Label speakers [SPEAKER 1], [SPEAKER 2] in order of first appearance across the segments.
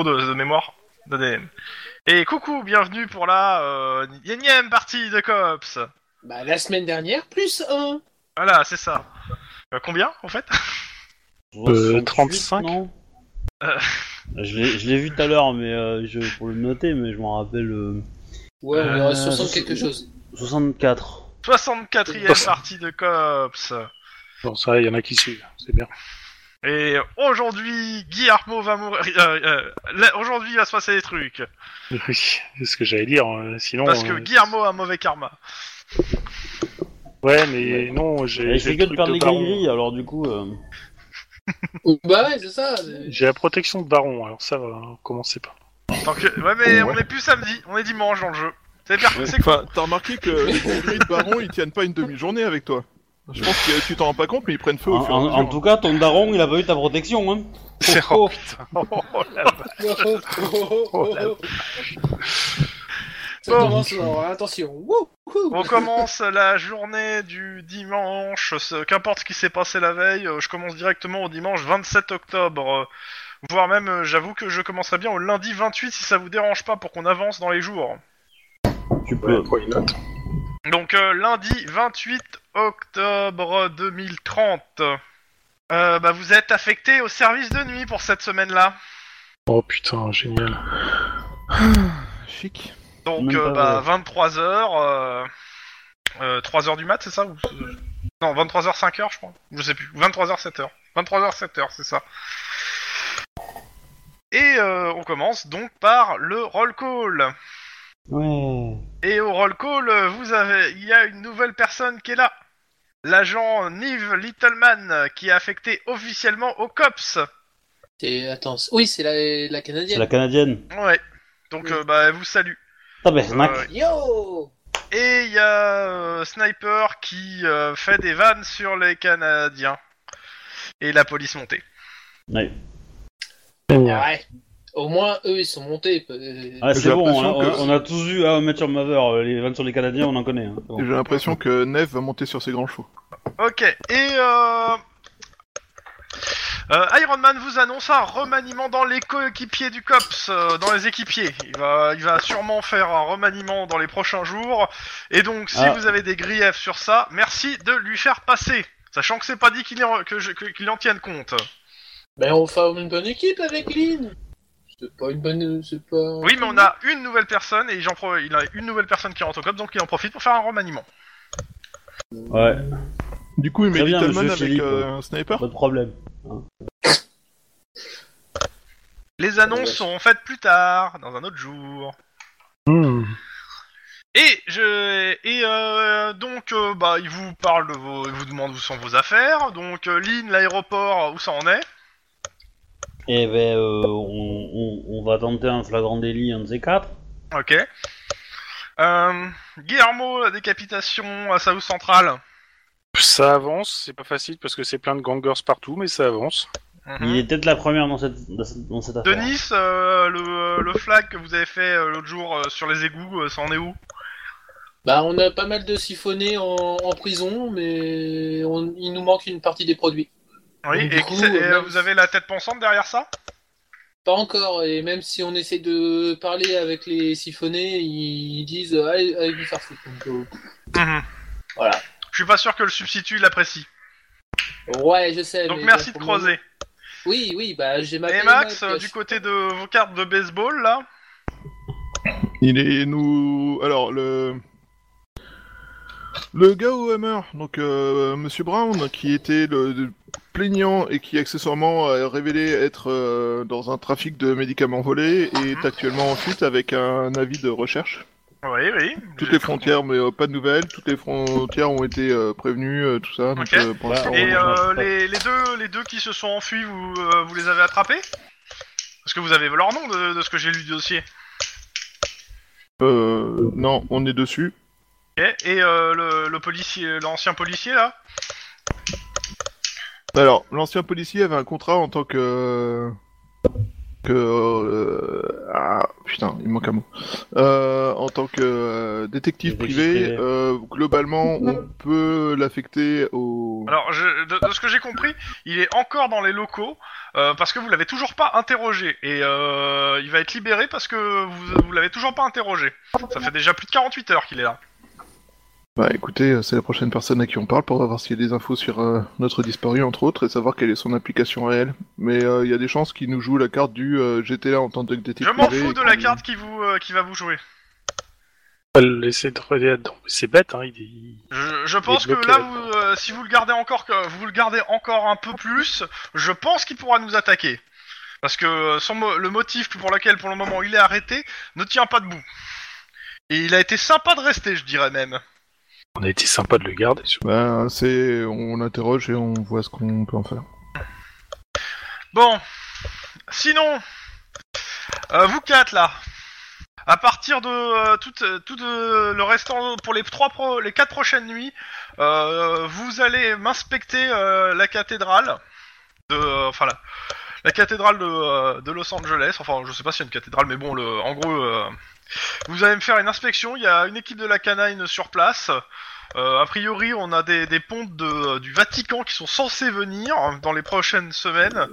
[SPEAKER 1] de, de mémoire d'ADN. Et coucou, bienvenue pour la euh, énième partie de Cops.
[SPEAKER 2] Bah, la semaine dernière, plus un.
[SPEAKER 1] Voilà, c'est ça. Euh, combien en fait
[SPEAKER 3] Euh,
[SPEAKER 4] 68,
[SPEAKER 3] 35?
[SPEAKER 4] non
[SPEAKER 1] Euh.
[SPEAKER 4] Je l'ai je l'ai vu tout à l'heure, mais euh, je, pour le noter, mais je m'en rappelle. euh,
[SPEAKER 2] Ouais, on
[SPEAKER 4] Euh,
[SPEAKER 2] aura 60 quelque chose.
[SPEAKER 4] 64.
[SPEAKER 1] 64e partie de Cops.
[SPEAKER 3] Bon, ça, il y en a qui suivent, c'est bien.
[SPEAKER 1] Et aujourd'hui, Guy Armo va mourir. euh, euh, là, aujourd'hui, il va se passer des trucs.
[SPEAKER 3] Oui, c'est ce que j'allais dire, euh, sinon...
[SPEAKER 1] Parce que
[SPEAKER 3] euh,
[SPEAKER 1] Guillermo a un mauvais karma.
[SPEAKER 3] Ouais, mais non, j'ai...
[SPEAKER 4] Et
[SPEAKER 3] j'ai
[SPEAKER 4] je
[SPEAKER 3] le
[SPEAKER 4] que de
[SPEAKER 3] truc
[SPEAKER 4] perdre les
[SPEAKER 3] Baron.
[SPEAKER 4] gris, alors du coup. euh,
[SPEAKER 2] Oh, Bah ouais, c'est ça. c'est-
[SPEAKER 3] J'ai la protection de Baron, alors ça va, hein, commencez pas.
[SPEAKER 1] Tant que... euh, Ouais, mais
[SPEAKER 3] Ouais.
[SPEAKER 1] on est plus samedi, on est dimanche dans le jeu. C'est bien, c'est cool.
[SPEAKER 5] Enfin, t'as remarqué que les grilles de baron, ils tiennent pas une demi-journée avec toi. Je pense que tu t'en rends pas compte, mais ils prennent feu
[SPEAKER 4] en,
[SPEAKER 5] au fur et à
[SPEAKER 4] en- en
[SPEAKER 5] mesure.
[SPEAKER 4] tout cas, ton daron, il a pas eu ta protection, hein.
[SPEAKER 3] Oh,
[SPEAKER 4] Oh,
[SPEAKER 3] oh, la vache.
[SPEAKER 2] Oh, oh, oh, oh, oh. Ça
[SPEAKER 1] Bon.
[SPEAKER 2] commence, alors, hein, attention. Wouhou.
[SPEAKER 1] On commence la journée du dimanche, ce- qu'importe ce qui s'est passé la veille, euh, je commence directement au dimanche 27 octobre, euh, voire même euh, j'avoue que je commencerai bien au lundi 28 si ça vous dérange pas pour qu'on avance dans les jours.
[SPEAKER 4] tu peux.
[SPEAKER 3] Why not
[SPEAKER 1] Donc euh, lundi 28 octobre 2030, Euh, bah, vous êtes affecté au service de nuit pour cette semaine-là.
[SPEAKER 3] Oh putain, génial.
[SPEAKER 5] Chic.
[SPEAKER 1] Donc
[SPEAKER 4] Même
[SPEAKER 1] euh,
[SPEAKER 4] pas,
[SPEAKER 1] bah, 23h, euh, 3h du mat, c'est ça ou- euh, Non, 23h, 5h, je crois. Je sais plus. 23h, 7h. 23h, 7h, c'est ça. Et euh, on commence donc par le roll call.
[SPEAKER 4] Ouais.
[SPEAKER 1] Et au roll call, euh, vous avez, il y a une nouvelle personne qui est là. L'agent Nive Littleman, euh, qui est affecté officiellement au COPS.
[SPEAKER 2] C'est- Attends, c'est- oui, c'est la, la
[SPEAKER 4] C'est
[SPEAKER 2] canadienne.
[SPEAKER 4] la canadienne.
[SPEAKER 1] Ouais. Donc,
[SPEAKER 2] Oui.
[SPEAKER 1] euh, bah, elle vous salue.
[SPEAKER 4] Tabernacle.
[SPEAKER 1] Euh,
[SPEAKER 2] Yo
[SPEAKER 1] Et il y a euh, Sniper qui euh, fait des vannes sur les Canadiens. Et la police montée.
[SPEAKER 4] Ouais.
[SPEAKER 3] Génial.
[SPEAKER 2] Ouais. Au moins, eux, ils sont montés. euh,
[SPEAKER 4] Ah, c'est
[SPEAKER 5] J'ai
[SPEAKER 4] bon, on a,
[SPEAKER 5] l'impression
[SPEAKER 4] on
[SPEAKER 5] que-
[SPEAKER 4] a tous vu à Match Your Mother, euh, les vannes sur les Canadiens, on en connaît. hein. Bon.
[SPEAKER 5] J'ai l'impression que Neve va monter sur ses grands chevaux.
[SPEAKER 1] Ok, et euh... euh, Iron Man vous annonce un remaniement dans les coéquipiers du COPS, euh, dans les équipiers. Il va, il va sûrement faire un remaniement dans les prochains jours. Et donc, si
[SPEAKER 4] Ah.
[SPEAKER 1] vous avez des griefs sur ça, merci de lui faire passer. Sachant que c'est pas dit qu'il en, que je- que- qu'il en tienne compte.
[SPEAKER 2] Ben, on fait une bonne équipe avec Lynn. C'est pas une bonne. C'est pas.
[SPEAKER 1] Oui, mais on a une nouvelle personne et j'en pro- il a une nouvelle personne qui rentre au COPS, donc il en profite pour faire un remaniement.
[SPEAKER 4] Ouais,
[SPEAKER 5] Du coup, il met
[SPEAKER 4] Très bien,
[SPEAKER 5] Littleman
[SPEAKER 4] monsieur
[SPEAKER 5] avec
[SPEAKER 4] Philippe.
[SPEAKER 5] euh, un sniper.
[SPEAKER 4] pas de problème.
[SPEAKER 1] Les annonces seront faites plus tard, dans un autre jour.
[SPEAKER 3] Hmm.
[SPEAKER 1] Et je et euh, donc euh, bah il vous parle de vos, il vous demande où sont vos affaires. Donc euh, Lynn, l'aéroport, où ça en est
[SPEAKER 4] Et ben, euh, on, on- on va tenter un flagrant délit, un de ces quatre.
[SPEAKER 1] Ok. Euh, Guillermo, la décapitation à South Central.
[SPEAKER 3] Ça avance, c'est pas facile parce que c'est plein de gangers partout, mais ça avance.
[SPEAKER 1] Mhm.
[SPEAKER 4] Il est peut-être la première dans cette, dans cette, dans cette affaire.
[SPEAKER 1] Denis, euh, le, le flag que vous avez fait euh, l'autre jour euh, sur les égouts, euh, ça en est où
[SPEAKER 2] Bah, on a pas mal de siphonnés en, en prison, mais on- il nous manque une partie des produits.
[SPEAKER 1] Oui.
[SPEAKER 2] Du
[SPEAKER 1] Et,
[SPEAKER 2] coup,
[SPEAKER 1] qui c'est- et, euh,
[SPEAKER 2] euh,
[SPEAKER 1] vous avez la tête pensante derrière ça
[SPEAKER 2] Pas encore, et même si on essaie de parler avec les siphonnés, ils disent euh, allez, allez vous faire foutre. Donc, euh, Voilà.
[SPEAKER 1] Je suis pas sûr que le substitut l'apprécie.
[SPEAKER 2] Ouais, je sais.
[SPEAKER 1] Donc
[SPEAKER 2] mais
[SPEAKER 1] merci
[SPEAKER 2] là,
[SPEAKER 1] de
[SPEAKER 2] pour le moment-
[SPEAKER 1] croiser.
[SPEAKER 2] Oui, oui, bah j'ai ma
[SPEAKER 1] Et
[SPEAKER 2] paye,
[SPEAKER 1] Max,
[SPEAKER 2] Mac,
[SPEAKER 1] euh,
[SPEAKER 2] je-
[SPEAKER 1] du côté de vos cartes de baseball, là
[SPEAKER 5] Il est nous. Alors, le. Le gars au Hammer, donc euh, Monsieur Brown, qui était le, le plaignant et qui accessoirement a révélé être euh, dans un trafic de médicaments volés, est actuellement en fuite avec un avis de recherche.
[SPEAKER 1] Oui, oui.
[SPEAKER 5] Toutes les frontières, mais euh, pas de nouvelles. Toutes les frontières ont été euh, prévenues, euh, tout ça. Donc,
[SPEAKER 1] Ok.
[SPEAKER 5] euh, pour
[SPEAKER 4] Bah,
[SPEAKER 5] l'instant,
[SPEAKER 4] on-
[SPEAKER 1] Et
[SPEAKER 5] euh,
[SPEAKER 1] euh, les, les deux, les deux qui se sont enfuis, vous, euh, vous les avez attrapés Parce que vous avez leur nom de, de ce que j'ai lu du dossier.
[SPEAKER 5] euh, non, on est dessus.
[SPEAKER 1] Ok. Et euh, le, le policier, l'ancien policier là
[SPEAKER 5] Alors, l'ancien policier avait un contrat en tant que que euh, ah putain, il me manque un mot. Euh, en tant que euh, détective
[SPEAKER 4] Détective
[SPEAKER 5] privé,
[SPEAKER 4] privé.
[SPEAKER 5] euh, globalement, on peut l'affecter au ou...
[SPEAKER 1] Alors, je- de, de ce que j'ai compris, il est encore dans les locaux euh, parce que vous l'avez toujours pas interrogé et euh, il va être libéré parce que vous, vous l'avez toujours pas interrogé. Ça fait déjà plus de 48 heures qu'il est là.
[SPEAKER 5] Bah écoutez, euh, c'est la prochaine personne à qui on parle pour voir s'il y a des infos sur euh, notre disparu entre autres et savoir quelle est son implication réelle. Mais euh, il y a des chances qu'il nous joue la carte du euh, j'étais là en tant que détective.
[SPEAKER 1] Je m'en
[SPEAKER 5] privé
[SPEAKER 1] fous de
[SPEAKER 5] et
[SPEAKER 1] la
[SPEAKER 5] qu'on-
[SPEAKER 1] carte qui vous euh, qui va vous jouer.
[SPEAKER 3] Pas le laisser traîner là-dedans. C'est bête, hein. Il est...
[SPEAKER 1] Je, je pense que
[SPEAKER 3] bloqué
[SPEAKER 1] là,
[SPEAKER 3] là-dedans.
[SPEAKER 1] vous, euh, si vous le gardez encore, que vous le gardez encore un peu plus, je pense qu'il pourra nous attaquer. Parce que euh, son mo- le motif pour lequel, pour le moment, il est arrêté ne tient pas debout. Et il a été sympa de rester, je dirais même.
[SPEAKER 3] On a été sympa de le garder. surtout.
[SPEAKER 5] Bah c'est... on l'interroge et on voit ce qu'on peut en faire.
[SPEAKER 1] Bon, sinon, euh, vous quatre là, à partir de euh, tout, euh, tout euh, le restant pour les trois pro- les quatre prochaines nuits, euh, vous allez m'inspecter euh, la cathédrale de, euh, enfin la, la cathédrale de, euh, de Los Angeles. Enfin, je sais pas s'il y a une cathédrale, mais bon, le, en gros, euh, vous allez me faire une inspection. Il y a une équipe de la canine sur place. Euh, a priori, on a des, des pontes de, euh, du Vatican qui sont censés venir hein, dans les prochaines semaines.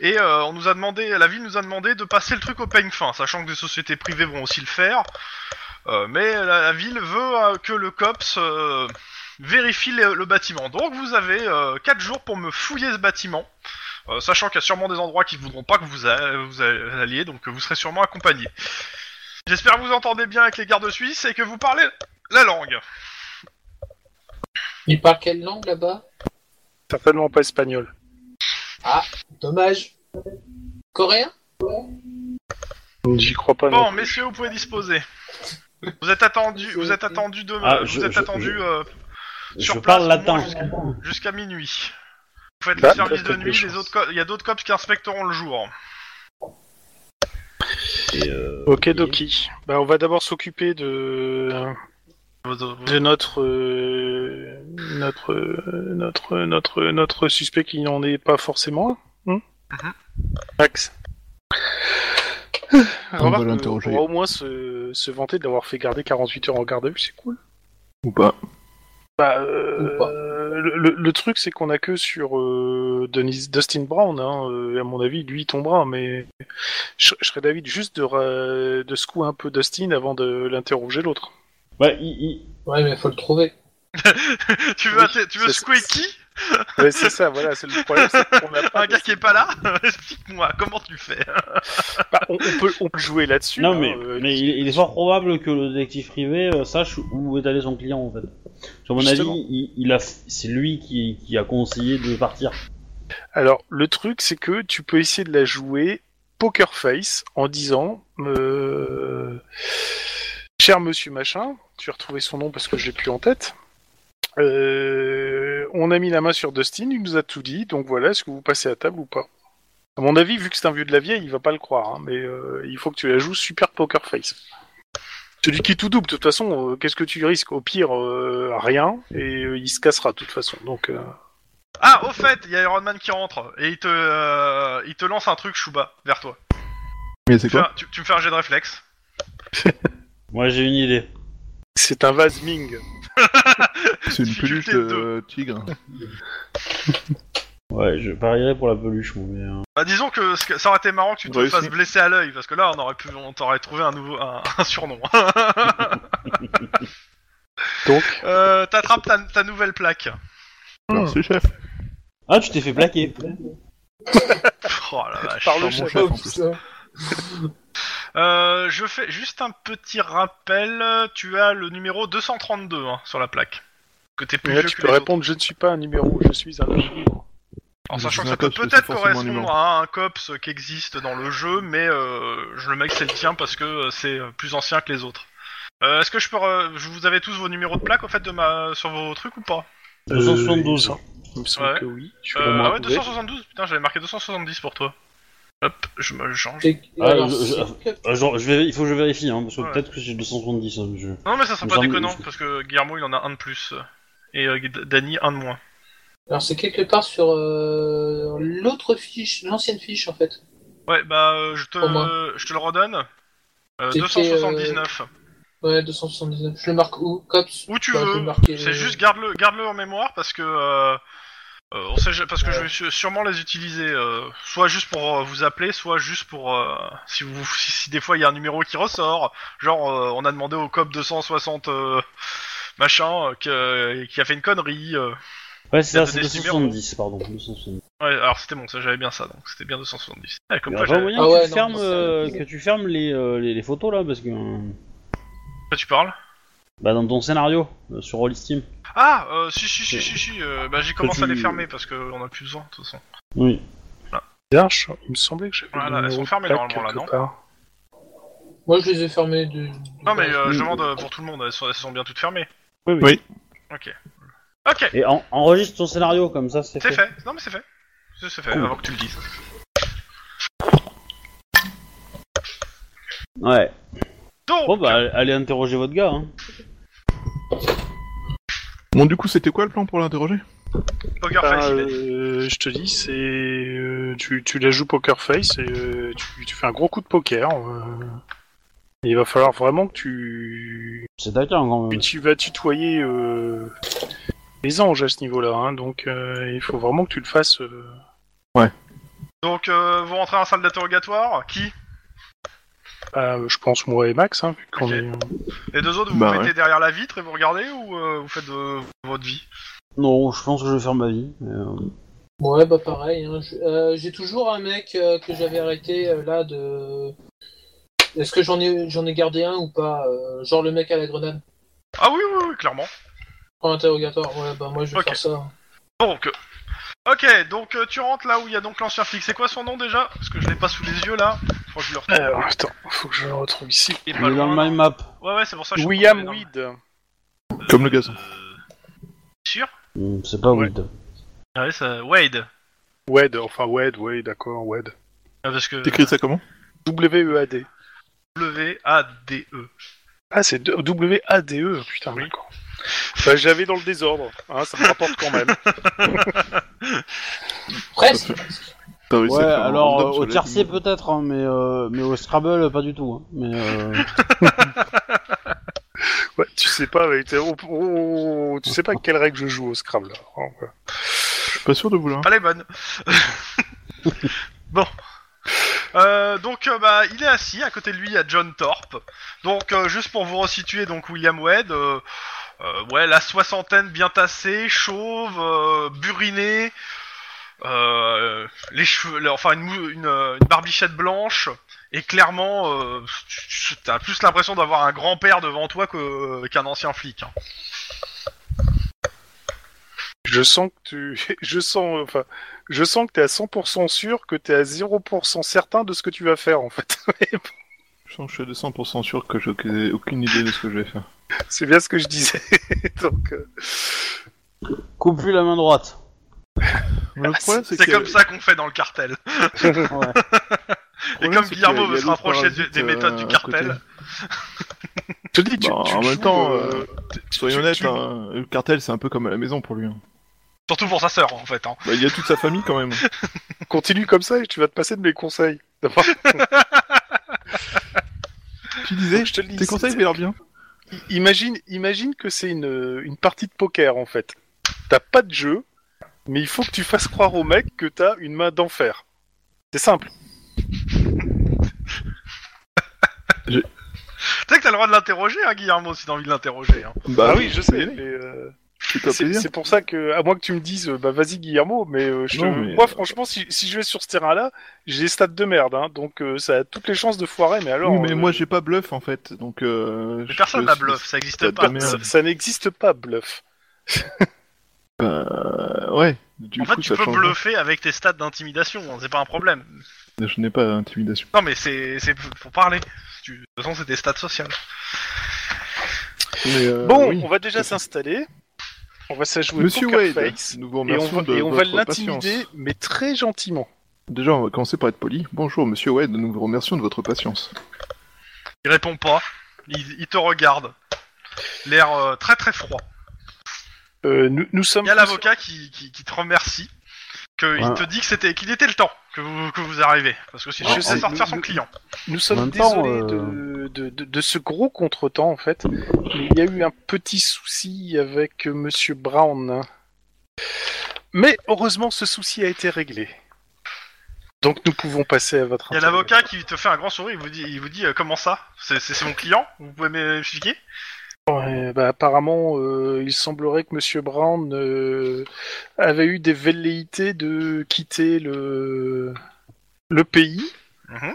[SPEAKER 1] Et euh, on nous a demandé, la ville nous a demandé de passer le truc au peigne fin, sachant que des sociétés privées vont aussi le faire. Euh, mais la, la ville veut euh, que le COPS euh, vérifie le, le bâtiment. Donc vous avez 4 jours pour me fouiller ce bâtiment, euh, sachant qu'il y a sûrement des endroits qui voudront pas que vous, a- vous a- alliez, donc euh, vous serez sûrement accompagné. J'espère que vous entendez bien avec les gardes suisses et que vous parlez la langue.
[SPEAKER 2] Il parle quelle langue là-bas
[SPEAKER 3] Certainement pas espagnol.
[SPEAKER 2] Dommage. Coréen
[SPEAKER 3] J'y crois pas. non
[SPEAKER 1] Bon,
[SPEAKER 3] plus.
[SPEAKER 1] messieurs, vous pouvez disposer. Vous êtes attendu, vous êtes attendu demain,
[SPEAKER 4] Ah, je-
[SPEAKER 1] vous êtes
[SPEAKER 4] je-
[SPEAKER 1] attendu
[SPEAKER 4] je-
[SPEAKER 1] euh, sur
[SPEAKER 4] Je
[SPEAKER 1] place,
[SPEAKER 4] parle
[SPEAKER 1] au moins
[SPEAKER 4] latin.
[SPEAKER 1] jusqu'à- jusqu'à minuit. Vous faites
[SPEAKER 3] Bah,
[SPEAKER 1] le service
[SPEAKER 3] peut-être
[SPEAKER 1] de nuit,
[SPEAKER 3] des
[SPEAKER 1] les
[SPEAKER 3] chances.
[SPEAKER 1] autres co- il y a d'autres cops qui inspecteront le jour.
[SPEAKER 4] Et, euh,
[SPEAKER 3] Ok, Doki. Bah, on va d'abord s'occuper de, hein, de notre, euh, notre, euh, notre, euh, notre, euh, notre suspect qui n'en est pas forcément. un, hein Max.
[SPEAKER 5] va
[SPEAKER 3] Remarque, euh, on
[SPEAKER 5] l'interroger.
[SPEAKER 3] pourra au moins se, se vanter d'avoir fait garder 48 heures en garde à vue, c'est cool.
[SPEAKER 5] Ou pas.
[SPEAKER 3] Bah, euh,
[SPEAKER 2] Ou pas.
[SPEAKER 3] le, le- le truc, c'est qu'on a que sur euh, Denis- Dustin Brown. Hein, euh, à mon avis, lui il tombera, mais je, je serais d'avis juste de, ra- de secouer un peu Dustin avant de l'interroger l'autre.
[SPEAKER 4] bah, il- il-
[SPEAKER 2] Ouais, mais faut le trouver.
[SPEAKER 1] tu veux,
[SPEAKER 3] Oui,
[SPEAKER 1] atta- tu veux
[SPEAKER 3] c'est-
[SPEAKER 1] secouer qui
[SPEAKER 3] Ouais, c'est ça, voilà, c'est le problème. c'est qu'on n'a pas
[SPEAKER 1] Un gars
[SPEAKER 3] Dustin
[SPEAKER 1] qui est pas là Explique-moi, comment tu fais
[SPEAKER 3] Bah, on, on peut, on peut jouer là-dessus.
[SPEAKER 4] Non,
[SPEAKER 3] hein,
[SPEAKER 4] mais,
[SPEAKER 3] euh,
[SPEAKER 4] mais il, il est fort probable que le détective privé euh, sache où est allé son client en fait. Sur mon
[SPEAKER 3] Justement.
[SPEAKER 4] avis, il, il a, f- c'est lui qui, qui a conseillé de partir.
[SPEAKER 3] Alors, le truc, c'est que tu peux essayer de la jouer poker face en disant euh, Cher monsieur machin, tu as retrouvé son nom parce que je l'ai plus en tête. euh, on a mis la main sur Dustin, il nous a tout dit, donc voilà, est-ce que vous passez à table ou pas À mon avis, vu que c'est un vieux de la vieille, il va pas le croire, hein, mais euh, il faut que tu la joues super poker face. Celui qui tout double, de toute façon, euh, qu'est-ce que tu risques Au pire, euh, rien, et euh, il se cassera de toute façon. Donc, euh,
[SPEAKER 1] Ah, au fait, il y a Iron Man qui rentre et il te, euh, il te lance un truc, Chouba, vers toi.
[SPEAKER 5] Mais c'est
[SPEAKER 1] Tu, fais
[SPEAKER 5] quoi
[SPEAKER 1] un- tu- tu me fais un jet de réflexe.
[SPEAKER 4] Moi j'ai une idée.
[SPEAKER 3] c'est un vase Ming.
[SPEAKER 5] C'est une
[SPEAKER 1] difficulté
[SPEAKER 5] peluche de
[SPEAKER 1] deux.
[SPEAKER 5] tigre.
[SPEAKER 4] Ouais, je parierais pour la peluche, moi, mais. euh,
[SPEAKER 1] Bah disons que, ce que- ça aurait été marrant que tu te
[SPEAKER 5] Réussi.
[SPEAKER 1] fasses blesser à l'œil, parce que là on aurait pu, on t'aurait trouvé un nouveau, un, un surnom.
[SPEAKER 3] Donc,
[SPEAKER 1] Euh, T'attrapes ta, ta nouvelle plaque.
[SPEAKER 5] Merci chef.
[SPEAKER 4] Ah, tu t'es fait plaquer.
[SPEAKER 1] Oh la vache.
[SPEAKER 3] Par le
[SPEAKER 5] Enfin,
[SPEAKER 3] chef.
[SPEAKER 5] mon chef en
[SPEAKER 2] Oh,
[SPEAKER 5] plus.
[SPEAKER 2] putain.
[SPEAKER 1] Euh, je fais juste un petit rappel. Tu as le numéro 232 hein, sur la plaque. Que t'es plus
[SPEAKER 3] Mais là,
[SPEAKER 1] vieux
[SPEAKER 3] tu
[SPEAKER 1] que
[SPEAKER 3] peux
[SPEAKER 1] les
[SPEAKER 3] répondre je ne suis pas un numéro, je suis un agent libre.
[SPEAKER 4] Euh,
[SPEAKER 1] autres. En
[SPEAKER 5] Je
[SPEAKER 1] sachant
[SPEAKER 5] suis
[SPEAKER 1] que
[SPEAKER 5] un
[SPEAKER 1] ça peut
[SPEAKER 5] cops, mais
[SPEAKER 1] peut-être
[SPEAKER 5] c'est forcément un
[SPEAKER 1] correspondre
[SPEAKER 5] numéro.
[SPEAKER 1] à un COPS qui existe dans le jeu, mais euh, je le mets que c'est le tien parce que euh, c'est euh, plus ancien que les autres. Euh, Est-ce que je peux. re- je vous avez tous vos numéros de plaque au fait de ma, sur vos trucs ou pas
[SPEAKER 4] 272.
[SPEAKER 3] Euh, Il me semble
[SPEAKER 1] Ouais.
[SPEAKER 3] que oui. Je suis
[SPEAKER 1] euh,
[SPEAKER 3] vraiment
[SPEAKER 1] Ah ouais,
[SPEAKER 3] mauvais.
[SPEAKER 1] 272 Putain, j'avais marqué 270 pour toi. Hop, je me le change.
[SPEAKER 2] C'est-
[SPEAKER 4] Ah,
[SPEAKER 2] alors,
[SPEAKER 4] je- je-
[SPEAKER 2] c'est-
[SPEAKER 4] Euh, genre, je vais, il faut que je vérifie, hein, parce que
[SPEAKER 1] Ouais.
[SPEAKER 4] peut-être que j'ai 270. hein, je-
[SPEAKER 1] Non, mais ça serait
[SPEAKER 4] Nous
[SPEAKER 1] pas
[SPEAKER 4] en-
[SPEAKER 1] déconnant parce que Guillermo il en a un de plus. Et euh, Dany un de moins.
[SPEAKER 2] alors, c'est quelque part sur euh, l'autre fiche, l'ancienne fiche en fait.
[SPEAKER 1] Ouais, bah euh, je te,
[SPEAKER 2] Au moins.
[SPEAKER 1] euh, je te le redonne. Euh,
[SPEAKER 2] C'était,
[SPEAKER 1] 279.
[SPEAKER 2] Ouais, 279. Je le marque où Cops
[SPEAKER 1] Où tu
[SPEAKER 2] Bah, je vais
[SPEAKER 1] veux.
[SPEAKER 2] marquer-
[SPEAKER 1] C'est juste garde-le garde -le en mémoire parce que euh, Euh, on sait ja- parce que je vais su- sûrement les utiliser, euh, soit juste pour euh, vous appeler, soit juste pour euh, si vous si, si des fois il y a un numéro qui ressort, genre euh, on a demandé au cop 260 euh, machin euh, que- qui a fait une connerie. euh.
[SPEAKER 4] Ouais, c'est
[SPEAKER 1] Il y a
[SPEAKER 4] ça,
[SPEAKER 1] des
[SPEAKER 4] c'est
[SPEAKER 1] numéros.
[SPEAKER 4] 270, pardon. 270.
[SPEAKER 1] Ouais, alors c'était bon, ça j'avais bien ça, donc c'était bien 270. Ouais, comme
[SPEAKER 4] Il y
[SPEAKER 1] quoi,
[SPEAKER 4] a pas
[SPEAKER 1] j'avais-
[SPEAKER 4] moyen
[SPEAKER 2] Ah
[SPEAKER 4] que,
[SPEAKER 2] ouais,
[SPEAKER 4] tu
[SPEAKER 2] non,
[SPEAKER 4] fermes,
[SPEAKER 2] c'est-
[SPEAKER 4] euh, que tu fermes les, euh, les, les photos là, parce que. euh,
[SPEAKER 1] quoi tu parles
[SPEAKER 4] Bah, dans ton scénario, euh, sur Roll Steam.
[SPEAKER 1] Ah, euh, si si si
[SPEAKER 4] Ouais.
[SPEAKER 1] si si, euh, bah j'ai commencé à les
[SPEAKER 4] tu-
[SPEAKER 1] fermer parce qu'on a plus besoin de toute façon.
[SPEAKER 4] Oui.
[SPEAKER 3] Darche, il me semblait que j'avais.
[SPEAKER 1] Voilà,
[SPEAKER 3] le
[SPEAKER 1] elles
[SPEAKER 3] numéro
[SPEAKER 1] sont
[SPEAKER 3] de
[SPEAKER 1] fermées
[SPEAKER 3] plaque
[SPEAKER 1] normalement, là,
[SPEAKER 3] quelque
[SPEAKER 1] non
[SPEAKER 3] part.
[SPEAKER 2] euh, Moi, je les ai fermés. De...
[SPEAKER 1] Non mais euh, je demande euh, pour tout le monde, elles sont, elles sont bien toutes fermées.
[SPEAKER 4] Oui, oui.
[SPEAKER 5] Oui.
[SPEAKER 1] Ok. Ok,
[SPEAKER 4] Et en- enregistre ton scénario, comme ça, c'est
[SPEAKER 1] c'est
[SPEAKER 4] fait.
[SPEAKER 1] fait. Non mais c'est fait. C'est c'est fait,
[SPEAKER 4] Cool.
[SPEAKER 1] avant que tu le dises.
[SPEAKER 4] Ouais.
[SPEAKER 1] Donc,
[SPEAKER 4] Bon, bah, allez interroger votre gars, hein.
[SPEAKER 5] Bon, du coup, c'était quoi le plan pour l'interroger
[SPEAKER 1] Poker
[SPEAKER 3] Ah,
[SPEAKER 1] Face, il a dit.
[SPEAKER 3] euh, je te dis, c'est euh, tu, tu la joues poker face et euh, tu, tu fais un gros coup de poker. euh, et il va falloir vraiment que tu
[SPEAKER 4] C'est taquin quand
[SPEAKER 3] tu,
[SPEAKER 4] même.
[SPEAKER 3] tu vas tutoyer euh, les anges à ce niveau-là. hein, donc euh, il faut vraiment que tu le fasses. euh,
[SPEAKER 1] Donc, euh, vous rentrez en salle d'interrogatoire. Qui
[SPEAKER 3] à, je pense moi et Max, hein, vu qu'on
[SPEAKER 1] Ok.
[SPEAKER 3] est.
[SPEAKER 1] Les deux autres, vous
[SPEAKER 5] Bah,
[SPEAKER 1] vous mettez derrière la vitre et vous regardez ou euh, vous faites euh, votre vie
[SPEAKER 4] Non, je pense que je vais faire ma vie. mais, euh,
[SPEAKER 2] Ouais, bah pareil. hein. Je- euh, J'ai toujours un mec euh, que j'avais arrêté euh, là de. Est-ce que j'en ai j'en ai gardé un ou pas euh, Genre le mec à la grenade
[SPEAKER 1] Ah oui, oui, oui, clairement.
[SPEAKER 2] en interrogatoire. Ouais, bah moi je vais
[SPEAKER 1] Ok.
[SPEAKER 2] faire ça.
[SPEAKER 1] Donc, euh, ok, donc euh, tu rentres là où il y a donc l'ancien flic. C'est quoi son nom déjà Parce que je l'ai pas sous les yeux là. Faut que je le retrouve.
[SPEAKER 3] Alors Oh, attends, faut que je le retrouve ici.
[SPEAKER 1] Il est
[SPEAKER 4] Il
[SPEAKER 1] pas
[SPEAKER 4] est dans
[SPEAKER 1] loin,
[SPEAKER 4] le
[SPEAKER 1] là.
[SPEAKER 4] mind map.
[SPEAKER 1] Ouais, ouais, c'est pour ça. que je suis
[SPEAKER 3] William
[SPEAKER 1] tombé dans le-
[SPEAKER 3] Weed.
[SPEAKER 5] Comme le gazon.
[SPEAKER 1] Euh, Sûr
[SPEAKER 4] Hmm, C'est pas
[SPEAKER 3] Ouais.
[SPEAKER 4] Wild.
[SPEAKER 1] Ah ouais, ça... Wade.
[SPEAKER 3] Wed, enfin Wed, oui, d'accord, Wed. E
[SPEAKER 1] Ah, parce que
[SPEAKER 5] T'écris ça comment
[SPEAKER 3] W-E-A-D.
[SPEAKER 1] W A D E.
[SPEAKER 3] Ah, c'est de- W-A-D-E, E, putain,
[SPEAKER 1] Oui.
[SPEAKER 3] d'accord. Enfin, je l'avais dans le désordre, hein, ça me rapporte quand même.
[SPEAKER 2] Presque.
[SPEAKER 5] T'as réussi à
[SPEAKER 4] Ouais,
[SPEAKER 5] faire un
[SPEAKER 4] alors
[SPEAKER 5] random
[SPEAKER 4] euh,
[SPEAKER 5] sur
[SPEAKER 4] au
[SPEAKER 5] les-
[SPEAKER 4] tiercé peut-être, hein, mais, euh, mais au Scrabble pas du tout. Hein. Mais, euh,
[SPEAKER 3] Ouais, tu sais pas, mais t'es- oh, oh, oh, tu sais pas quelle règle je joue au Scrabble. là. Oh, ouais.
[SPEAKER 5] Je suis pas sûr de vouloir.
[SPEAKER 1] Pas les bonnes. bon. Euh, donc euh, bah il est assis à côté de lui il y a John Thorpe. Donc euh, juste pour vous resituer donc William Wade, euh, euh, ouais la soixantaine bien tassée, chauve, euh, buriné, euh, les cheveux, le- enfin une, mou- une, euh, une barbichette blanche et clairement euh, tu- tu- t'as plus l'impression d'avoir un grand père devant toi que- qu'un ancien flic. hein.
[SPEAKER 3] Je sens que tu, je sens, enfin, je sens que t'es à 100% sûr que t'es à 0% certain de ce que tu vas faire en fait.
[SPEAKER 5] Je sens que je suis de 100% sûr que j'ai aucune- aucune idée de ce que je vais faire.
[SPEAKER 3] c'est bien ce que je disais. Donc, euh,
[SPEAKER 4] coupe-lui la main droite.
[SPEAKER 5] Le
[SPEAKER 3] Ah,
[SPEAKER 5] problème, c'est
[SPEAKER 1] Bah, C'est
[SPEAKER 5] que-
[SPEAKER 1] comme ça qu'on fait dans le cartel.
[SPEAKER 4] Ouais.
[SPEAKER 5] le
[SPEAKER 1] Et
[SPEAKER 5] problème,
[SPEAKER 1] comme
[SPEAKER 5] c'est qu'il y a-
[SPEAKER 1] Guillermo
[SPEAKER 5] il y a
[SPEAKER 1] veut se
[SPEAKER 5] l'autre
[SPEAKER 1] rapprocher
[SPEAKER 5] parasite,
[SPEAKER 1] des, des
[SPEAKER 5] euh,
[SPEAKER 1] méthodes
[SPEAKER 5] à
[SPEAKER 1] du
[SPEAKER 5] côté.
[SPEAKER 1] cartel,
[SPEAKER 3] je te dis, tu,
[SPEAKER 5] Bah,
[SPEAKER 3] tu
[SPEAKER 5] en même
[SPEAKER 3] joues,
[SPEAKER 5] temps,
[SPEAKER 3] euh,
[SPEAKER 5] euh, soyons
[SPEAKER 3] tu-
[SPEAKER 5] honnêtes,
[SPEAKER 3] tu-
[SPEAKER 5] hein, le cartel, c'est un peu comme à la maison pour lui. hein.
[SPEAKER 1] surtout pour sa sœur en fait. hein.
[SPEAKER 5] Bah, il y a toute sa famille quand même.
[SPEAKER 3] continue comme ça et tu vas te passer de mes conseils. D'abord,
[SPEAKER 5] Tu disais,
[SPEAKER 3] je te le dis.
[SPEAKER 5] tes conseils, fais-leur bien.
[SPEAKER 3] I- Imagine, imagine que c'est une, une partie de poker en fait. T'as pas de jeu, mais il faut que tu fasses croire au mec que t'as une main d'enfer. C'est simple.
[SPEAKER 1] Tu sais que t'as le droit de l'interroger, hein, Guillermo, si t'as envie de l'interroger. hein.
[SPEAKER 5] Bah
[SPEAKER 3] ah oui, je sais.
[SPEAKER 5] y aller,
[SPEAKER 3] mais, euh,
[SPEAKER 5] Fais-toi
[SPEAKER 3] C'est
[SPEAKER 5] plaisir.
[SPEAKER 3] c'est pour ça que, à moins que tu me dises, euh, bah vas-y Guillermo, mais, euh, je te-
[SPEAKER 5] Non, mais,
[SPEAKER 3] moi
[SPEAKER 5] euh,
[SPEAKER 3] franchement, si, si je vais sur ce terrain-là, j'ai des stats de merde, hein, donc euh, ça a toutes les chances de foirer. Mais alors,
[SPEAKER 5] Oui, mais
[SPEAKER 3] euh,
[SPEAKER 5] moi j'ai pas bluff en fait, donc. Euh,
[SPEAKER 1] Mais
[SPEAKER 5] je-
[SPEAKER 1] personne
[SPEAKER 5] je-
[SPEAKER 1] n'a bluff, ça existe
[SPEAKER 5] c'est
[SPEAKER 1] pas.
[SPEAKER 5] de la
[SPEAKER 3] ça,
[SPEAKER 5] merde.
[SPEAKER 3] ça n'existe pas bluff.
[SPEAKER 5] Bah, ouais. Du
[SPEAKER 1] En
[SPEAKER 5] coup,
[SPEAKER 1] fait, tu
[SPEAKER 5] ça
[SPEAKER 1] peux
[SPEAKER 5] change. hein.
[SPEAKER 1] bluffer avec tes stats d'intimidation, hein, c'est pas un problème.
[SPEAKER 5] Je n'ai pas intimidation.
[SPEAKER 1] Non, mais c'est c'est pour parler. Tu- De toute façon, c'est tes stats sociales.
[SPEAKER 5] Mais, euh,
[SPEAKER 3] bon,
[SPEAKER 5] oui.
[SPEAKER 3] on va déjà s'installer. On va s'ajouer
[SPEAKER 5] Monsieur
[SPEAKER 3] poker
[SPEAKER 5] Wade,
[SPEAKER 3] face.
[SPEAKER 5] nous vous
[SPEAKER 3] Et on
[SPEAKER 5] remercions
[SPEAKER 3] va,
[SPEAKER 5] de
[SPEAKER 3] et on va
[SPEAKER 5] votre
[SPEAKER 3] l'intimider,
[SPEAKER 5] patience.
[SPEAKER 3] mais très gentiment.
[SPEAKER 5] Déjà, on va commencer par être poli. Bonjour, monsieur Wade, nous vous remercions de votre patience.
[SPEAKER 1] Il répond pas, il, il te regarde. L'air euh, très très froid.
[SPEAKER 3] Euh, nous, nous sommes.
[SPEAKER 1] Il y a l'avocat qui, qui, qui te remercie, qu'il
[SPEAKER 4] Ouais.
[SPEAKER 1] te dit que c'était qu'il était le temps que vous, que vous arrivez, parce que sinon
[SPEAKER 3] Je
[SPEAKER 1] il
[SPEAKER 3] sais,
[SPEAKER 1] sait sortir
[SPEAKER 3] nous-
[SPEAKER 1] son
[SPEAKER 3] nous-
[SPEAKER 1] client.
[SPEAKER 3] Nous
[SPEAKER 4] En
[SPEAKER 3] sommes
[SPEAKER 4] même temps,
[SPEAKER 3] désolés
[SPEAKER 4] euh,
[SPEAKER 3] de, de, de, de ce gros contretemps en fait. Mais il y a eu un petit souci avec euh, Monsieur Brown. Mais heureusement, ce souci a été réglé. Donc nous pouvons passer à votre.
[SPEAKER 1] Il y a l'avocat qui te fait un grand sourire, il vous dit, il vous dit euh, comment ça C'est- C'est c'est mon client Vous pouvez m'expliquer
[SPEAKER 3] Ouais, bah, apparemment, euh, il semblerait que Monsieur Brown euh, avait eu des velléités de quitter le, le pays
[SPEAKER 1] Mhm.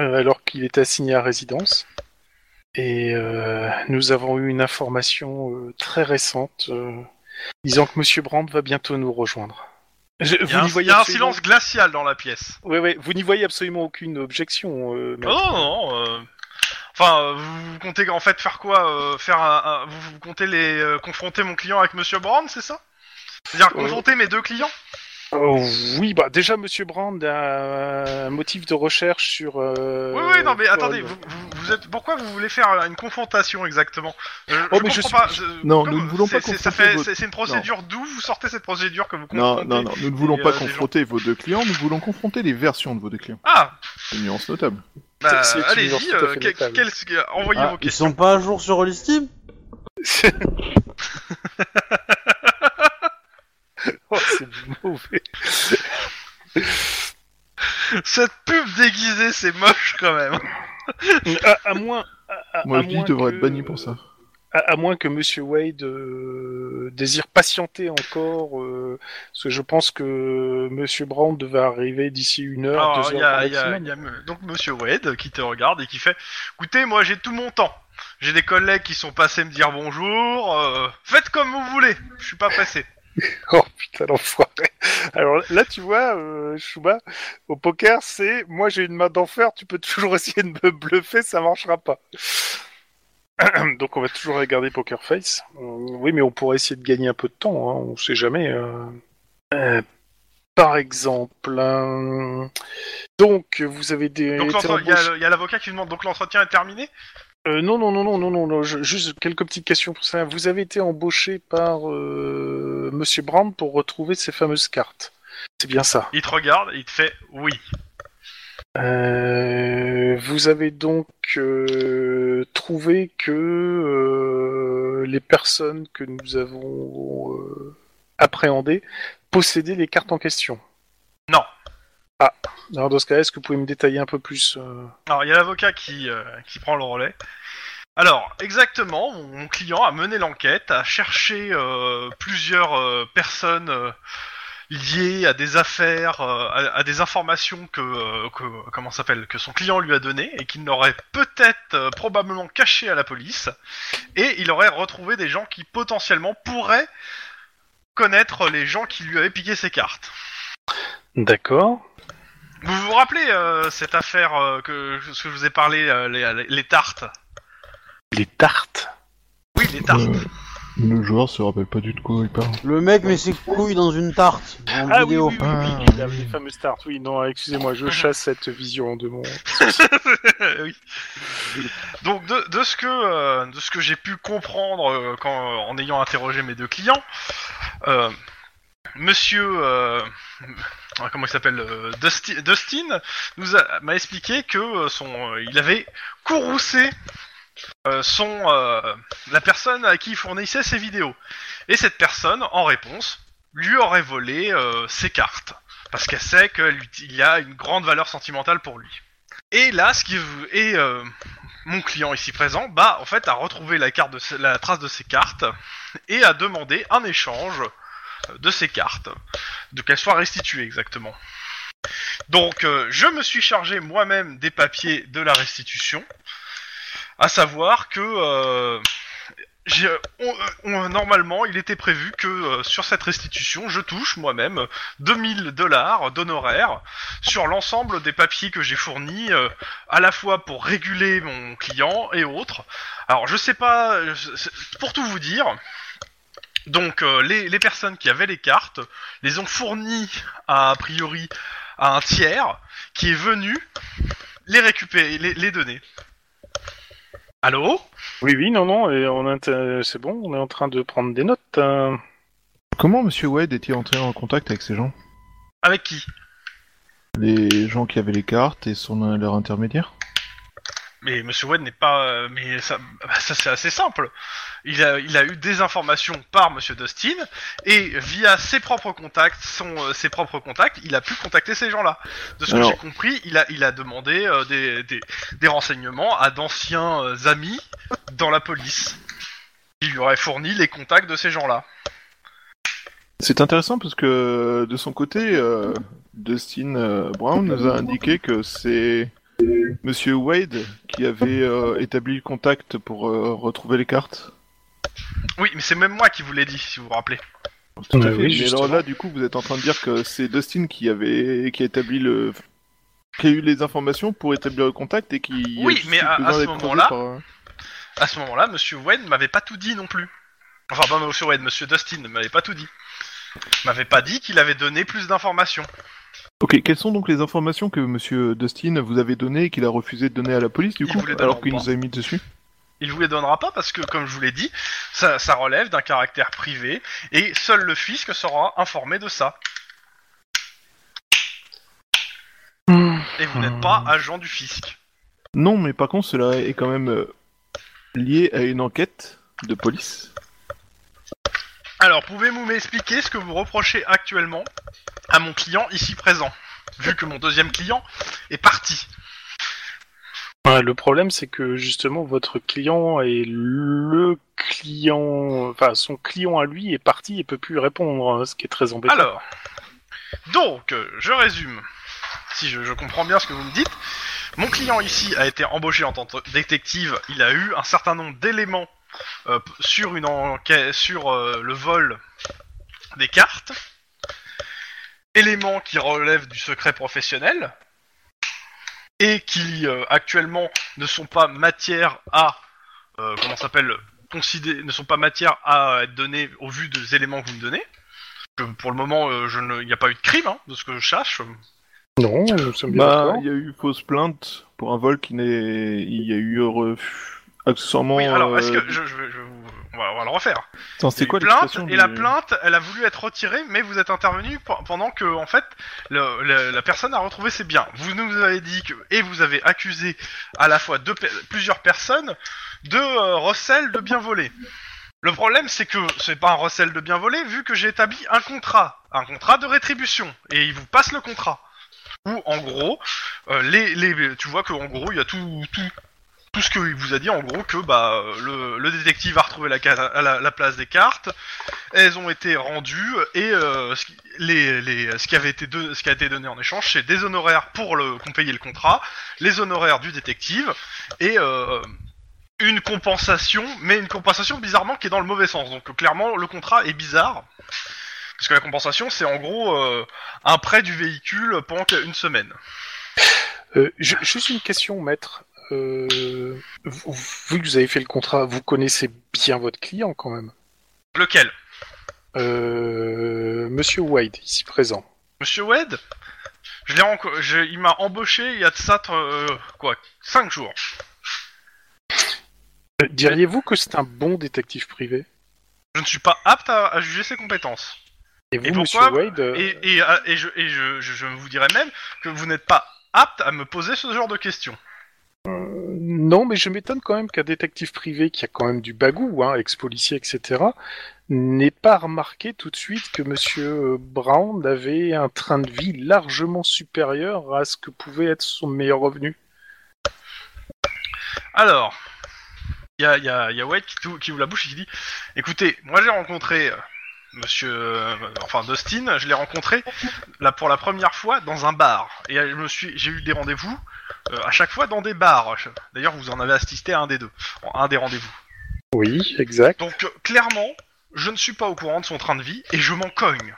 [SPEAKER 3] euh, alors qu'il était assigné à résidence. Et euh, nous avons eu une information euh, très récente euh, disant que Monsieur Brown va bientôt nous rejoindre. Je-
[SPEAKER 1] Il y a, un,
[SPEAKER 3] n'y voyez
[SPEAKER 1] il y a un
[SPEAKER 3] absolument-
[SPEAKER 1] silence glacial dans la pièce.
[SPEAKER 3] Ouais, ouais, vous n'y voyez absolument aucune objection. euh,
[SPEAKER 1] Ah
[SPEAKER 3] maître.
[SPEAKER 1] Non, non, non. euh, Enfin, euh, vous vous comptez en fait faire quoi euh, Faire un, un- vous, vous comptez les euh, confronter mon client avec Monsieur Brown, c'est ça C'est-à-dire
[SPEAKER 3] Euh.
[SPEAKER 1] confronter mes deux clients
[SPEAKER 3] Oh, oui, bah déjà, Monsieur Brand a un motif de recherche sur. euh,
[SPEAKER 1] Oui, oui, non, mais
[SPEAKER 3] sur
[SPEAKER 1] attendez,
[SPEAKER 3] une-
[SPEAKER 1] vous, vous- vous êtes. Pourquoi vous voulez faire euh, une confrontation exactement Euh,
[SPEAKER 3] Oh,
[SPEAKER 1] Je
[SPEAKER 3] mais je
[SPEAKER 1] comprends
[SPEAKER 3] suis-
[SPEAKER 1] pas. je-
[SPEAKER 5] Non,
[SPEAKER 1] comme
[SPEAKER 5] nous ne voulons pas
[SPEAKER 1] c'est- c'est- ça
[SPEAKER 5] confronter
[SPEAKER 1] fait-
[SPEAKER 5] vos-
[SPEAKER 1] C'est c'est une procédure d'où vous sortez cette procédure que vous
[SPEAKER 5] Non,
[SPEAKER 3] Ah,
[SPEAKER 1] confrontez
[SPEAKER 5] non, non, nous ne voulons
[SPEAKER 1] Et,
[SPEAKER 5] pas
[SPEAKER 1] euh, les
[SPEAKER 5] confronter vos deux clients, nous voulons confronter les versions de vos deux clients.
[SPEAKER 1] Ah,
[SPEAKER 5] Une nuance notable.
[SPEAKER 1] Bah,
[SPEAKER 3] C'est- c'est une nuance
[SPEAKER 1] allez-y,
[SPEAKER 3] tout à
[SPEAKER 1] euh,
[SPEAKER 3] fait
[SPEAKER 1] que-
[SPEAKER 3] notable.
[SPEAKER 1] quel- envoyez
[SPEAKER 4] Ah,
[SPEAKER 1] vos
[SPEAKER 4] ils
[SPEAKER 1] questions.
[SPEAKER 4] sont pas à jour sur l'Steam
[SPEAKER 3] Oh, c'est mauvais.
[SPEAKER 1] Cette pub déguisée, c'est moche quand même.
[SPEAKER 3] à, à moins. À, à-
[SPEAKER 5] Moi,
[SPEAKER 3] à
[SPEAKER 5] je dis,
[SPEAKER 3] moins
[SPEAKER 5] il devrait
[SPEAKER 3] que-
[SPEAKER 5] être banni pour ça.
[SPEAKER 3] À, à moins que Monsieur Wade euh, désire patienter encore, euh, parce que je pense que Monsieur Brand va arriver d'ici une heure,
[SPEAKER 1] Alors,
[SPEAKER 3] deux
[SPEAKER 1] il
[SPEAKER 3] heures.
[SPEAKER 1] y a, il y a-
[SPEAKER 3] maximum.
[SPEAKER 1] il y a me- donc Monsieur Wade qui te regarde et qui fait "Écoutez, moi j'ai tout mon temps. J'ai des collègues qui sont passés me dire bonjour. euh, faites comme vous voulez. Je suis pas pressé."
[SPEAKER 3] Oh putain, l'enfoiré. Alors là, tu vois, euh, Chouba, au poker, c'est moi j'ai une main d'enfer, tu peux toujours essayer de me bluffer, ça marchera pas. Donc on va toujours regarder Poker Face. Euh, Oui, mais on pourrait essayer de gagner un peu de temps, hein, on sait jamais. euh. Euh, par exemple, euh, donc vous avez des.
[SPEAKER 1] Donc
[SPEAKER 3] été
[SPEAKER 1] l'entre- il y a
[SPEAKER 3] embauché-
[SPEAKER 1] le- il y a l'avocat qui demande "Donc l'entretien est terminé
[SPEAKER 3] euh, non, non, non, non, non, non, non, je- juste quelques petites questions pour ça. Vous avez été embauché par euh, Monsieur Brand pour retrouver ces fameuses cartes. C'est bien ça.
[SPEAKER 1] Il te regarde, et il te fait "Oui."
[SPEAKER 3] Euh, vous avez donc euh, trouvé que euh, les personnes que nous avons euh, appréhendées possédaient les cartes en question.
[SPEAKER 1] Non.
[SPEAKER 3] Ah, alors dans ce cas, est-ce que vous pouvez me détailler un peu plus euh,
[SPEAKER 1] Alors, il y a l'avocat qui, euh, qui prend le relais. Alors, exactement, mon mon client a mené l'enquête, a cherché euh, plusieurs euh, personnes euh, liées à des affaires, euh, à, à des informations que, euh, que- comment ça s'appelle, que son client lui a données et qu'il n'aurait peut-être, euh, probablement caché à la police. Et il aurait retrouvé des gens qui potentiellement pourraient connaître les gens qui lui avaient piqué ses cartes.
[SPEAKER 3] D'accord.
[SPEAKER 1] Vous vous rappelez euh, cette affaire euh, que ce que je vous ai parlé, euh, les, les- les tartes
[SPEAKER 3] Les tartes.
[SPEAKER 1] Oui, les tartes.
[SPEAKER 5] Euh, le joueur se rappelle pas du tout de quoi il parle.
[SPEAKER 4] Le mec met ses couilles dans une tarte en
[SPEAKER 3] Ah oui,
[SPEAKER 4] vidéo.
[SPEAKER 3] oui, oui, oui,
[SPEAKER 5] Ah,
[SPEAKER 3] oui, la- les fameuses tartes. Oui, non, excusez-moi, je chasse cette vision de mon.
[SPEAKER 1] Oui. Donc de, de ce que euh, de ce que j'ai pu comprendre euh, quand en ayant interrogé mes deux clients, euh, Monsieur euh, ah, comment il s'appelle euh, Dusti- Dustin nous a- m'a expliqué que euh, son euh, il avait courroucé euh, son euh, la personne à qui il fournissait ses vidéos et cette personne en réponse lui aurait volé euh, ses cartes parce qu'elle sait qu'il y a une grande valeur sentimentale pour lui. Et là, ce qui et euh, mon client ici présent, bah en fait a retrouvé la carte de ce- la trace de ces cartes et a demandé un échange euh, de ces cartes, de qu'elles soient restituées exactement. Donc euh, je me suis chargé moi-même des papiers de la restitution, à savoir que euh, j'ai- on- euh, on- normalement il était prévu que euh, sur cette restitution je touche moi-même 2000 dollars d'honoraires sur l'ensemble des papiers que j'ai fournis, euh, à la fois pour réguler mon client et autres. Alors, je sais pas, euh, c'est- pour tout vous dire, donc euh, les, les personnes qui avaient les cartes les ont fournies à, a priori à un tiers qui est venu les récupérer, les, les donner. Allô
[SPEAKER 3] Oui, oui, non, non, et on est- c'est bon, on est en train de prendre des notes. hein.
[SPEAKER 5] Comment Monsieur Wade est-il entré en contact avec ces gens
[SPEAKER 1] Avec qui
[SPEAKER 5] euh, Les gens qui avaient les cartes et son leur intermédiaire
[SPEAKER 1] Mais Monsieur Wade n'est pas. euh, mais ça, bah, ça, c'est assez simple. Il a, il a eu des informations par Monsieur Dustin et via ses propres contacts, son, euh, ses propres contacts, il a pu contacter ces gens-là. De ce que
[SPEAKER 5] Alors.
[SPEAKER 1] j'ai compris, il a, il a demandé euh, des, des, des renseignements à d'anciens euh, amis dans la police. Il lui aurait fourni les contacts de ces gens-là.
[SPEAKER 5] C'est intéressant parce que de son côté, euh, Dustin euh, Brown nous a indiqué que c'est Monsieur Wade qui avait euh, établi le contact pour euh, retrouver les cartes.
[SPEAKER 1] Oui, mais c'est même moi qui vous l'ai dit, si vous vous rappelez.
[SPEAKER 5] Tout à
[SPEAKER 3] Ouais,
[SPEAKER 5] fait.
[SPEAKER 3] oui,
[SPEAKER 5] Mais
[SPEAKER 3] justement.
[SPEAKER 5] alors là, du coup, vous êtes en train de dire que c'est Dustin qui avait qui a établi le qui a eu les informations pour établir le contact et qui
[SPEAKER 1] Oui,
[SPEAKER 5] a juste
[SPEAKER 1] mais
[SPEAKER 5] eu
[SPEAKER 1] à-
[SPEAKER 5] besoin
[SPEAKER 1] à ce
[SPEAKER 5] d'être creusé
[SPEAKER 1] moment-là-
[SPEAKER 5] par- euh,
[SPEAKER 1] À ce moment-là, Monsieur Wayne m'avait pas tout dit non plus. Enfin, pas Monsieur Wayne, Monsieur Dustin ne m'avait pas tout dit. M'avait pas dit qu'il avait donné plus d'informations.
[SPEAKER 5] Ok, quelles sont donc les informations que Monsieur Dustin vous avait données et qu'il a refusé de donner à la police du
[SPEAKER 1] Il
[SPEAKER 5] coup,
[SPEAKER 1] vous les donnera
[SPEAKER 5] alors qu'il
[SPEAKER 1] pas.
[SPEAKER 5] nous a mis dessus
[SPEAKER 1] Il vous les donnera pas parce que, comme je vous l'ai dit, ça, ça relève d'un caractère privé et seul le fisc sera informé de ça. Et vous n'êtes pas agent du fisc.
[SPEAKER 5] Non, mais par contre, cela est quand même euh, lié à une enquête de police.
[SPEAKER 1] Alors, pouvez-vous m'expliquer ce que vous reprochez actuellement à mon client ici présent Vu que mon deuxième client est parti.
[SPEAKER 3] Ouais, le problème, c'est que justement, votre client est le client, enfin, son client à lui est parti et peut plus répondre, hein, ce qui est très embêtant.
[SPEAKER 1] Alors, donc, euh, je résume. Si je, je comprends bien ce que vous me dites, mon client ici a été embauché en tant que détective. Il a eu un certain nombre d'éléments euh, p- sur une enquête, sur euh, le vol des cartes, éléments qui relèvent du secret professionnel et qui euh, actuellement ne sont pas matière à euh, comment ça s'appelle considé- ne sont pas matière à être donnés au vu des éléments que vous me donnez que pour le moment, euh, je ne- il n'y a pas eu de crime, hein, de ce que je sache.
[SPEAKER 3] non, nous sommes bien
[SPEAKER 5] Bah,
[SPEAKER 3] d'accord.
[SPEAKER 5] il y a eu fausse plainte pour un vol qui n'est. Il y a eu euh, ref- accessoirement.
[SPEAKER 1] Oui, alors,
[SPEAKER 5] euh,
[SPEAKER 1] est-ce que. Je, je vais- je vais vous- on, va, on va le refaire.
[SPEAKER 5] Attends,
[SPEAKER 1] Il y a
[SPEAKER 5] c'est
[SPEAKER 1] eu
[SPEAKER 5] quoi
[SPEAKER 1] plainte,
[SPEAKER 5] l'expression
[SPEAKER 1] Et
[SPEAKER 5] du-
[SPEAKER 1] la plainte, elle a voulu être retirée, mais vous êtes intervenu pe- pendant que, en fait, le- le- la personne a retrouvé ses biens. Vous nous avez dit que. Et vous avez accusé à la fois deux pe- plusieurs personnes de euh, recel de biens volés. Le problème, c'est que c'est pas un recel de biens volés, vu que j'ai établi un contrat. Un contrat de rétribution. Et il vous passe le contrat. Où, en gros, euh, les, les, tu vois qu'en gros, il y a tout, tout, tout ce qu'il vous a dit en gros que bah le, le détective a retrouvé la, ca- la, la place des cartes, elles ont été rendues et euh, ce, qui- les, les, ce qui avait été de- ce qui a été donné en échange c'est des honoraires pour le qu'on payait le contrat, les honoraires du détective et euh, une compensation, mais une compensation bizarrement qui est dans le mauvais sens. Donc euh, clairement le contrat est bizarre parce que la compensation c'est en gros euh, un prêt du véhicule pendant une semaine.
[SPEAKER 3] Euh, ju- juste une question, maître. Euh, vous, vu que vous avez fait le contrat, vous connaissez bien votre client quand même.
[SPEAKER 1] Lequel
[SPEAKER 3] Euh, Monsieur Wade, ici présent.
[SPEAKER 1] Monsieur Wed, je l'ai renco- je- il m'a embauché il y a de ça euh, quoi, 5 jours.
[SPEAKER 3] Euh, Diriez-vous que c'est un bon détective privé
[SPEAKER 1] Je ne suis pas apte à, à juger ses compétences.
[SPEAKER 3] Et vous,
[SPEAKER 1] Et
[SPEAKER 3] Monsieur
[SPEAKER 1] pourquoi
[SPEAKER 3] Wade euh,
[SPEAKER 1] Et, et, euh, et je, et je, je- je vous dirais même que vous n'êtes pas apte à me poser ce genre de questions.
[SPEAKER 3] euh, Non, mais je m'étonne quand même qu'un détective privé qui a quand même du bagou, hein, ex-policier, etc., n'ait pas remarqué tout de suite que Monsieur euh, Brown avait un train de vie largement supérieur à ce que pouvait être son meilleur revenu.
[SPEAKER 1] Alors, il y a, il y a, il y a Wade qui, tou- qui ouvre la bouche et qui dit Écoutez, moi j'ai rencontré euh, monsieur. euh, enfin, Dustin, je l'ai rencontré là, pour la première fois dans un bar. Et euh, je me suis- j'ai eu des rendez-vous euh, à chaque fois dans des bars. Je- D'ailleurs, vous en avez assisté à un des deux. Un des rendez-vous.
[SPEAKER 3] Oui, exact.
[SPEAKER 1] Donc euh, clairement, je ne suis pas au courant de son train de vie et je m'en cogne.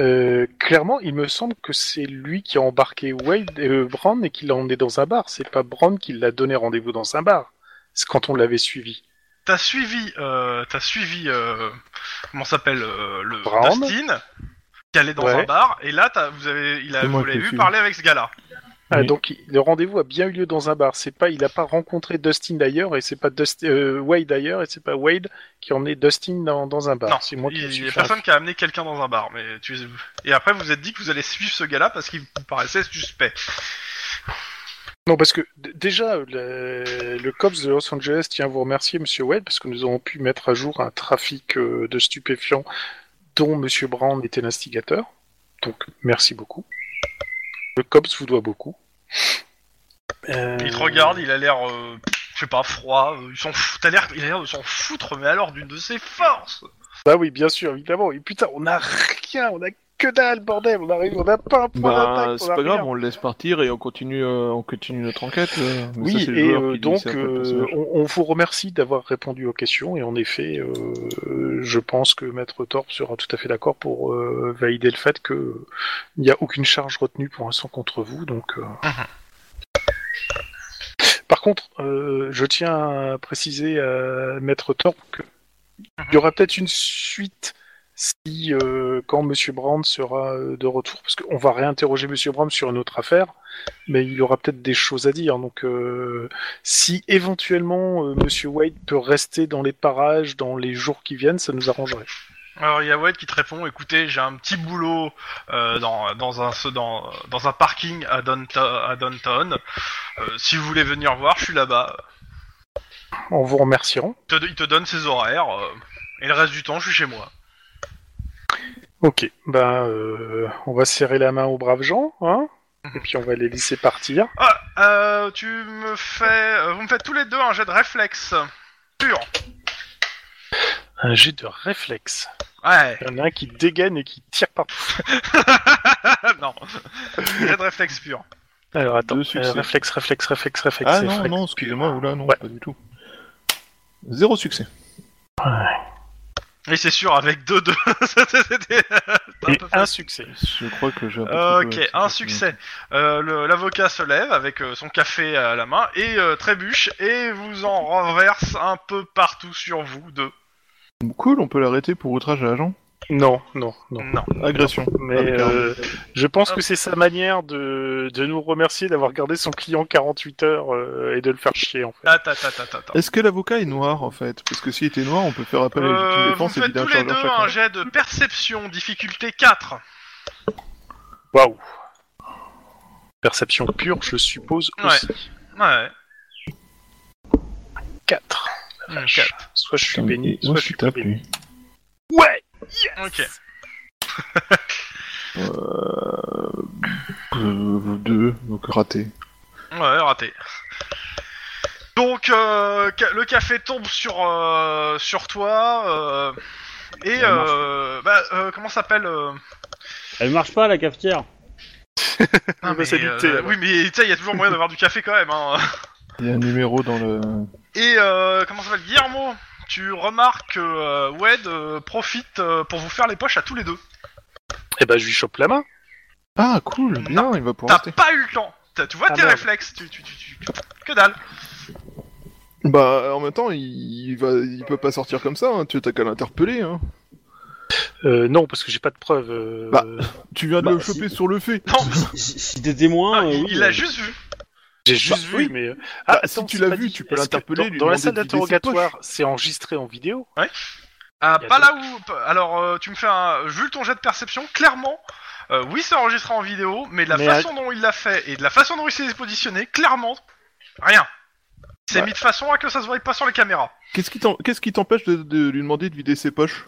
[SPEAKER 3] Euh, clairement, il me semble que c'est lui qui a embarqué Wade et Brown et qui l'a emmené dans un bar. C'est pas Brown qui l'a donné rendez-vous dans un bar. C'est quand on l'avait suivi.
[SPEAKER 1] T'as suivi, euh, t'as suivi, euh, comment s'appelle euh, le
[SPEAKER 3] Brown.
[SPEAKER 1] Dustin qui allait dans
[SPEAKER 3] Ouais.
[SPEAKER 1] un bar et là t'as, vous avez, il a,
[SPEAKER 5] C'est moi
[SPEAKER 1] vous
[SPEAKER 5] qui
[SPEAKER 1] l'avez
[SPEAKER 5] l'ai
[SPEAKER 1] vu
[SPEAKER 5] suivi.
[SPEAKER 1] parler avec ce gars-là.
[SPEAKER 3] Ah,
[SPEAKER 5] Oui.
[SPEAKER 3] donc il- le rendez-vous a bien eu lieu dans un bar. C'est pas, il n'a pas rencontré Dustin d'ailleurs, et c'est pas Dust- euh, Wade d'ailleurs, et c'est pas Wade qui a emmené Dustin dans, dans un bar.
[SPEAKER 1] Non,
[SPEAKER 3] c'est moi qui me
[SPEAKER 1] Il
[SPEAKER 3] suis
[SPEAKER 1] y a
[SPEAKER 3] fait un-
[SPEAKER 1] personne qui a amené quelqu'un dans un bar, mais tu et après vous vous êtes dit que vous allez suivre ce gars-là parce qu'il vous paraissait suspect.
[SPEAKER 3] Non, parce que d- déjà, le, le COPS de Los Angeles tient à vous remercier, Monsieur Wade, parce que nous avons pu mettre à jour un trafic euh, de stupéfiants dont Monsieur Brown était l'instigateur. Donc, merci beaucoup. Le COPS vous doit beaucoup. Euh,
[SPEAKER 1] Il te regarde, il a l'air, euh, je sais pas, froid. euh, il s'en fout. T'as l'air, il a l'air de s'en foutre, mais alors d'une de ses forces.
[SPEAKER 3] Bah oui, bien sûr, évidemment. Et putain, on a rien, on a que dalle, bordel. On arrive, on n'a pas un point
[SPEAKER 5] Bah,
[SPEAKER 3] d'attaque. on
[SPEAKER 5] c'est
[SPEAKER 3] a
[SPEAKER 5] pas
[SPEAKER 3] rien.
[SPEAKER 5] grave, on le laisse partir et on continue, euh, on continue notre enquête. euh. Mais ça,
[SPEAKER 3] Oui,
[SPEAKER 5] c'est le
[SPEAKER 3] et
[SPEAKER 5] joueur
[SPEAKER 3] euh,
[SPEAKER 5] qui
[SPEAKER 3] donc
[SPEAKER 5] décide après le
[SPEAKER 3] euh,
[SPEAKER 5] personnage.
[SPEAKER 3] on, on vous remercie d'avoir répondu aux questions et en effet, euh, je pense que Maître Torp sera tout à fait d'accord pour euh, valider le fait que euh, il n'y a aucune charge retenue pour l'instant contre vous. Donc, euh. par contre, euh, je tiens à préciser à Maître Torp qu'il y aura peut-être une suite si euh, quand Monsieur Brand sera euh, de retour, parce qu'on va réinterroger Monsieur Brand sur une autre affaire, mais il aura peut-être des choses à dire. Donc, euh, si éventuellement euh, Monsieur Wade peut rester dans les parages dans les jours qui viennent, ça nous arrangerait.
[SPEAKER 1] Alors il y a Wade qui te répond, écoutez, j'ai un petit boulot euh, dans, dans, un, ce- dans, dans un parking à, Downto- à Downton. Euh, si vous voulez venir voir, je suis là-bas.
[SPEAKER 3] En vous remerciant.
[SPEAKER 1] Il te, il te donne ses horaires. euh, et le reste du temps, je suis chez moi.
[SPEAKER 3] Ok, ben euh, on va serrer la main aux braves gens, hein, et puis on va les laisser partir.
[SPEAKER 1] Ah, euh, tu me fais... euh, Vous me faites tous les deux un jet de réflexe. Pur.
[SPEAKER 3] Un jet de réflexe.
[SPEAKER 1] Ouais.
[SPEAKER 3] Il y en a un qui dégaine et qui tire partout.
[SPEAKER 1] non. jet de réflexe pur.
[SPEAKER 3] Alors attends,
[SPEAKER 5] Deux
[SPEAKER 3] euh,
[SPEAKER 5] succès.
[SPEAKER 3] réflexe, réflexe, réflexe, réflexe.
[SPEAKER 5] Ah non,
[SPEAKER 3] réflexe.
[SPEAKER 5] non, excusez-moi, oula, non,
[SPEAKER 3] Ouais.
[SPEAKER 5] pas du tout. Zéro succès.
[SPEAKER 1] Et c'est sûr, avec deux deux. C'était un
[SPEAKER 3] Et
[SPEAKER 1] peu
[SPEAKER 3] un succès.
[SPEAKER 5] Je crois que j'ai un peu trop
[SPEAKER 1] Ok,
[SPEAKER 5] de-
[SPEAKER 1] un succès. Euh, le- L'avocat se lève avec euh, son café à la main et euh, trébuche et vous en renverse un peu partout sur vous deux.
[SPEAKER 5] Cool, on peut l'arrêter pour outrage à agent.
[SPEAKER 3] Non, non, non.
[SPEAKER 1] Non.
[SPEAKER 5] Agression.
[SPEAKER 3] Mais
[SPEAKER 5] Ah, merde.
[SPEAKER 3] euh, je pense que c'est sa manière de, de nous remercier d'avoir gardé son client 48 heures euh, et de le faire chier en fait.
[SPEAKER 1] Ah, ta, ta, ta, ta, ta.
[SPEAKER 5] Est-ce que l'avocat est noir en fait Parce que s'il était noir, on peut faire appel à la
[SPEAKER 1] Euh,
[SPEAKER 5] légitime
[SPEAKER 1] vous
[SPEAKER 5] défense et
[SPEAKER 1] faites
[SPEAKER 5] vider un
[SPEAKER 1] tous les deux hein,
[SPEAKER 5] chargeur chacun.
[SPEAKER 1] un jet de perception, difficulté 4.
[SPEAKER 3] Waouh. Perception pure, je suppose
[SPEAKER 1] Ouais.
[SPEAKER 3] aussi.
[SPEAKER 1] Ouais,
[SPEAKER 3] 4.
[SPEAKER 1] Quatre.
[SPEAKER 3] Soit je suis
[SPEAKER 5] Putain, mais
[SPEAKER 3] béni,
[SPEAKER 5] moi,
[SPEAKER 3] soit
[SPEAKER 5] je suis
[SPEAKER 3] pas
[SPEAKER 5] tapé.
[SPEAKER 3] béni. Ouais
[SPEAKER 1] Ok.
[SPEAKER 5] Euh, deux, donc raté.
[SPEAKER 1] Ouais, raté. Donc, euh, ca- le café tombe sur, euh, sur toi. euh, et,
[SPEAKER 4] Ça marche.
[SPEAKER 1] euh, bah, euh, comment ça s'appelle euh,
[SPEAKER 4] Elle marche pas la cafetière.
[SPEAKER 1] ah,
[SPEAKER 3] va
[SPEAKER 1] mais,
[SPEAKER 3] s'habiter,
[SPEAKER 1] euh,
[SPEAKER 3] alors.
[SPEAKER 1] Oui, mais tu sais, il y a toujours moyen d'avoir du café quand même. Hein.
[SPEAKER 5] Il y a un numéro dans le.
[SPEAKER 1] Et euh, comment ça s'appelle Guillermo Tu remarques que euh, Wed euh, profite euh, pour vous faire les poches à tous les deux.
[SPEAKER 3] Et bah je lui chope la main.
[SPEAKER 5] Ah cool, bien, il va pouvoir
[SPEAKER 1] T'as
[SPEAKER 5] rester.
[SPEAKER 1] pas eu le temps. T'as- Tu vois
[SPEAKER 3] Ah,
[SPEAKER 1] tes
[SPEAKER 3] merde.
[SPEAKER 1] réflexes. Tu, tu, tu, tu- Que dalle.
[SPEAKER 5] Bah en même temps, il, il va, il peut pas sortir comme ça. Hein. Tu t'as qu'à l'interpeller. Hein.
[SPEAKER 3] Euh, non, parce que j'ai pas de preuves. euh,
[SPEAKER 5] Bah. Tu viens de
[SPEAKER 4] Bah,
[SPEAKER 5] le choper sur le fait.
[SPEAKER 3] Ah,
[SPEAKER 1] Non,
[SPEAKER 4] Si, si t'es
[SPEAKER 3] Oh,
[SPEAKER 4] témoin,
[SPEAKER 1] il,
[SPEAKER 4] euh,
[SPEAKER 1] il
[SPEAKER 4] oui,
[SPEAKER 1] l'a
[SPEAKER 4] euh,
[SPEAKER 1] juste vu.
[SPEAKER 3] J'ai juste
[SPEAKER 5] Bah,
[SPEAKER 3] vu,
[SPEAKER 5] oui.
[SPEAKER 3] mais. euh,
[SPEAKER 5] Bah,
[SPEAKER 3] attends,
[SPEAKER 5] si tu
[SPEAKER 3] c'est
[SPEAKER 5] l'as
[SPEAKER 3] pas
[SPEAKER 5] vu,
[SPEAKER 3] dit.
[SPEAKER 5] tu peux
[SPEAKER 3] Est-ce que
[SPEAKER 5] l'interpeller,
[SPEAKER 3] dans-
[SPEAKER 5] lui
[SPEAKER 3] Dans la
[SPEAKER 5] demander
[SPEAKER 3] salle
[SPEAKER 5] de vider ses
[SPEAKER 3] d'interrogatoire, c'est enregistré en vidéo.
[SPEAKER 1] Ah,
[SPEAKER 3] Il y a
[SPEAKER 1] pas
[SPEAKER 3] deux.
[SPEAKER 1] là où. Alors, euh, tu me fais un. Vu ton jet de perception, clairement, euh, oui, c'est enregistré en vidéo, mais de la
[SPEAKER 3] Mais
[SPEAKER 1] façon dont il l'a fait et de la façon dont il s'est positionné, clairement, rien. C'est
[SPEAKER 5] Ouais.
[SPEAKER 1] mis de façon à que ça se voie pas sur les caméras.
[SPEAKER 5] Qu'est-ce qui t'en- qu'est-ce qui t'empêche de, de lui demander de vider ses poches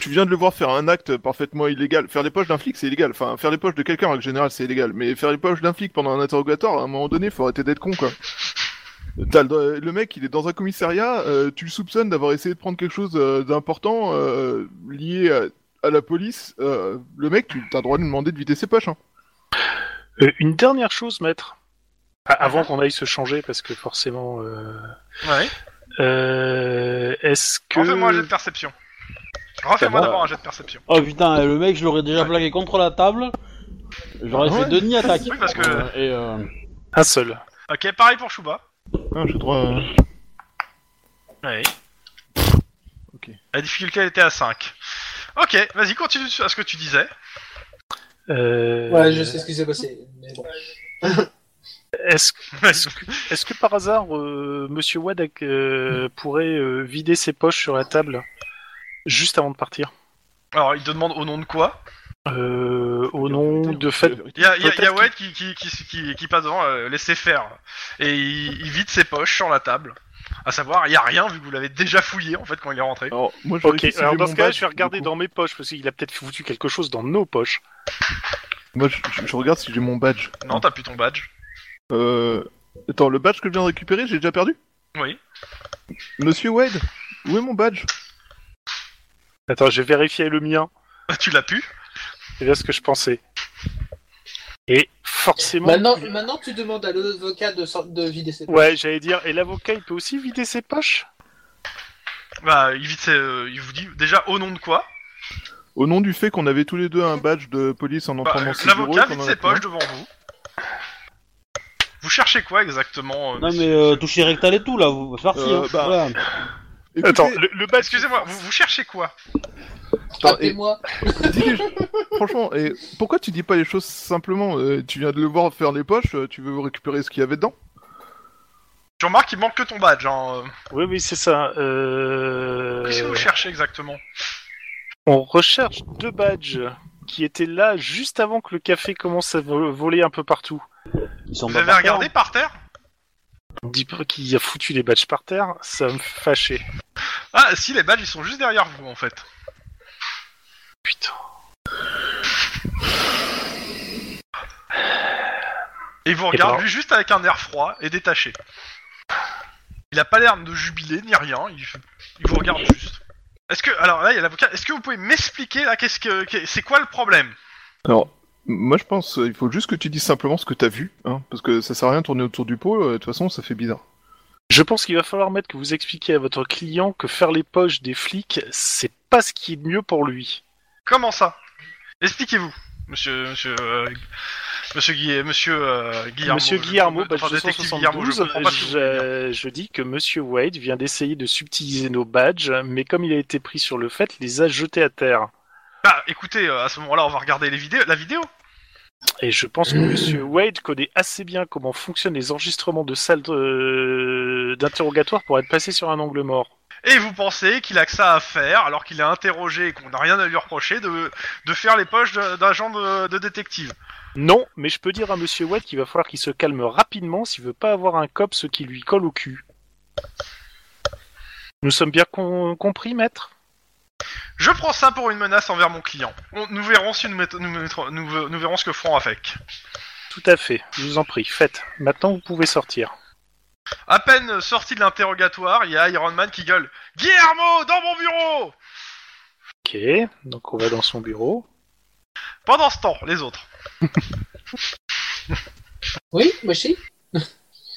[SPEAKER 5] Tu viens de le voir faire un acte parfaitement illégal. Faire les poches d'un flic, c'est illégal. Enfin, faire les poches de quelqu'un en général, c'est illégal. Mais faire les poches d'un flic pendant un interrogatoire, à un moment donné, faut arrêter d'être con, quoi. T'as le, le mec, il est dans un commissariat. euh, tu le soupçonnes d'avoir essayé de prendre quelque chose euh, d'important euh, lié à, à la police. euh, le mec, tu as le droit de lui demander de vider ses poches. Hein.
[SPEAKER 3] Euh, une dernière chose, maître. Ah, avant qu'on aille se changer, parce que forcément. euh,
[SPEAKER 1] Ouais.
[SPEAKER 3] euh, Est-ce que.
[SPEAKER 1] Refais-moi un jet de perception. Refais-moi
[SPEAKER 3] Bah,
[SPEAKER 1] d'abord un jet de perception.
[SPEAKER 4] Oh putain, et le mec, je l'aurais déjà plaqué contre la table. J'aurais
[SPEAKER 5] Ah ouais.
[SPEAKER 4] fait deux nids attaques.
[SPEAKER 1] Oui, parce que-
[SPEAKER 4] Euh, et, euh,
[SPEAKER 3] Un Ah, seul.
[SPEAKER 1] Ok, pareil pour Chouba.
[SPEAKER 5] Ah, j'ai droit. à-
[SPEAKER 1] Ouais.
[SPEAKER 5] Ok.
[SPEAKER 1] La difficulté elle était à 5. Ok, vas-y, continue à ce que tu disais.
[SPEAKER 3] Euh,
[SPEAKER 2] Ouais, je sais ce qui s'est passé. Mais bon.
[SPEAKER 3] Est-ce est-ce que, est-ce que par hasard, euh, Monsieur Wad euh, pourrait euh, vider ses poches sur la table juste avant de partir
[SPEAKER 1] Alors, il te demande au nom de quoi
[SPEAKER 3] Euh, au nom de fait.
[SPEAKER 1] Il y a, il y a- il y a
[SPEAKER 3] Peut-être
[SPEAKER 1] Wade qui, qui, qui, qui, qui passe devant, euh, laissez faire. Et il, il vide ses poches sur la table. À savoir, il n'y a rien vu que vous l'avez déjà fouillé en fait quand il est rentré.
[SPEAKER 5] Alors, moi, je
[SPEAKER 3] Ok,
[SPEAKER 5] vérifie si
[SPEAKER 3] alors
[SPEAKER 5] j'ai
[SPEAKER 3] dans
[SPEAKER 5] mon
[SPEAKER 3] ce cas-là,
[SPEAKER 5] badge,
[SPEAKER 3] je vais regarder
[SPEAKER 5] du coup.
[SPEAKER 3] dans mes poches parce qu'il a peut-être foutu quelque chose dans nos poches.
[SPEAKER 5] Moi, je, je- je regarde si j'ai mon badge.
[SPEAKER 1] Non, t'as plus ton badge.
[SPEAKER 5] Euh... Attends, le badge que je viens de récupérer, j'ai déjà perdu
[SPEAKER 1] Oui.
[SPEAKER 5] Monsieur Wade, où est mon badge
[SPEAKER 3] Attends, je vais vérifier le mien.
[SPEAKER 1] Bah, tu l'as pu.
[SPEAKER 3] C'est bien ce que je pensais. Et forcément.
[SPEAKER 2] Maintenant, maintenant, tu demandes à l'avocat de, sor- de vider ses
[SPEAKER 3] Ouais, j'allais dire. Et l'avocat, il peut aussi vider ses poches
[SPEAKER 1] Bah, il, vide ses- euh, il vous dit déjà au nom de quoi
[SPEAKER 5] Au nom du fait qu'on avait tous les deux un badge de police en
[SPEAKER 1] Bah,
[SPEAKER 5] entrant dans
[SPEAKER 1] euh,
[SPEAKER 5] ce bureau et
[SPEAKER 1] L'avocat
[SPEAKER 5] qu'on
[SPEAKER 1] vide
[SPEAKER 5] en a
[SPEAKER 1] ses
[SPEAKER 5] pris un.
[SPEAKER 1] poches devant vous. Vous cherchez quoi exactement euh,
[SPEAKER 4] Non
[SPEAKER 1] monsieur
[SPEAKER 4] mais euh, toucher rectal et tout là, vous c'est parti.
[SPEAKER 5] Euh,
[SPEAKER 4] hein.
[SPEAKER 5] bah,
[SPEAKER 4] Voilà.
[SPEAKER 5] Écoutez,
[SPEAKER 3] Attends, le, le badge.
[SPEAKER 1] Excusez-moi, vous, vous cherchez quoi
[SPEAKER 5] attends, et-
[SPEAKER 2] moi
[SPEAKER 5] dis les- franchement, et pourquoi tu dis pas les choses simplement euh, Tu viens de le voir faire les poches, euh, tu veux récupérer ce qu'il y avait dedans
[SPEAKER 1] Tu remarques qu'il manque que ton badge. Hein. euh.
[SPEAKER 3] Oui, oui, c'est ça. euh,
[SPEAKER 1] Qu'est-ce que vous cherchez exactement
[SPEAKER 3] On recherche deux badges qui étaient là juste avant que le café commence à vo- voler un peu partout.
[SPEAKER 4] Ils sont
[SPEAKER 1] Vous
[SPEAKER 4] pas
[SPEAKER 1] avez
[SPEAKER 4] par
[SPEAKER 1] regardé
[SPEAKER 4] terre.
[SPEAKER 1] par terre
[SPEAKER 3] On me dit pas qu'il a foutu les badges par terre, ça me fâchait.
[SPEAKER 1] Ah, si, les badges ils sont juste derrière vous en fait.
[SPEAKER 3] Putain.
[SPEAKER 1] Et il vous
[SPEAKER 3] Et
[SPEAKER 1] regarde,
[SPEAKER 3] ben-
[SPEAKER 1] lui, juste avec un air froid et détaché. Il a pas l'air de jubiler ni rien, il, il vous regarde juste. Est-ce que, alors là, il y a l'avocat, est-ce que vous pouvez m'expliquer là, qu'est-ce que, qu'est- c'est quoi le problème
[SPEAKER 5] Alors, m- moi je pense, euh, il faut juste que tu dises simplement ce que t'as vu, hein, parce que ça sert à rien de tourner autour du pot, euh, de toute façon ça fait bizarre.
[SPEAKER 3] Je pense qu'il va falloir mettre que vous expliquez à votre client que faire les poches des flics, c'est pas ce qui est de mieux pour lui.
[SPEAKER 1] Comment ça Expliquez-vous, monsieur, monsieur, euh, monsieur Guillermo, monsieur euh, Guillermo.
[SPEAKER 3] Monsieur
[SPEAKER 1] je-
[SPEAKER 3] Guillermo, bah,
[SPEAKER 1] enfin,
[SPEAKER 3] badge
[SPEAKER 1] détective Guillermo, je
[SPEAKER 3] 272,
[SPEAKER 1] comprends pas ce que vous voulez dire.
[SPEAKER 3] je, je dis que Monsieur Wade vient d'essayer de subtiliser nos badges, mais comme il a été pris sur le fait, les a jetés à terre.
[SPEAKER 1] Bah, écoutez, euh, à ce moment-là, on va regarder les vidéos, la vidéo.
[SPEAKER 3] Et je pense que Monsieur Wade connaît assez bien comment fonctionnent les enregistrements de salles de- d'interrogatoire pour être passé sur un angle mort.
[SPEAKER 1] Et vous pensez qu'il a que ça à faire, alors qu'il est interrogé et qu'on n'a rien à lui reprocher, de, de faire les poches de- d'agent de, de détective.
[SPEAKER 3] Non, mais je peux dire à Monsieur Wade qu'il va falloir qu'il se calme rapidement s'il veut pas avoir un cop ce qui lui colle au cul. Nous sommes bien con- compris, maître
[SPEAKER 1] Je prends ça pour une menace envers mon client. On- nous, verrons si nous, mettons- nous, mettrons- nous, ve- nous verrons ce que feront avec.
[SPEAKER 3] Tout à fait, je vous en prie, faites. Maintenant, vous pouvez sortir.
[SPEAKER 1] À peine sorti de l'interrogatoire, il y a Iron Man qui gueule « Guillermo, dans mon bureau !»
[SPEAKER 3] Ok, donc on va dans son bureau.
[SPEAKER 1] Pendant ce temps, les autres.
[SPEAKER 2] Oui, moi aussi.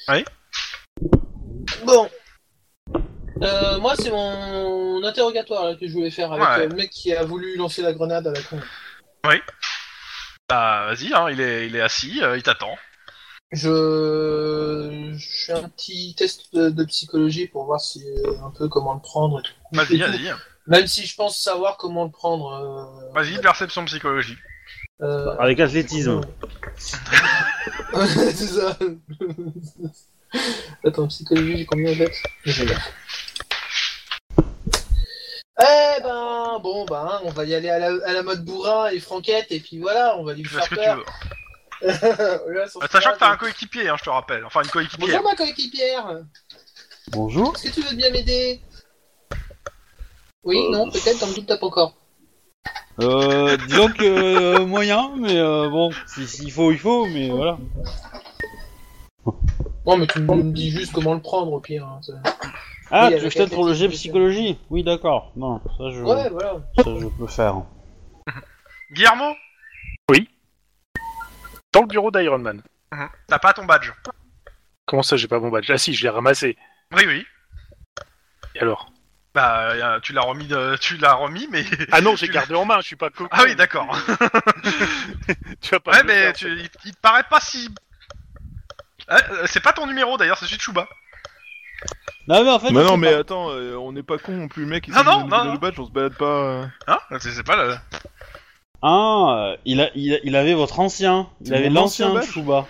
[SPEAKER 1] Oui.
[SPEAKER 2] Bon. Euh, moi, c'est mon interrogatoire là, que je voulais faire avec
[SPEAKER 1] Ouais.
[SPEAKER 2] euh, le mec qui a voulu lancer la grenade à la con.
[SPEAKER 1] Bah, vas-y, hein, il, est, il est assis, euh, il t'attend.
[SPEAKER 2] Je... je fais un petit test de, de psychologie pour voir si euh, un peu comment le prendre. et tout.
[SPEAKER 1] Vas-y, vas-y.
[SPEAKER 2] Même si je pense savoir comment le prendre. euh,
[SPEAKER 1] Vas-y, perception psychologique.
[SPEAKER 2] euh,
[SPEAKER 4] Avec athlétisme.
[SPEAKER 2] c'est ça. Attends, psychologie, j'ai combien de J'ai neuf. Eh ben, bon, ben, on va y aller à la, à la mode bourrin et franquette, et puis voilà, on va lui
[SPEAKER 1] Tu fais
[SPEAKER 2] faire
[SPEAKER 1] ce que tu
[SPEAKER 2] peur.
[SPEAKER 1] veux.
[SPEAKER 2] Là, sur
[SPEAKER 1] Euh,
[SPEAKER 2] ce
[SPEAKER 1] Sachant que t'as un
[SPEAKER 2] terrain,
[SPEAKER 1] coéquipier, hein, je te rappelle. Enfin, une
[SPEAKER 2] je-
[SPEAKER 1] coéquipière.
[SPEAKER 2] Bonjour ma coéquipière,
[SPEAKER 4] Bonjour.
[SPEAKER 2] est-ce que tu veux bien m'aider Oui, non, peut-être, dans le doute, tape encore.
[SPEAKER 4] Euh, disons que euh, moyen, mais euh, bon, si- s'il faut, il faut, mais voilà.
[SPEAKER 2] Non, mais tu me dis juste comment le prendre, au pire. hein, ça-
[SPEAKER 4] Ah,
[SPEAKER 2] Oui,
[SPEAKER 4] tu
[SPEAKER 2] avec
[SPEAKER 4] veux que je t'aide pour le jet
[SPEAKER 2] athlétisme,
[SPEAKER 4] psychologie Oui, d'accord. Non, ça je,
[SPEAKER 2] Ouais, voilà.
[SPEAKER 4] ça je peux faire.
[SPEAKER 1] Guillermo,
[SPEAKER 3] Dans le bureau d'Iron Man.
[SPEAKER 1] t'as pas ton badge.
[SPEAKER 3] Comment ça, j'ai pas mon badge Ah si, je l'ai ramassé.
[SPEAKER 1] Oui, oui.
[SPEAKER 3] Et alors
[SPEAKER 1] Bah, euh, tu l'as remis, de- tu l'as remis, mais.
[SPEAKER 3] Ah non, j'ai
[SPEAKER 1] Tu l'as-
[SPEAKER 3] gardé en main, je suis pas coco.
[SPEAKER 1] Ah oui, d'accord.
[SPEAKER 3] Tu vas pas
[SPEAKER 1] ouais,
[SPEAKER 3] me le
[SPEAKER 1] mais
[SPEAKER 3] faire,
[SPEAKER 1] tu- il, il te paraît pas si. Ah, euh, c'est pas ton numéro d'ailleurs, c'est celui de Chouba.
[SPEAKER 4] Non, mais en
[SPEAKER 1] Ah,
[SPEAKER 4] fait.
[SPEAKER 5] Bah
[SPEAKER 4] je
[SPEAKER 5] non,
[SPEAKER 4] sais
[SPEAKER 5] mais
[SPEAKER 4] pas.
[SPEAKER 5] attends, euh, on n'est pas con non plus, le mec, il
[SPEAKER 1] Non,
[SPEAKER 5] s'est
[SPEAKER 1] non,
[SPEAKER 5] donné
[SPEAKER 1] non,
[SPEAKER 5] le
[SPEAKER 1] non.
[SPEAKER 5] badge, on se balade pas. euh.
[SPEAKER 1] Hein C'est c'est pas le.
[SPEAKER 4] Ah, euh, il, a, il, a- il avait votre ancien. Il
[SPEAKER 5] C'est
[SPEAKER 4] avait
[SPEAKER 5] mon ancien
[SPEAKER 4] l'ancien
[SPEAKER 5] badge
[SPEAKER 4] Chouba.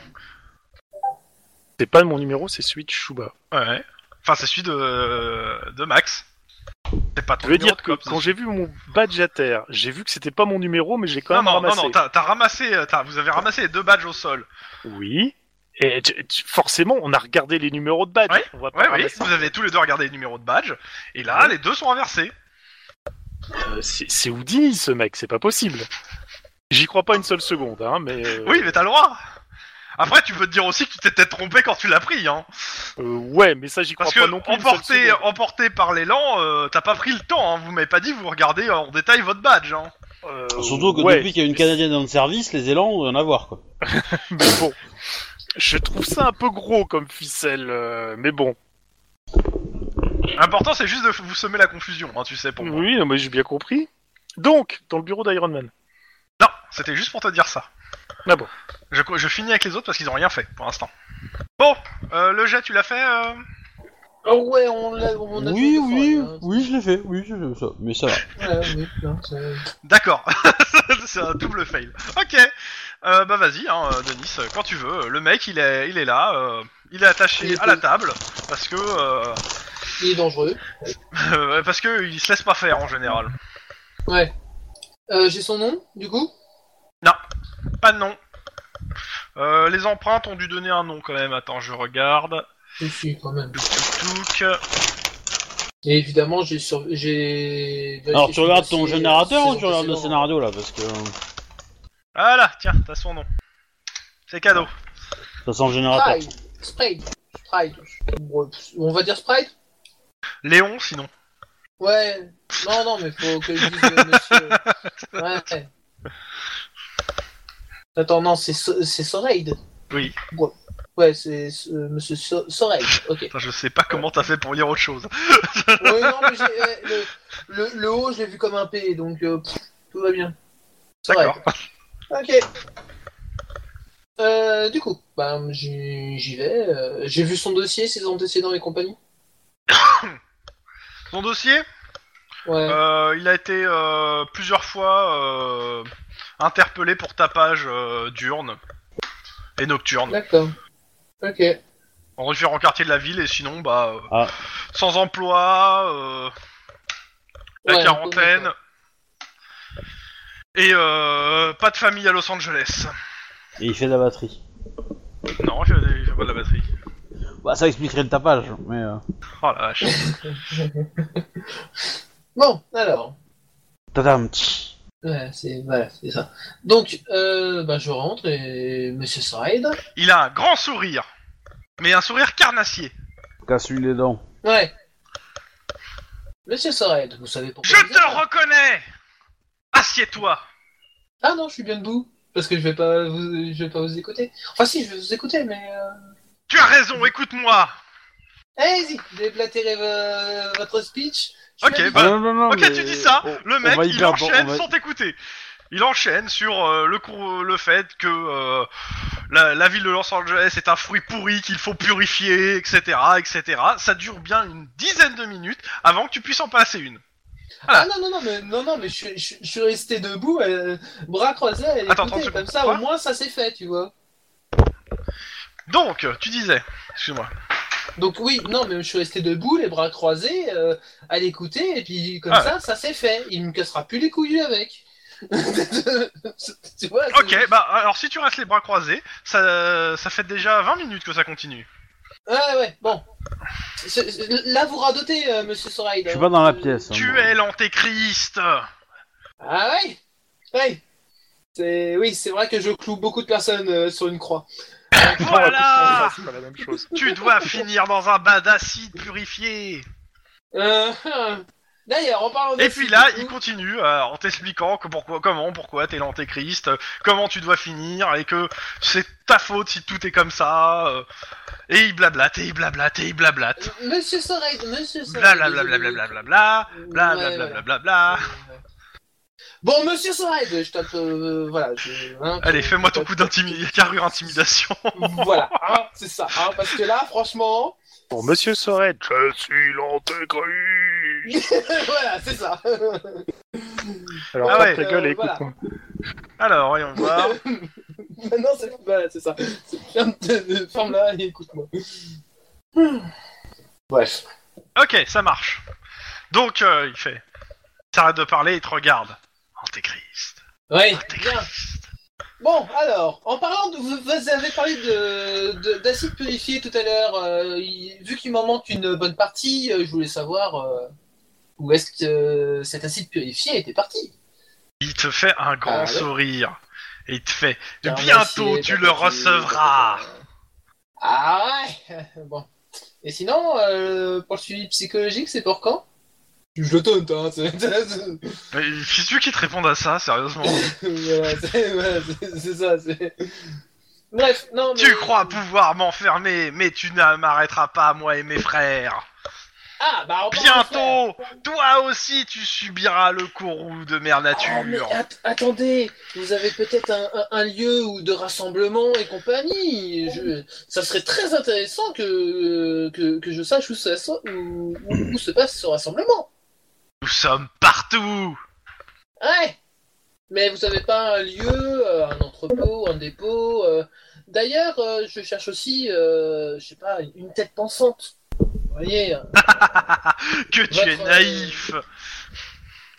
[SPEAKER 3] C'est pas mon numéro, c'est celui de Shuba.
[SPEAKER 1] Ouais. Enfin, c'est celui de de Max. C'est pas
[SPEAKER 3] Je
[SPEAKER 1] ton
[SPEAKER 3] veux
[SPEAKER 1] numéro
[SPEAKER 3] dire
[SPEAKER 1] de
[SPEAKER 3] que
[SPEAKER 1] cops.
[SPEAKER 3] quand j'ai vu mon badge à terre, j'ai vu que c'était pas mon numéro, mais j'ai quand
[SPEAKER 1] non,
[SPEAKER 3] même
[SPEAKER 1] non, non,
[SPEAKER 3] ramassé.
[SPEAKER 1] non, t'as t'as ramassé, euh, t'as- vous avez ramassé les deux badges au sol.
[SPEAKER 3] Oui. Et tu- tu- forcément, on a regardé les numéros de badge.
[SPEAKER 1] Ouais,
[SPEAKER 3] on va pas
[SPEAKER 1] Ouais, oui,
[SPEAKER 3] ramasser.
[SPEAKER 1] vous avez tous les deux regardé les numéros de badge, et là, les deux sont inversés.
[SPEAKER 3] Euh, C'est c'est Houdini, ce mec, c'est pas possible. J'y crois pas une seule seconde, hein, mais. euh,
[SPEAKER 1] Oui, mais t'as le droit Après, tu peux te dire aussi que tu t'es peut-être trompé quand tu l'as pris, hein.
[SPEAKER 3] euh, ouais, mais ça, j'y crois
[SPEAKER 1] Parce que,
[SPEAKER 3] pas non plus. une seule
[SPEAKER 1] emporté,
[SPEAKER 3] seconde.
[SPEAKER 1] emporté par l'élan, euh, t'as pas pris le temps, hein. Vous m'avez pas dit, vous regardez en détail votre badge, hein.
[SPEAKER 3] Euh,
[SPEAKER 4] Surtout que
[SPEAKER 3] ouais,
[SPEAKER 4] depuis qu'il y a une Canadienne dans le service, les élans, on va en avoir quoi.
[SPEAKER 3] Mais bon. Je trouve ça un peu gros comme ficelle, euh, mais bon.
[SPEAKER 1] L'important, c'est juste de vous semer la confusion, hein, tu sais, pour moi.
[SPEAKER 3] Oui, non, mais j'ai bien compris. Donc, dans le bureau d'Iron Man.
[SPEAKER 1] Non, c'était juste pour te dire ça.
[SPEAKER 3] Ah bon.
[SPEAKER 1] Je, je finis avec les autres parce qu'ils ont rien fait pour l'instant. Bon, euh, le jet, tu l'as fait euh
[SPEAKER 2] Oh ouais, on l'a on a fait
[SPEAKER 4] Oui,
[SPEAKER 2] deux
[SPEAKER 4] oui,
[SPEAKER 2] fois,
[SPEAKER 4] oui, je l'ai fait, oui, je l'ai fait, ça. Mais
[SPEAKER 1] Euh,
[SPEAKER 4] ça va.
[SPEAKER 2] là. Ouais, oui, non, c'est-
[SPEAKER 1] D'accord. c'est un double fail. Ok. Euh, bah vas-y, hein, euh, Denis, euh, quand tu veux. Le mec, il est, il est là. euh, il est attaché
[SPEAKER 2] Il est
[SPEAKER 1] à la
[SPEAKER 2] pas-
[SPEAKER 1] table parce que euh,
[SPEAKER 2] Il est dangereux.
[SPEAKER 1] euh, parce que il se laisse pas faire en général.
[SPEAKER 2] Ouais. Euh, J'ai son nom, du coup
[SPEAKER 1] Pas de nom. Euh, les empreintes ont dû donner un nom quand même. Attends, je regarde.
[SPEAKER 2] Je suis quand même.
[SPEAKER 1] Touc, touc, touc.
[SPEAKER 2] Et évidemment, j'ai sur... j'ai.
[SPEAKER 4] Alors tu regardes ton
[SPEAKER 2] C'est-
[SPEAKER 4] générateur ou
[SPEAKER 2] euh, c'est
[SPEAKER 4] tu regardes le
[SPEAKER 2] précédent.
[SPEAKER 1] hein.
[SPEAKER 4] scénario là Parce que euh,
[SPEAKER 1] Voilà, tiens, t'as son nom. C'est cadeau.
[SPEAKER 4] ça sent le
[SPEAKER 1] Ah,
[SPEAKER 4] générateur.
[SPEAKER 2] Sprite, Sprite, Sprite. On va dire Sprite
[SPEAKER 1] Léon, sinon.
[SPEAKER 2] Ouais. Non, non, mais faut que je dise euh, monsieur. Ouais. Attends, non, c'est So- c'est Soraid.
[SPEAKER 1] Oui.
[SPEAKER 2] Ouais, c'est euh, monsieur So- Soraid. Ok.
[SPEAKER 1] Putain, je sais pas comment t'as fait pour lire autre chose.
[SPEAKER 2] Ouais, non, mais j'ai, euh, le, le, le haut, je l'ai vu comme un P, donc euh, pff, tout va bien. Soraid.
[SPEAKER 1] D'accord.
[SPEAKER 2] Ok. Euh, du coup, bah, j'y j'y vais. euh, J'ai vu son dossier, ses antécédents et compagnie.
[SPEAKER 1] Son dossier
[SPEAKER 2] Ouais.
[SPEAKER 1] Euh, il a été euh, plusieurs fois euh, interpellé pour tapage euh, diurne et nocturne,
[SPEAKER 2] D'accord. Ok.
[SPEAKER 1] en différents quartiers de la ville, et sinon, bah, euh,
[SPEAKER 4] Ah.
[SPEAKER 1] sans emploi, euh, la
[SPEAKER 2] Ouais,
[SPEAKER 1] quarantaine, et euh, pas de famille à Los Angeles.
[SPEAKER 4] Et il fait de la batterie.
[SPEAKER 1] Non, il fait- il fait pas de la batterie.
[SPEAKER 4] Bah ça expliquerait le tapage, mais... euh,
[SPEAKER 1] Oh la vache.
[SPEAKER 2] Bon, alors.
[SPEAKER 4] Tadam tch.
[SPEAKER 2] Ouais, c'est voilà, c'est ça. Donc, euh, bah, je rentre et Monsieur Side.
[SPEAKER 1] Il a un grand sourire, mais un sourire carnassier.
[SPEAKER 4] Casse-lui les dents.
[SPEAKER 2] Ouais. Monsieur Side, vous savez pourquoi
[SPEAKER 1] Je
[SPEAKER 2] vous êtes là
[SPEAKER 1] te reconnais Assieds-toi
[SPEAKER 2] Ah non, je suis bien debout parce que je vais pas, vous, je vais pas vous écouter. Enfin si, je vais vous écouter, mais. Euh...
[SPEAKER 1] Tu as raison, écoute-moi
[SPEAKER 2] Allez-y, déblatérez vo- votre speech. Je
[SPEAKER 1] Ok,
[SPEAKER 2] m'habille.
[SPEAKER 1] Bah,
[SPEAKER 4] non, non, non, oh,
[SPEAKER 1] Ok, tu dis ça, le mec, il enchaîne
[SPEAKER 4] sur
[SPEAKER 1] sans t'écouter. Il enchaîne sur euh, le, cour- le fait que euh, la, la ville de Los Angeles est un fruit pourri qu'il faut purifier, etc., etc. Ça dure bien une dizaine de minutes avant que tu puisses en passer une.
[SPEAKER 2] Ah non non non mais non non mais je, suis- je, suis- je suis resté debout, euh, bras croisés, à
[SPEAKER 1] Attends,
[SPEAKER 2] l'écouter,
[SPEAKER 1] 30
[SPEAKER 2] comme
[SPEAKER 1] secondes.
[SPEAKER 2] ça
[SPEAKER 1] Quoi
[SPEAKER 2] au moins ça s'est fait, tu vois.
[SPEAKER 1] Donc, tu disais, excuse-moi.
[SPEAKER 2] Donc oui, non, mais je suis resté debout, les bras croisés, euh, à l'écouter, et puis comme
[SPEAKER 1] Ah.
[SPEAKER 2] ça, ça s'est fait. Il me cassera plus les couilles avec. tu vois c'est-
[SPEAKER 1] Ok, bah alors si tu restes les bras croisés, ça, ça fait déjà 20 minutes que ça continue.
[SPEAKER 2] Ouais, ouais, bon. C'est- c'est- Là, vous radotez, euh, monsieur Sorail.
[SPEAKER 4] Je suis pas dans la pièce. hein,
[SPEAKER 1] Tu
[SPEAKER 4] moi.
[SPEAKER 1] es l'antéchrist
[SPEAKER 3] Oh,
[SPEAKER 2] Ah ouais Ouais C'est- Oui, c'est vrai que je cloue beaucoup de personnes euh, sur une croix.
[SPEAKER 1] Voilà
[SPEAKER 3] C'est pas la même chose.
[SPEAKER 1] Tu dois finir dans un bain d'acide purifié
[SPEAKER 2] Euh, euh. D'ailleurs, en parlant de...
[SPEAKER 1] Et puis là, il continue euh, en t'expliquant que pourquoi, comment, pourquoi t'es l'antéchrist, euh, comment tu dois finir, et que c'est ta faute si tout est comme ça. euh, et il blablate, et il blablate, et il blablate.
[SPEAKER 2] Monsieur Sorail, monsieur Sorail...
[SPEAKER 1] Blablabla,
[SPEAKER 2] Ouais, voilà.
[SPEAKER 1] blablabla.
[SPEAKER 2] Bon, monsieur Soride, je tape. euh, voilà. je- hein,
[SPEAKER 1] Allez,
[SPEAKER 2] je-
[SPEAKER 1] fais-moi
[SPEAKER 2] je
[SPEAKER 1] ton
[SPEAKER 2] tape-
[SPEAKER 1] coup d'intimidation, carrure intimidation.
[SPEAKER 2] Voilà, hein, c'est ça. hein, parce que là, franchement.
[SPEAKER 3] Pour Monsieur Sorel, je suis l'antégré.
[SPEAKER 2] voilà, c'est ça.
[SPEAKER 3] Alors,
[SPEAKER 1] Ah
[SPEAKER 3] tape
[SPEAKER 1] ouais,
[SPEAKER 3] ta gueule et
[SPEAKER 2] euh,
[SPEAKER 3] écoute. hein.
[SPEAKER 2] voilà.
[SPEAKER 3] moi.
[SPEAKER 1] Alors, voyons voir.
[SPEAKER 2] Maintenant, c'est voilà, c'est ça. C'est- Ferme, ta- ferme là et écoute-moi. Bref.
[SPEAKER 1] Ok, ça marche. Donc, euh, il fait. T'arrêtes de parler, il te regarde. Oh, Antéchrist.
[SPEAKER 2] Ouais,
[SPEAKER 1] Ah,
[SPEAKER 2] bien.
[SPEAKER 1] Antéchrist.
[SPEAKER 2] Bon, alors, en parlant de. Vous, vous avez parlé de, de- d'acide purifié tout à l'heure. euh, il- vu qu'il m'en manque une bonne partie, euh, je voulais savoir euh, où est-ce que euh, cet acide purifié était parti.
[SPEAKER 1] Il te fait un grand
[SPEAKER 2] Ah, ouais.
[SPEAKER 1] sourire. Et il te fait.
[SPEAKER 2] Car
[SPEAKER 1] Bientôt
[SPEAKER 2] l'acier,
[SPEAKER 1] tu
[SPEAKER 2] bah,
[SPEAKER 1] le
[SPEAKER 2] c'est-
[SPEAKER 1] recevras.
[SPEAKER 2] Ah ouais Bon. Et sinon, euh, pour le suivi psychologique, c'est pour quand Je le tente, hein. c'est-
[SPEAKER 1] Mais Qui tu qui te réponde à ça, sérieusement
[SPEAKER 2] voilà, c'est voilà, c'est- c'est ça. c'est- Bref, non. Mais...
[SPEAKER 1] Tu crois pouvoir m'enfermer, mais tu ne m'arrêteras pas, moi et mes frères.
[SPEAKER 2] Ah, bah, on parle de
[SPEAKER 1] Bientôt, toi aussi, tu subiras le courroux de mère
[SPEAKER 2] frères. Oh, mais
[SPEAKER 1] nature.
[SPEAKER 2] at- attendez, vous avez peut-être un, un- un lieu ou de rassemblement et compagnie. Je- ça serait très intéressant que, euh, que, que je sache où, ça so- où- où- où se passe ce rassemblement.
[SPEAKER 1] Nous sommes partout.
[SPEAKER 2] Ouais. Mais vous avez pas un lieu, euh, un entrepôt, un dépôt. euh. D'ailleurs, euh, je cherche aussi, euh, je sais pas, une tête pensante. Vous voyez, euh,
[SPEAKER 1] Que tu es
[SPEAKER 2] Votre-
[SPEAKER 1] naïf.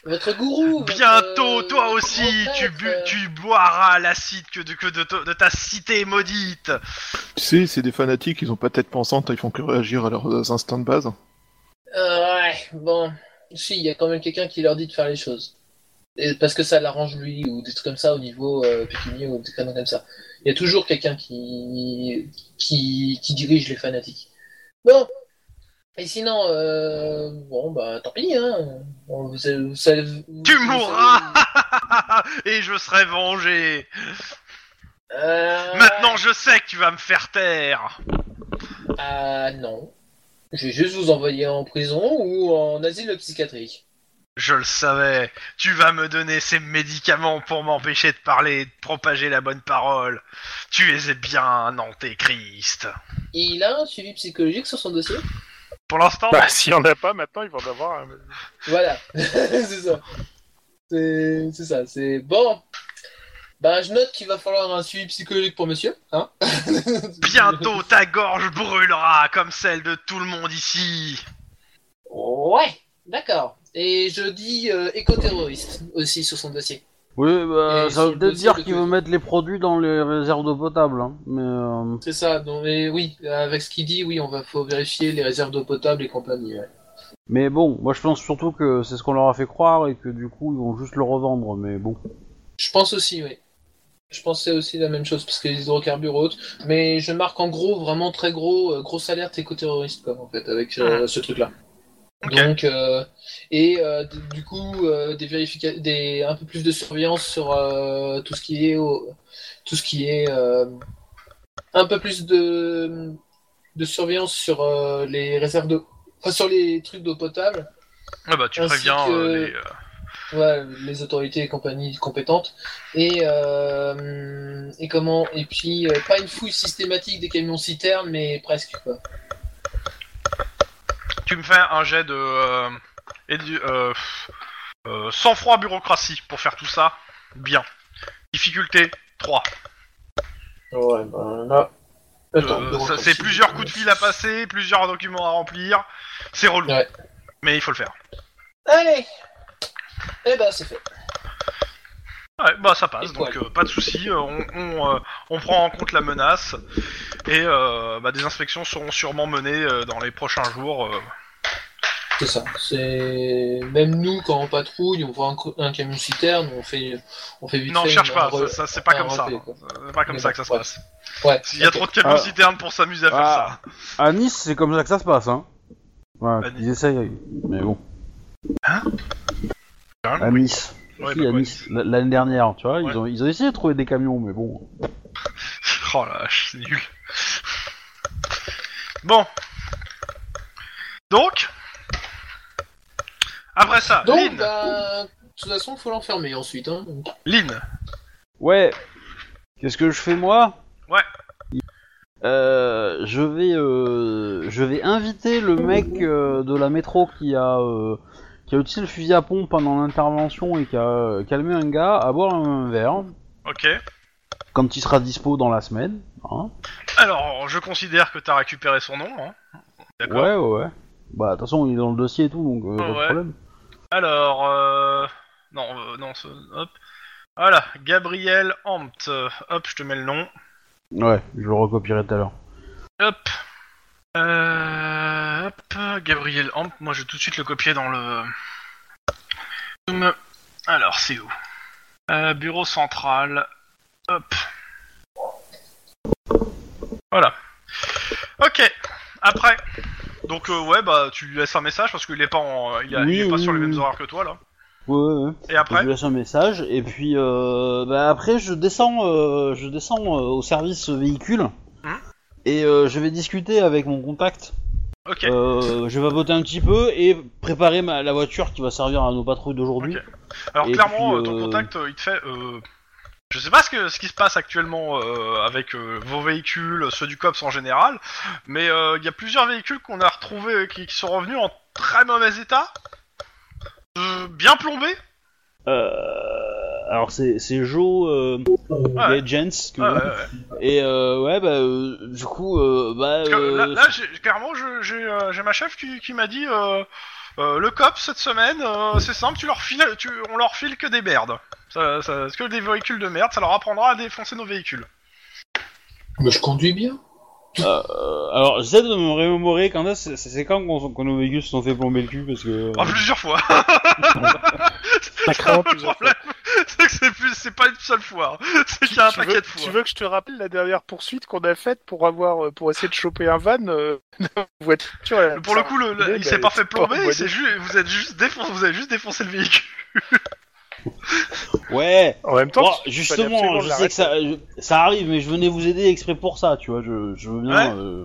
[SPEAKER 2] votre gourou. votre,
[SPEAKER 1] Bientôt,
[SPEAKER 2] euh,
[SPEAKER 1] toi
[SPEAKER 2] votre
[SPEAKER 1] aussi,
[SPEAKER 2] grand
[SPEAKER 1] tu,
[SPEAKER 2] prêtre,
[SPEAKER 1] bu-
[SPEAKER 2] euh.
[SPEAKER 1] tu boiras l'acide que de, que de, to- de ta cité maudite.
[SPEAKER 5] Tu sais, c'est des fanatiques, ils ont pas tête pensante, ils font que réagir à leurs instincts de base.
[SPEAKER 2] Euh, ouais, bon. Si, il y a quand même quelqu'un qui leur dit de faire les choses. Et parce que ça l'arrange lui, ou des trucs comme ça au niveau euh, pécunier, ou des trucs comme ça. Il y a toujours quelqu'un qui... qui qui dirige les fanatiques. Bon. Et sinon, euh, bon, bah tant pis, hein. Bon, vous, savez- vous savez- vous-
[SPEAKER 1] Tu
[SPEAKER 2] vous
[SPEAKER 1] mourras
[SPEAKER 2] savez-
[SPEAKER 1] Et je serai vengé.
[SPEAKER 2] Euh,
[SPEAKER 1] Maintenant, je sais que tu vas me faire taire.
[SPEAKER 2] Ah non. Je vais juste vous envoyer en prison ou en asile psychiatrique.
[SPEAKER 1] Je le savais. Tu vas me donner ces médicaments pour m'empêcher de parler et de propager la bonne parole. Tu es bien un antéchrist.
[SPEAKER 2] Il a un suivi psychologique sur son dossier
[SPEAKER 1] Pour l'instant,
[SPEAKER 3] Bah, s'il y en a pas, maintenant, il va en avoir. un.
[SPEAKER 2] Voilà, c'est ça. C'est c'est ça, c'est bon. Ben, je note qu'il va falloir un suivi psychologique pour monsieur. Hein
[SPEAKER 1] bientôt ta gorge brûlera comme celle de tout le monde ici.
[SPEAKER 2] Ouais, d'accord. Et je dis euh, éco-terroriste aussi sur son dossier.
[SPEAKER 4] Oui, bah,
[SPEAKER 2] Et
[SPEAKER 4] ça
[SPEAKER 2] si
[SPEAKER 4] veut peut-être
[SPEAKER 2] possible
[SPEAKER 4] dire qu'il
[SPEAKER 2] que-
[SPEAKER 4] veut mettre les produits dans les réserves d'eau potable, hein, mais... euh,
[SPEAKER 2] C'est ça, non mais oui, avec ce qu'il dit, oui, on va faut vérifier les réserves d'eau potable et compagnie. ouais.
[SPEAKER 4] Mais bon, moi je pense surtout que c'est ce qu'on leur a fait croire et que du coup ils vont juste le revendre, mais bon.
[SPEAKER 2] Je pense aussi, oui. Je pensais aussi la même chose parce que les hydrocarbures autres. Mais je marque en gros, vraiment très gros, euh, grosse alerte éco-terroriste, quoi, en fait, avec euh, ce truc-là.
[SPEAKER 1] Ok.
[SPEAKER 2] Donc, euh, et euh, d- du coup, euh, des vérifica- des un peu plus de surveillance sur euh, tout ce qui est, au- tout ce qui est, euh, un peu plus de, de surveillance sur euh, les réserves d'eau, enfin, sur les trucs d'eau potable,
[SPEAKER 1] Ah bah, tu
[SPEAKER 2] Ainsi
[SPEAKER 1] préviens
[SPEAKER 2] que-
[SPEAKER 1] euh, les, euh,
[SPEAKER 2] ouais, les autorités et compagnies compétentes, et euh, et comment, et puis euh, pas une fouille systématique des camions citernes, mais presque quoi.
[SPEAKER 1] Tu me fais un jet de. euh, et du- euh, pff, euh, sang-froid bureaucratie pour faire tout ça. Bien. Difficulté 3.
[SPEAKER 2] Ouais, ben là.
[SPEAKER 1] Euh, ça- c'est plusieurs coups de fil à passer, plusieurs documents à remplir. C'est relou.
[SPEAKER 2] Ouais.
[SPEAKER 1] Mais il faut le faire.
[SPEAKER 2] Allez Eh ben, c'est fait.
[SPEAKER 1] Ouais, bah ça passe,
[SPEAKER 2] Et
[SPEAKER 1] donc euh, pas de souci. euh, on, on, euh, on prend en compte la menace et euh, bah, des inspections seront sûrement menées euh, dans les prochains jours. euh.
[SPEAKER 2] C'est ça. C'est même nous quand on patrouille, on voit un, co- un camion citerne, on fait, on fait vite.
[SPEAKER 1] Non,
[SPEAKER 2] fait
[SPEAKER 1] cherche
[SPEAKER 2] une-
[SPEAKER 1] pas,
[SPEAKER 2] un re-
[SPEAKER 1] ça, ça, c'est pas
[SPEAKER 2] un
[SPEAKER 1] comme ça.
[SPEAKER 2] rappel, quoi.
[SPEAKER 1] C'est euh, pas comme
[SPEAKER 2] Mais
[SPEAKER 1] ça
[SPEAKER 2] bon,
[SPEAKER 1] que ça se
[SPEAKER 2] ouais.
[SPEAKER 1] passe.
[SPEAKER 2] Ouais.
[SPEAKER 1] Il y a
[SPEAKER 2] ok.
[SPEAKER 1] trop de camions
[SPEAKER 4] Ah.
[SPEAKER 1] citernes pour s'amuser à faire
[SPEAKER 4] Ah.
[SPEAKER 1] ça.
[SPEAKER 4] À Nice, c'est comme ça que ça se passe, hein. Voilà,
[SPEAKER 1] À Nice.
[SPEAKER 4] ils essayent, mais bon.
[SPEAKER 1] Hein Hein,
[SPEAKER 4] À Nice.
[SPEAKER 1] Ouais,
[SPEAKER 4] Si,
[SPEAKER 1] bah,
[SPEAKER 4] à
[SPEAKER 1] ouais.
[SPEAKER 4] Nice, l- l'année dernière, tu vois,
[SPEAKER 1] Ouais.
[SPEAKER 4] ils, ont, ils ont essayé de trouver des camions, mais bon.
[SPEAKER 1] Oh la vache, c'est nul. Bon. Donc. Après ça,
[SPEAKER 2] Donc,
[SPEAKER 1] Lynn,
[SPEAKER 2] bah, de toute façon, faut l'enfermer ensuite. Hein.
[SPEAKER 1] Lynn,
[SPEAKER 4] Ouais. Qu'est-ce que je fais moi
[SPEAKER 1] Ouais.
[SPEAKER 4] Euh, je vais, euh, je vais inviter le mec euh, de la métro qui a, euh, qui a utilisé le fusil à pompe pendant l'intervention et qui a euh, calmé un gars à boire un verre
[SPEAKER 1] ok.
[SPEAKER 4] quand il sera dispo dans la semaine. hein.
[SPEAKER 1] Alors, je considère que t'as récupéré son nom. Hein. D'accord. Ah
[SPEAKER 4] Ouais, ouais, ouais. Bah, de toute façon, il est dans le dossier et tout, donc euh, pas de
[SPEAKER 1] Ouais.
[SPEAKER 4] problème.
[SPEAKER 1] Alors, euh... non, euh, non, ce- hop. Voilà, Gabriel Ampt. Euh, Hop, je te mets le nom.
[SPEAKER 4] Ouais, je le recopierai tout à l'heure.
[SPEAKER 1] Hop. Euh, hop, Gabriel Ampt. Moi, je vais tout de suite le copier dans le. Zoom. Alors, c'est où Euh, Bureau central. Hop. Voilà. Ok. Après. Donc euh, ouais, bah tu lui laisses un message parce qu'il est pas, en- il, a- il
[SPEAKER 4] Oui,
[SPEAKER 1] est pas
[SPEAKER 4] oui,
[SPEAKER 1] sur les
[SPEAKER 4] oui.
[SPEAKER 1] mêmes horaires que toi là.
[SPEAKER 4] Ouais, ouais, ouais.
[SPEAKER 1] Et après.
[SPEAKER 4] Je lui laisse un message et puis euh, bah, après je descends, euh, je descends euh, au service véhicule
[SPEAKER 1] Hein
[SPEAKER 4] et euh, je vais discuter avec mon contact.
[SPEAKER 1] Ok.
[SPEAKER 4] Euh, je vais voter un petit peu et préparer ma, la voiture qui va servir à nos patrouilles d'aujourd'hui.
[SPEAKER 1] Ok. Alors
[SPEAKER 4] Et
[SPEAKER 1] clairement,
[SPEAKER 4] puis,
[SPEAKER 1] euh, ton
[SPEAKER 4] euh,
[SPEAKER 1] contact, euh, il te fait. euh, Je sais pas ce, que, ce qui se passe actuellement euh, avec euh, vos véhicules, ceux du COPS en général, mais euh, il y a plusieurs véhicules qu'on a retrouvés euh, qui, qui sont revenus en très mauvais état, euh, bien plombés.
[SPEAKER 4] Euh, alors c'est c'est Joe euh,
[SPEAKER 1] Ah ouais.
[SPEAKER 4] et Jens que-
[SPEAKER 1] Ah, ouais, ouais.
[SPEAKER 4] et euh, ouais bah euh, du coup euh, bah
[SPEAKER 1] Parce que
[SPEAKER 4] euh,
[SPEAKER 1] là, là, j'ai- clairement, je- j'ai euh, j'ai ma chef qui, qui m'a dit euh, euh, le COPS cette semaine, euh, c'est simple, tu leur files, tu, on leur file que des merdes. Ça, ça- que des véhicules de merde, ça leur apprendra à défoncer nos véhicules.
[SPEAKER 2] Mais je conduis bien.
[SPEAKER 4] euh, alors j'essaie de me remémorer quand est-ce- c'est c'est quand qu'on qu'on nos véhicules se sont fait plomber le cul parce que
[SPEAKER 1] Ah, plusieurs fois.
[SPEAKER 3] Sacrément
[SPEAKER 1] Le
[SPEAKER 3] plusieurs
[SPEAKER 1] problème, c'est que c'est plus- c'est pas une seule fois. hein. C'est qu'il y a un
[SPEAKER 3] tu,
[SPEAKER 1] paquet
[SPEAKER 3] veux,
[SPEAKER 1] de
[SPEAKER 3] tu
[SPEAKER 1] fois.
[SPEAKER 3] veux que je te rappelle la dernière poursuite qu'on a faite pour avoir euh, pour essayer de choper un van euh, de voiture elle a
[SPEAKER 1] Pour le
[SPEAKER 3] ça.
[SPEAKER 1] coup, le, le-
[SPEAKER 3] Eh
[SPEAKER 1] il
[SPEAKER 3] ben,
[SPEAKER 1] s'est pas fait
[SPEAKER 3] c'est pas
[SPEAKER 1] plomber,
[SPEAKER 3] moi
[SPEAKER 1] il s'est ju- vous, êtes juste défoncé, vous avez juste défoncé le véhicule.
[SPEAKER 4] euh, ouais
[SPEAKER 3] En même temps,
[SPEAKER 4] Bon,
[SPEAKER 3] tu- tu fallait
[SPEAKER 4] justement,
[SPEAKER 3] absolument
[SPEAKER 4] je sais
[SPEAKER 3] l'arrêter.
[SPEAKER 4] que ça, je- ça arrive, mais je venais vous aider exprès pour ça, tu vois. Je, je veux
[SPEAKER 1] Ouais.
[SPEAKER 4] bien. euh,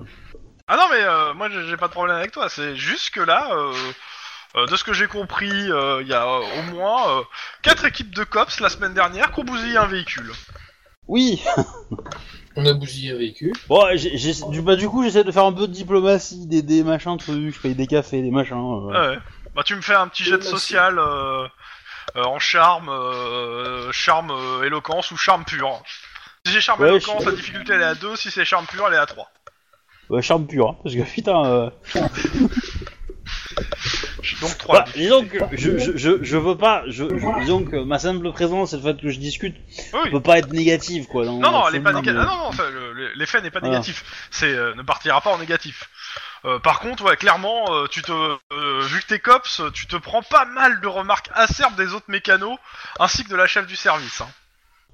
[SPEAKER 1] Ah non, mais euh, moi j'ai j'ai pas de problème avec toi, c'est juste que là, euh, euh, de ce que j'ai compris, euh, il y a euh, au moins euh, quatre équipes de cops la semaine dernière qui ont bousillé un véhicule.
[SPEAKER 4] Oui.
[SPEAKER 2] On a bougé un véhicule.
[SPEAKER 4] Bon, j'ai- j'ai- du, bah, du coup, j'essaie de faire un peu de diplomatie, des, des machins, trucs. Je paye des cafés, des machins. euh.
[SPEAKER 1] Ah ouais. Bah, tu me fais un petit jet de social euh, euh, en charme, euh, charme euh, éloquence ou charme pur. Si j'ai charme
[SPEAKER 4] Ouais,
[SPEAKER 1] éloquence,
[SPEAKER 4] je-
[SPEAKER 1] la difficulté elle est à 2, si c'est charme pur, elle est à 3.
[SPEAKER 4] Ouais, charme pur, hein, parce que putain. euh,
[SPEAKER 1] Donc 3.
[SPEAKER 4] bah, disons que je, je, je, je veux pas. Je, je- disons que ma simple présence et le fait que je discute
[SPEAKER 1] oui.
[SPEAKER 4] peut pas être négative, quoi. dans-
[SPEAKER 1] Non, non,
[SPEAKER 4] dans
[SPEAKER 1] elle est
[SPEAKER 4] le
[SPEAKER 1] pas
[SPEAKER 4] film,
[SPEAKER 1] négative.
[SPEAKER 4] mais-
[SPEAKER 1] Non, non, ça, le- le- l'effet n'est pas
[SPEAKER 4] Voilà.
[SPEAKER 1] négatif. C'est euh, ne partira pas en négatif. Euh, par contre, ouais, clairement, euh, tu te, euh, vu que t'es cops, euh, tu te prends pas mal de remarques acerbes des autres mécanos, ainsi que de la chef du service. Hein.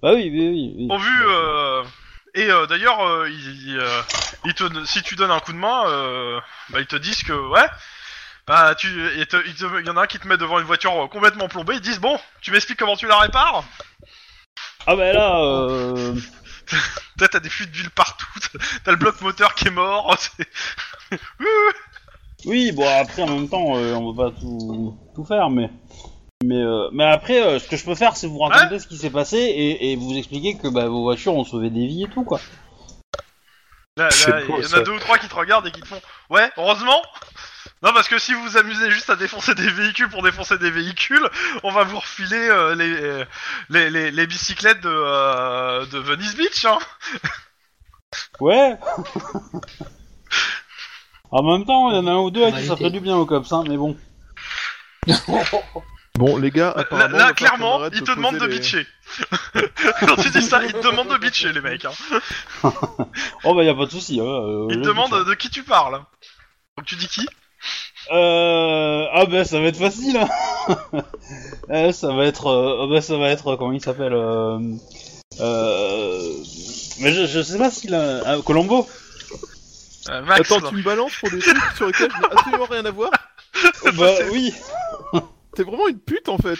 [SPEAKER 4] Bah oui, oui, oui. oui.
[SPEAKER 1] Au vu, euh, et euh, d'ailleurs, euh, il, il, euh, il te, si tu donnes un coup de main, euh, bah, ils te disent que ouais, bah tu, il, te- il te- il y en a un qui te met devant une voiture euh, complètement plombée, ils disent bon, tu m'expliques comment tu la répares
[SPEAKER 4] Ah bah là. Euh...
[SPEAKER 1] T'as t'as des fuites d'huile partout, t'as- t'as le bloc moteur qui est mort. c'est-
[SPEAKER 4] Oui, bon après en même temps, euh, on peut pas tout, tout faire, mais mais euh, mais après, euh, ce que je peux faire, c'est vous raconter ce qui s'est passé et, et vous expliquer que bah, vos voitures ont sauvé des vies et tout quoi.
[SPEAKER 1] Là,
[SPEAKER 3] C'est
[SPEAKER 1] là, il
[SPEAKER 3] beau,
[SPEAKER 1] y en
[SPEAKER 3] ça.
[SPEAKER 1] a deux ou trois qui te regardent et qui te font ouais, heureusement. Non parce que si vous vous amusez juste à défoncer des véhicules pour défoncer des véhicules, on va vous refiler euh, les, les, les les bicyclettes de euh, de Venice Beach. Hein.
[SPEAKER 4] Ouais. en même temps, il y en a un ou deux à qui ça
[SPEAKER 2] Formalité.
[SPEAKER 4] ferait du bien au cops, hein, mais bon.
[SPEAKER 5] Bon, les gars,
[SPEAKER 1] Là,
[SPEAKER 5] apparemment.
[SPEAKER 1] là,
[SPEAKER 5] va falloir qu'on
[SPEAKER 1] clairement,
[SPEAKER 5] arrête
[SPEAKER 1] ils te
[SPEAKER 5] poser
[SPEAKER 1] demandent de
[SPEAKER 5] les-
[SPEAKER 1] bitcher. Quand tu dis ça, ils te demandent de bitcher, les mecs. hein.
[SPEAKER 4] Oh bah y a pas de souci. Hein, euh,
[SPEAKER 1] Ils
[SPEAKER 4] je-
[SPEAKER 1] te demandent de qui tu parles. Donc tu dis qui
[SPEAKER 4] Euh... Ah bah ça va être facile. hein. Euh, ça va être. euh, ah bah ça va être comment il s'appelle. Euh... euh, Mais je, je sais pas s'il a ah, Colombo.
[SPEAKER 1] Euh, Max.
[SPEAKER 5] Attends,
[SPEAKER 1] là.
[SPEAKER 5] tu me balances pour des trucs sur lesquels je n'ai absolument rien à voir
[SPEAKER 4] bah oui.
[SPEAKER 5] T'es vraiment une pute en fait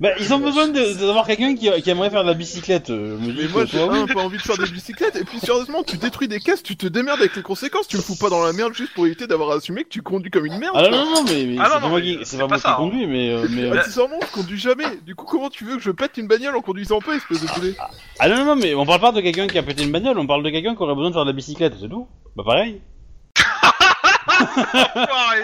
[SPEAKER 4] Bah, ils ont besoin de- d'avoir quelqu'un qui, qui aimerait faire de la bicyclette. euh, je me dis
[SPEAKER 5] Mais
[SPEAKER 4] que
[SPEAKER 5] moi j'ai
[SPEAKER 4] toi, oui.
[SPEAKER 5] un peu envie de faire des bicyclettes et puis sérieusement tu détruis des caisses, tu te démerdes avec les conséquences, tu me fous pas dans la merde juste pour éviter d'avoir assumé que tu conduis comme une merde.
[SPEAKER 4] Ah non, non, non, mais, mais
[SPEAKER 1] Ah non,
[SPEAKER 4] c'est
[SPEAKER 1] non,
[SPEAKER 4] pas moi
[SPEAKER 1] mais,
[SPEAKER 4] qui,
[SPEAKER 1] euh,
[SPEAKER 4] c'est
[SPEAKER 1] c'est
[SPEAKER 4] pas
[SPEAKER 1] pas
[SPEAKER 4] moi qui
[SPEAKER 1] ça, hein.
[SPEAKER 4] conduis, mais, euh, mais, euh,
[SPEAKER 5] Accessoirement je conduis jamais, du coup comment tu veux que je pète une bagnole en conduisant pas espèce de poulet
[SPEAKER 4] ah non, non, non, mais on parle pas de quelqu'un qui a pété une bagnole, on parle de quelqu'un qui aurait besoin de faire de la bicyclette, c'est tout. Bah pareil.
[SPEAKER 1] Enfoiré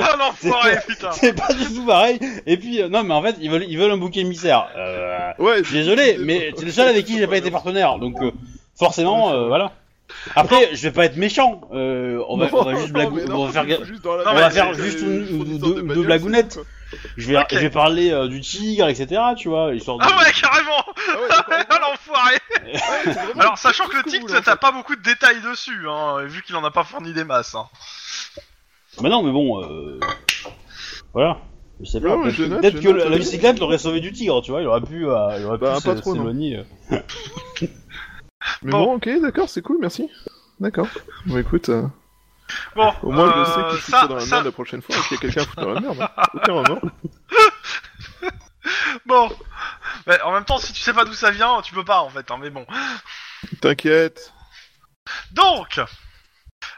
[SPEAKER 1] Ah l'enfoiré, putain
[SPEAKER 4] C'est pas du tout pareil. Et puis, euh, non, mais en fait, ils veulent, ils veulent un bouc émissaire. Euh,
[SPEAKER 5] Ouais,
[SPEAKER 4] désolé, mais c'est le seul avec qui j'ai pas été partenaire, donc euh, forcément, euh, voilà.
[SPEAKER 6] Après, je vais pas être méchant. euh, on, va, on va juste blague-
[SPEAKER 5] Non, mais
[SPEAKER 6] on
[SPEAKER 5] non,
[SPEAKER 6] va faire ga-
[SPEAKER 5] juste dans la-
[SPEAKER 1] on
[SPEAKER 5] mais
[SPEAKER 1] va
[SPEAKER 6] faire
[SPEAKER 5] c'est-
[SPEAKER 6] juste
[SPEAKER 5] c'est-
[SPEAKER 6] une-
[SPEAKER 5] c'est-
[SPEAKER 6] une-
[SPEAKER 5] c'est-
[SPEAKER 6] deux-
[SPEAKER 5] sorte de
[SPEAKER 6] deux
[SPEAKER 5] bagnole,
[SPEAKER 6] blagounettes.
[SPEAKER 5] c'est tout, quoi.
[SPEAKER 6] Je vais,
[SPEAKER 1] Ok.
[SPEAKER 6] je vais parler euh, du tigre, etc. Tu vois, histoire de.
[SPEAKER 1] Ah ouais, carrément
[SPEAKER 5] Ah ouais,
[SPEAKER 1] Ah,
[SPEAKER 5] d'accord.
[SPEAKER 1] l'enfoiré
[SPEAKER 5] Ah ouais, c'est vraiment-
[SPEAKER 1] Alors, sachant
[SPEAKER 5] tout
[SPEAKER 1] que le
[SPEAKER 5] ce vous voulez,
[SPEAKER 1] titre,
[SPEAKER 5] en
[SPEAKER 1] t'as
[SPEAKER 5] fait.
[SPEAKER 1] pas beaucoup de détails dessus, hein, vu qu'il en a pas fourni des masses. Hein.
[SPEAKER 6] Bah non, mais bon. euh, Voilà. Je sais pas.
[SPEAKER 5] Non, mais
[SPEAKER 6] peut-être
[SPEAKER 5] je note,
[SPEAKER 6] peut-être
[SPEAKER 5] je
[SPEAKER 6] que
[SPEAKER 5] note,
[SPEAKER 6] la,
[SPEAKER 5] je
[SPEAKER 6] la
[SPEAKER 5] note.
[SPEAKER 6] bicyclette l'aurait sauvé du tigre, tu vois. Il aurait pu, euh, il aurait
[SPEAKER 5] Bah,
[SPEAKER 6] pu
[SPEAKER 5] pas
[SPEAKER 6] s'é-
[SPEAKER 5] trop, non.
[SPEAKER 6] s'éloigner.
[SPEAKER 5] Mais
[SPEAKER 1] Bon.
[SPEAKER 5] bon, ok, d'accord, c'est cool, merci. D'accord. Bon, écoute, euh,
[SPEAKER 1] Bon,
[SPEAKER 5] au moins
[SPEAKER 1] euh,
[SPEAKER 5] je sais que je suis
[SPEAKER 1] ça,
[SPEAKER 5] dans la merde
[SPEAKER 1] ça-
[SPEAKER 5] la prochaine fois. S'il y a quelqu'un à foutre dans la merde, hein. aucun remords.
[SPEAKER 1] Bon, Mais en même temps, si tu sais pas d'où ça vient, tu peux pas en fait. Hein, mais bon.
[SPEAKER 5] T'inquiète.
[SPEAKER 1] Donc,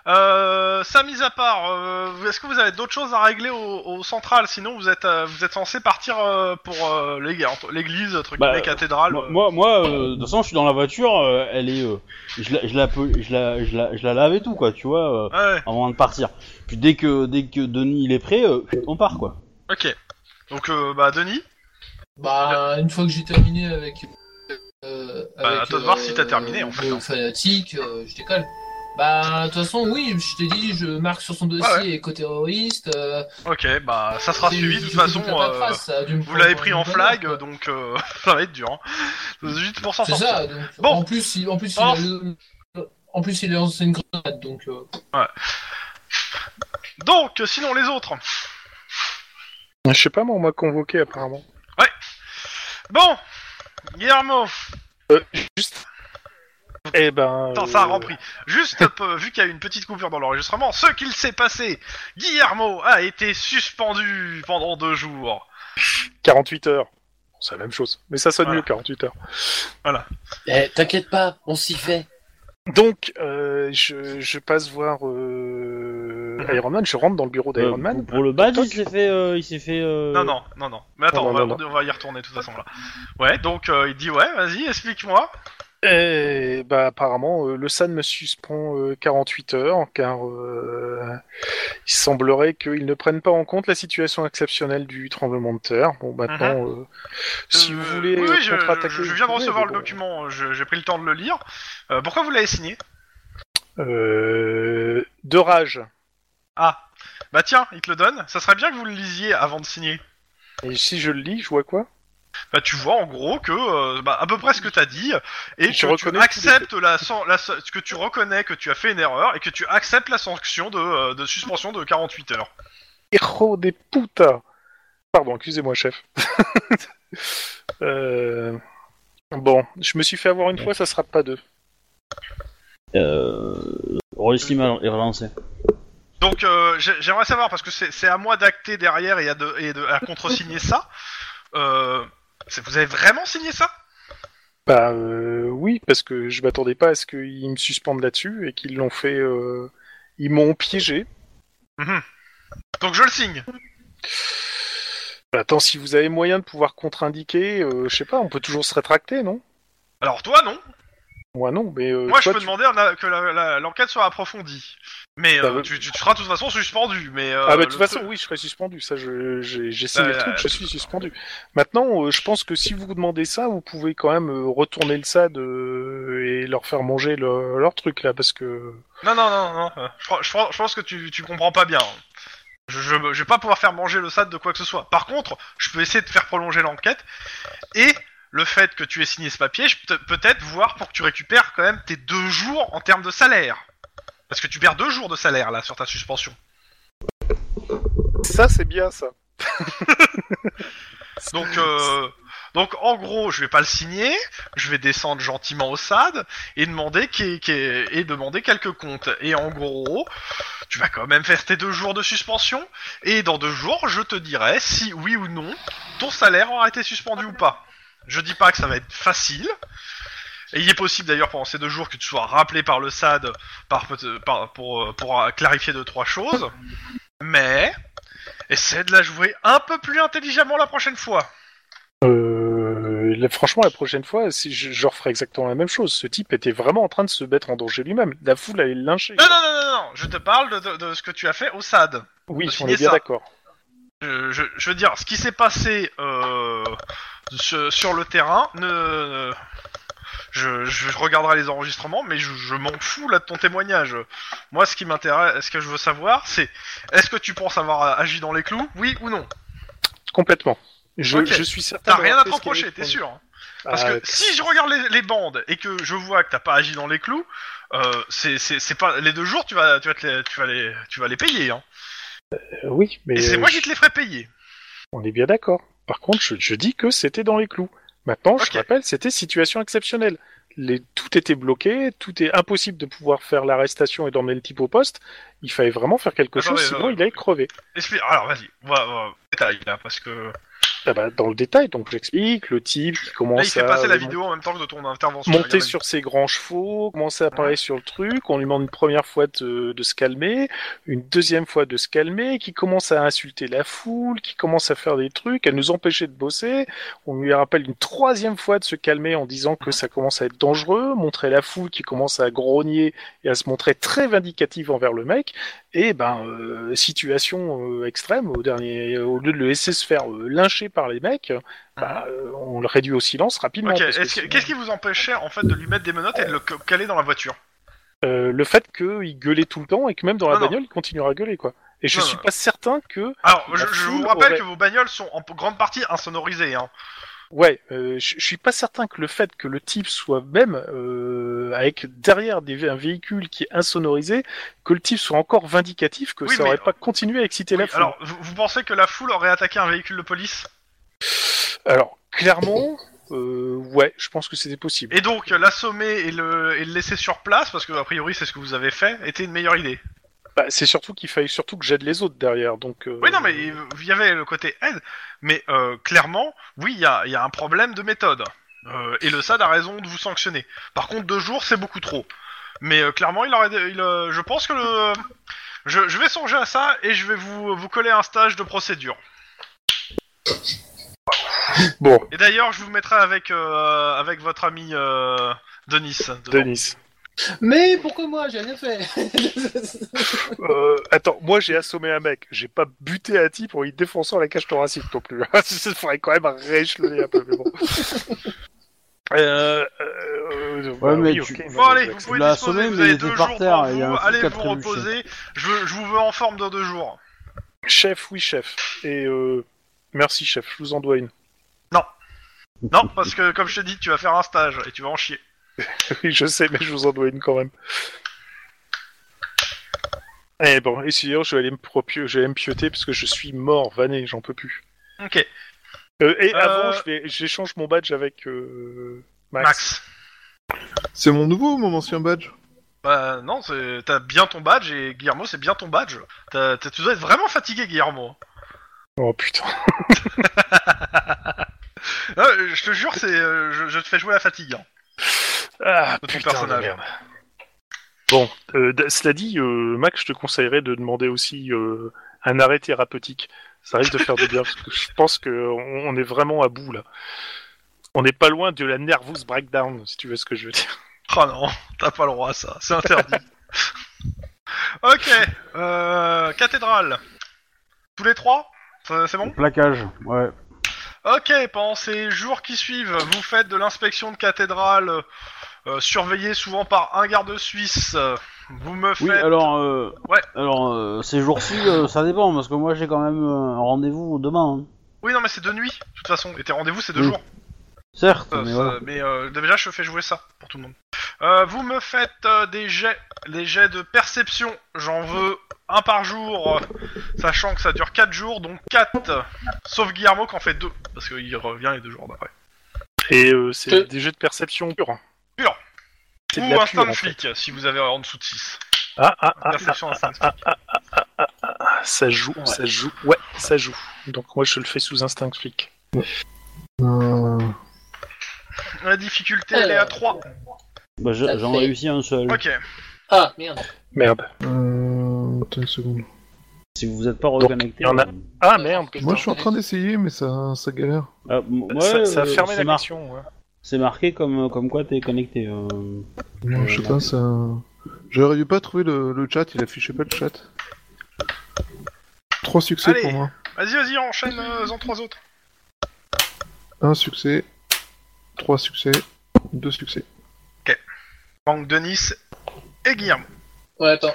[SPEAKER 1] euh, ça mis à part, euh, est-ce que vous avez d'autres choses à régler au, au central Sinon, vous êtes euh, vous êtes censé partir euh, pour euh, l'ég- entre- l'église, entre
[SPEAKER 6] Bah,
[SPEAKER 1] guillemets, cathédrale.
[SPEAKER 6] Moi,
[SPEAKER 1] euh.
[SPEAKER 6] moi, moi, euh, de toute façon, je suis dans la voiture. euh, elle est. euh, je, la, je, la, peux- je, la, je, la, je la lave et tout, quoi, tu vois, euh,
[SPEAKER 1] Ouais,
[SPEAKER 6] avant de partir. Puis dès que, dès que Denis il est prêt, euh, on part, quoi.
[SPEAKER 1] ok. Donc, euh, bah, Denis,
[SPEAKER 2] Bah, une fois que j'ai terminé avec. Euh,
[SPEAKER 1] Bah, à toi de voir si t'as terminé, en fait,
[SPEAKER 2] le
[SPEAKER 1] hein.
[SPEAKER 2] fanatique, euh, je décolle. Bah, de toute façon, oui, je t'ai dit, je marque sur son dossier
[SPEAKER 1] Ouais,
[SPEAKER 2] éco-terroriste. euh,
[SPEAKER 1] ok, bah, ça sera
[SPEAKER 2] c'est-
[SPEAKER 1] suivi. De
[SPEAKER 2] je-
[SPEAKER 1] toute
[SPEAKER 2] je
[SPEAKER 1] façon,
[SPEAKER 2] couperai pas de
[SPEAKER 1] euh,
[SPEAKER 2] traces, ça a dû me
[SPEAKER 1] vous
[SPEAKER 2] prendre
[SPEAKER 1] l'avez pris
[SPEAKER 2] une
[SPEAKER 1] en
[SPEAKER 2] bonne
[SPEAKER 1] flag,
[SPEAKER 2] heure, quoi.
[SPEAKER 1] donc euh, ça va être dur. Hein. Juste pour s'en
[SPEAKER 2] C'est
[SPEAKER 1] sortir.
[SPEAKER 2] ça. donc,
[SPEAKER 1] Bon.
[SPEAKER 2] En plus, il, en plus, il a
[SPEAKER 1] Or-
[SPEAKER 2] le- en plus, il a lancé une grenade, donc. euh,
[SPEAKER 1] Donc, sinon, les autres.
[SPEAKER 3] Je sais pas, moi, on m'a convoqué apparemment.
[SPEAKER 1] Bon, Guillermo,
[SPEAKER 3] Juste. Eh ben.
[SPEAKER 1] Attends, ça a
[SPEAKER 3] euh,
[SPEAKER 1] repris. Juste, peu- vu qu'il y a eu une petite coupure dans l'enregistrement, ce qu'il s'est passé, Guillermo a été suspendu pendant deux jours.
[SPEAKER 3] 48 heures. Bon, C'est la même chose. Mais ça sonne
[SPEAKER 1] Voilà.
[SPEAKER 3] mieux, 48 heures.
[SPEAKER 2] Eh, t'inquiète pas, on s'y fait.
[SPEAKER 3] Donc, euh, je, je passe voir euh,
[SPEAKER 1] Mhm.
[SPEAKER 3] Iron Man. Je rentre dans le bureau
[SPEAKER 6] Euh,
[SPEAKER 3] d'Iron Man.
[SPEAKER 6] pour, pour le badge,
[SPEAKER 3] Toc,
[SPEAKER 6] il
[SPEAKER 3] toc.
[SPEAKER 6] s'est fait. euh, il s'est fait euh,
[SPEAKER 1] Non, non, non, non. Mais attends,
[SPEAKER 3] non,
[SPEAKER 1] on, va,
[SPEAKER 3] non,
[SPEAKER 1] on va y retourner de toute façon là. Ouais, donc euh, il dit ouais, vas-y, explique-moi.
[SPEAKER 3] Eh, bah apparemment, euh, le SAN me suspend euh, 48 heures car euh, il semblerait qu'ils ne prennent pas en compte la situation exceptionnelle du tremblement de terre. Bon, maintenant, euh, si vous
[SPEAKER 1] Mhm. Euh,
[SPEAKER 3] voulez
[SPEAKER 1] oui,
[SPEAKER 3] euh,
[SPEAKER 1] oui, je,
[SPEAKER 3] contre-attaquer,
[SPEAKER 1] je- je
[SPEAKER 3] vous
[SPEAKER 1] viens de
[SPEAKER 3] pouvez,
[SPEAKER 1] recevoir
[SPEAKER 3] mais
[SPEAKER 1] le
[SPEAKER 3] bon.
[SPEAKER 1] document, je- j'ai pris le temps de le lire. Euh, pourquoi vous l'avez signé
[SPEAKER 3] Euh, de rage.
[SPEAKER 1] Ah, bah tiens, il te le donne. Ça serait bien que vous le lisiez avant de signer.
[SPEAKER 3] Et si je le lis, je vois quoi
[SPEAKER 1] Bah tu vois en gros que euh, bah, à peu près ce que t'as dit et
[SPEAKER 3] Je
[SPEAKER 1] que tu
[SPEAKER 3] reconnais tous
[SPEAKER 1] acceptes la, san- la sa- que tu reconnais que tu as fait une erreur et que tu acceptes la sanction de, euh, de suspension de 48 heures.
[SPEAKER 3] Héros des putas Pardon, excusez-moi, chef. Euh, Bon, je me suis fait avoir une fois, ça sera pas deux.
[SPEAKER 6] Euh. Rollissime est relancé.
[SPEAKER 1] Donc euh, j'ai- j'aimerais savoir parce que c'est c'est à moi d'acter derrière et à, de, et de, à contresigner ça. Euh, c'est- vous avez vraiment signé ça
[SPEAKER 3] Bah euh, oui, parce que je m'attendais pas à ce qu'ils me suspendent là-dessus et qu'ils l'ont fait. euh, Ils m'ont piégé.
[SPEAKER 1] Donc je le signe.
[SPEAKER 3] Attends, si vous avez moyen de pouvoir contre-indiquer, euh, je sais pas, on peut toujours se rétracter, non
[SPEAKER 1] Alors toi non.
[SPEAKER 3] Moi non, mais euh,
[SPEAKER 1] Moi je
[SPEAKER 3] toi,
[SPEAKER 1] peux
[SPEAKER 3] tu-
[SPEAKER 1] demander en a- que la- la- l'enquête soit approfondie. Mais
[SPEAKER 3] Bah,
[SPEAKER 1] euh,
[SPEAKER 3] bah-
[SPEAKER 1] tu, tu- tu seras de toute façon suspendu. Mais euh,
[SPEAKER 3] Ah bah de
[SPEAKER 1] le
[SPEAKER 3] toute façon,
[SPEAKER 1] truc-
[SPEAKER 3] oui, je serais suspendu. Ça, je- j'ai j'ai signé
[SPEAKER 1] Euh,
[SPEAKER 3] le truc, je suis suspendu. Maintenant, euh, je pense que si vous vous demandez ça, vous pouvez quand même euh, retourner le SAD euh, et leur faire manger le- leur truc là, parce que
[SPEAKER 1] Non, non, non, non. euh, Je, crois- je crois- je pense que tu, tu comprends pas bien. Je, je, je vais pas pouvoir faire manger le SAD de quoi que ce soit. Par contre, je peux essayer de faire prolonger l'enquête. Et le fait que tu aies signé ce papier, je peux te- peut-être voir pour que tu récupères quand même tes deux jours en termes de salaire. Parce que tu perds deux jours de salaire là sur ta suspension.
[SPEAKER 3] ça c'est bien ça.
[SPEAKER 1] Donc, euh, donc en gros, je vais pas le signer, je vais descendre gentiment au SAD et demander, qui, et demander quelques comptes. Et en gros, tu vas quand même faire tes deux jours de suspension et dans deux jours, je te dirai si oui ou non ton salaire aura été suspendu ou pas. Je dis pas que ça va être facile. Et il est possible d'ailleurs pendant ces deux jours que tu sois rappelé par le SAD par, peut- par- pour, euh, pour euh, clarifier deux trois choses. Mais essaie de la jouer un peu plus intelligemment la prochaine fois.
[SPEAKER 3] Euh, là, franchement, la prochaine fois, si je, je referai exactement la même chose. Ce type était vraiment en train de se mettre en danger lui-même. La foule allait le lyncher.
[SPEAKER 1] Non, non, non, non, non, je te parle de, de- de ce que tu as fait au SAD.
[SPEAKER 3] oui,
[SPEAKER 1] on
[SPEAKER 3] on
[SPEAKER 1] signait
[SPEAKER 3] est bien
[SPEAKER 1] ça.
[SPEAKER 3] d'accord.
[SPEAKER 1] Je, je- je veux dire, ce qui s'est passé euh, sur, sur le terrain ne, je, je regarderai les enregistrements, mais je, je m'en fous là de ton témoignage. Moi, ce qui m'intéresse, ce que je veux savoir, c'est est-ce que tu penses avoir agi dans les clous, oui ou non
[SPEAKER 3] Complètement. Je,
[SPEAKER 1] Ok.
[SPEAKER 3] je suis certain.
[SPEAKER 1] T'as
[SPEAKER 3] d'avoir
[SPEAKER 1] rien à
[SPEAKER 3] fait
[SPEAKER 1] te
[SPEAKER 3] ce qu'il
[SPEAKER 1] reprocher,
[SPEAKER 3] avait
[SPEAKER 1] t'es
[SPEAKER 3] promis.
[SPEAKER 1] sûr hein Parce
[SPEAKER 3] Ah,
[SPEAKER 1] que si je regarde les, les bandes et que je vois que t'as pas agi dans les clous, euh, c'est c'est- c'est pas les deux jours, tu vas, tu vas, te les, tu vas les, tu vas les payer. Hein.
[SPEAKER 3] euh, oui, mais
[SPEAKER 1] Et c'est
[SPEAKER 3] euh,
[SPEAKER 1] moi
[SPEAKER 3] je-
[SPEAKER 1] qui te les ferai payer.
[SPEAKER 3] on est bien d'accord. Par contre, je, je dis que c'était dans les clous. Maintenant,
[SPEAKER 1] Ok.
[SPEAKER 3] je rappelle, c'était situation exceptionnelle. Les, tout était bloqué, tout est impossible de pouvoir faire l'arrestation et d'emmener le type au poste. Il fallait vraiment faire quelque
[SPEAKER 1] Attends,
[SPEAKER 3] chose,
[SPEAKER 1] mais,
[SPEAKER 3] sinon
[SPEAKER 1] euh,
[SPEAKER 3] il allait crever.
[SPEAKER 1] Explique. Alors vas-y, on va, on va- détail là, parce que
[SPEAKER 3] Ah bah, dans le détail, donc j'explique, le type qui
[SPEAKER 1] là il
[SPEAKER 3] commence
[SPEAKER 1] fait
[SPEAKER 3] à
[SPEAKER 1] passer la
[SPEAKER 3] euh,
[SPEAKER 1] vidéo en même temps que de ton intervention.
[SPEAKER 3] monter
[SPEAKER 1] Regarde,
[SPEAKER 3] sur ses grands chevaux, commencer à parler sur le truc, on lui demande une première fois de, de se calmer, une deuxième fois de se calmer, qui commence à insulter la foule, qui commence à faire des trucs, à nous empêcher de bosser, on lui rappelle une troisième fois de se calmer en disant que ça commence à être dangereux, montrer la foule qui commence à grogner et à se montrer très vindicative envers le mec, et ben euh, situation euh, extrême, au dernier, au lieu de le laisser se faire euh, lyncher par les mecs, bah, euh, on le réduit au silence rapidement.
[SPEAKER 1] Ah. Ok,
[SPEAKER 3] parce que
[SPEAKER 1] est-ce que-
[SPEAKER 3] sinon-
[SPEAKER 1] qu'est-ce qui vous empêchait en fait de lui mettre des menottes et de le c- caler dans la voiture
[SPEAKER 3] Euh, le fait qu'il gueulait tout le temps et que même dans la
[SPEAKER 1] Non, non.
[SPEAKER 3] bagnole, il continuera à gueuler, quoi. Et je
[SPEAKER 1] Non,
[SPEAKER 3] suis
[SPEAKER 1] non.
[SPEAKER 3] pas certain que.
[SPEAKER 1] Alors,
[SPEAKER 3] La
[SPEAKER 1] je, je vous
[SPEAKER 3] foule
[SPEAKER 1] rappelle
[SPEAKER 3] aurait-
[SPEAKER 1] que vos bagnoles sont en p- grande partie insonorisées. Hein.
[SPEAKER 3] Ouais, euh, je je suis pas certain que le fait que le type soit même euh, avec derrière des, un véhicule qui est insonorisé, que le type soit encore vindicatif, que
[SPEAKER 1] Oui,
[SPEAKER 3] ça
[SPEAKER 1] mais- euh,
[SPEAKER 3] aurait pas continué à exciter la
[SPEAKER 1] Oui,
[SPEAKER 3] foule.
[SPEAKER 1] alors, vous, vous pensez que la foule aurait attaqué un véhicule de police
[SPEAKER 3] Alors, clairement, euh, ouais, je pense que c'était possible.
[SPEAKER 1] Et donc, euh, l'assommer et le, et le laisser sur place, parce que a priori c'est ce que vous avez fait, était une meilleure idée.
[SPEAKER 3] Bah, c'est surtout qu'il fallait surtout que j'aide les autres derrière, donc. euh,
[SPEAKER 1] Oui, non, mais il il y avait le côté aide, mais euh, clairement, oui, il y a, il y a un problème de méthode. Euh, et le SAD a raison de vous sanctionner. Par contre, deux jours, c'est beaucoup trop. Mais euh, clairement, il aurait, il, euh, je pense que le, je, je vais songer à ça et je vais vous, vous coller un stage de procédure.
[SPEAKER 3] Bon,
[SPEAKER 1] Et d'ailleurs, je vous mettrai avec, euh, avec votre ami euh, Denis. dedans.
[SPEAKER 3] Denis.
[SPEAKER 2] Mais pourquoi moi J'ai rien fait.
[SPEAKER 3] Euh, attends, moi j'ai assommé un mec, j'ai pas buté un type en lui défonçant la cage thoracique non plus. Il faudrait quand même rééchelonner un peu, mais bon. Euh, euh, euh, bah
[SPEAKER 4] mais
[SPEAKER 3] oui,
[SPEAKER 4] tu-
[SPEAKER 3] ok,
[SPEAKER 1] Bon
[SPEAKER 3] mais-
[SPEAKER 1] allez, vous pouvez disposer,
[SPEAKER 4] l'as assommé,
[SPEAKER 1] vous
[SPEAKER 4] mais il
[SPEAKER 1] avez
[SPEAKER 4] était
[SPEAKER 1] deux
[SPEAKER 4] par
[SPEAKER 1] jours
[SPEAKER 4] terre,
[SPEAKER 1] devant
[SPEAKER 4] il y a un
[SPEAKER 1] vous,
[SPEAKER 4] truc
[SPEAKER 1] allez
[SPEAKER 4] à
[SPEAKER 1] vous
[SPEAKER 4] trébucher.
[SPEAKER 1] reposer, je, veux- je vous veux en forme dans deux jours.
[SPEAKER 3] Chef, oui, chef. Et euh, merci, chef, je vous en dois une.
[SPEAKER 1] Non, parce que comme je te dis, tu vas faire un stage et tu vas en chier.
[SPEAKER 3] Oui, je sais, mais je vous en dois une quand même. Et Eh bon, et sinon, je vais aller me, propio- je vais aller me pioter parce que je suis mort, vanné, j'en peux plus.
[SPEAKER 1] Ok,
[SPEAKER 3] Euh, et
[SPEAKER 1] Euh,
[SPEAKER 3] avant, je vais- j'échange mon badge avec euh, Max.
[SPEAKER 1] Max.
[SPEAKER 5] C'est mon nouveau ou mon ancien badge
[SPEAKER 1] Bah non, c'est- t'as bien ton badge et Guillermo, c'est bien ton badge. T'as- t'as- tu dois être vraiment fatigué, Guillermo.
[SPEAKER 3] Oh putain.
[SPEAKER 1] Ah, je te jure, c'est, euh, je, je te fais jouer la fatigue. hein.
[SPEAKER 3] Ah,
[SPEAKER 1] De ton
[SPEAKER 3] putain
[SPEAKER 1] personnage.
[SPEAKER 3] de merde. Bon, euh, d- cela dit, euh, Max, je te conseillerais de demander aussi euh, un arrêt thérapeutique. Ça risque de faire du bien, parce que je pense qu'on on est vraiment à bout, là. On n'est pas loin de la nervous breakdown, si tu veux ce que je veux dire.
[SPEAKER 1] Oh non, t'as pas le droit à ça, c'est interdit. ok, euh, cathédrale. Tous les trois C'est c'est bon
[SPEAKER 4] Plaquage, ouais.
[SPEAKER 1] Ok, pendant ces jours qui suivent, vous faites de l'inspection de cathédrale, euh, surveillée souvent par un garde suisse. euh, Vous me faites...
[SPEAKER 4] Oui, alors, euh,
[SPEAKER 1] Ouais.
[SPEAKER 4] alors euh, ces jours-ci, euh, ça dépend, parce que moi j'ai quand même euh, un rendez-vous demain. hein.
[SPEAKER 1] Oui, non, mais c'est de nuit, de toute façon. Et tes rendez-vous, c'est deux
[SPEAKER 4] Oui,
[SPEAKER 1] jours.
[SPEAKER 4] Certes,
[SPEAKER 1] Euh,
[SPEAKER 4] mais
[SPEAKER 1] ça-
[SPEAKER 4] voilà.
[SPEAKER 1] mais euh, déjà, je fais jouer ça pour tout le monde. Euh, vous me faites euh, des jets, des jets de perception. J'en veux un par jour, euh, sachant que ça dure 4 jours, donc 4. Sauf Guillermo qui en fait deux, parce qu'il revient les deux jours d'après.
[SPEAKER 3] Et euh, c'est
[SPEAKER 2] Euh.
[SPEAKER 3] des jeux de perception hein. pure.
[SPEAKER 1] Pure.
[SPEAKER 3] C'est de
[SPEAKER 1] Ou
[SPEAKER 3] la
[SPEAKER 1] instant
[SPEAKER 3] pure,
[SPEAKER 1] de
[SPEAKER 3] en fait.
[SPEAKER 1] flic, si vous avez en dessous de 6.
[SPEAKER 3] Ah, ah, ah,
[SPEAKER 1] Perception instant de flic.
[SPEAKER 3] ah, ça joue, ça joue. Ouais, ça joue. Donc moi, je le fais sous instinct flic.
[SPEAKER 1] La difficulté, elle est à 3.
[SPEAKER 3] Euh.
[SPEAKER 4] Bah, j'ai-
[SPEAKER 2] Ça
[SPEAKER 4] J'en
[SPEAKER 2] fait-
[SPEAKER 4] réussis un seul.
[SPEAKER 1] Ok.
[SPEAKER 2] Ah merde.
[SPEAKER 3] Merde.
[SPEAKER 5] Euh... Attends une seconde.
[SPEAKER 4] Si vous n'êtes pas
[SPEAKER 3] Donc,
[SPEAKER 4] reconnecté.
[SPEAKER 3] il y en a-
[SPEAKER 4] euh,
[SPEAKER 3] Ah, merde. putain.
[SPEAKER 5] Moi, je suis en train d'essayer, mais ça, ça galère.
[SPEAKER 4] ah, m- ouais,
[SPEAKER 3] ça, ça a
[SPEAKER 4] euh,
[SPEAKER 3] fermé
[SPEAKER 4] c'est
[SPEAKER 3] la
[SPEAKER 4] mar-
[SPEAKER 3] mission, ouais.
[SPEAKER 4] C'est marqué comme, euh, comme quoi t'es connecté. euh.
[SPEAKER 5] Non, je sais pas, ça... J'arrive pas à trouver le, le chat, il affichait pas de chat. Trois succès
[SPEAKER 1] Allez.
[SPEAKER 5] pour moi.
[SPEAKER 1] Vas-y, vas-y, enchaîne euh, en trois autres.
[SPEAKER 5] Un succès. Trois succès. Deux succès.
[SPEAKER 1] Manque Denis et Guillermo.
[SPEAKER 2] Ouais, attends.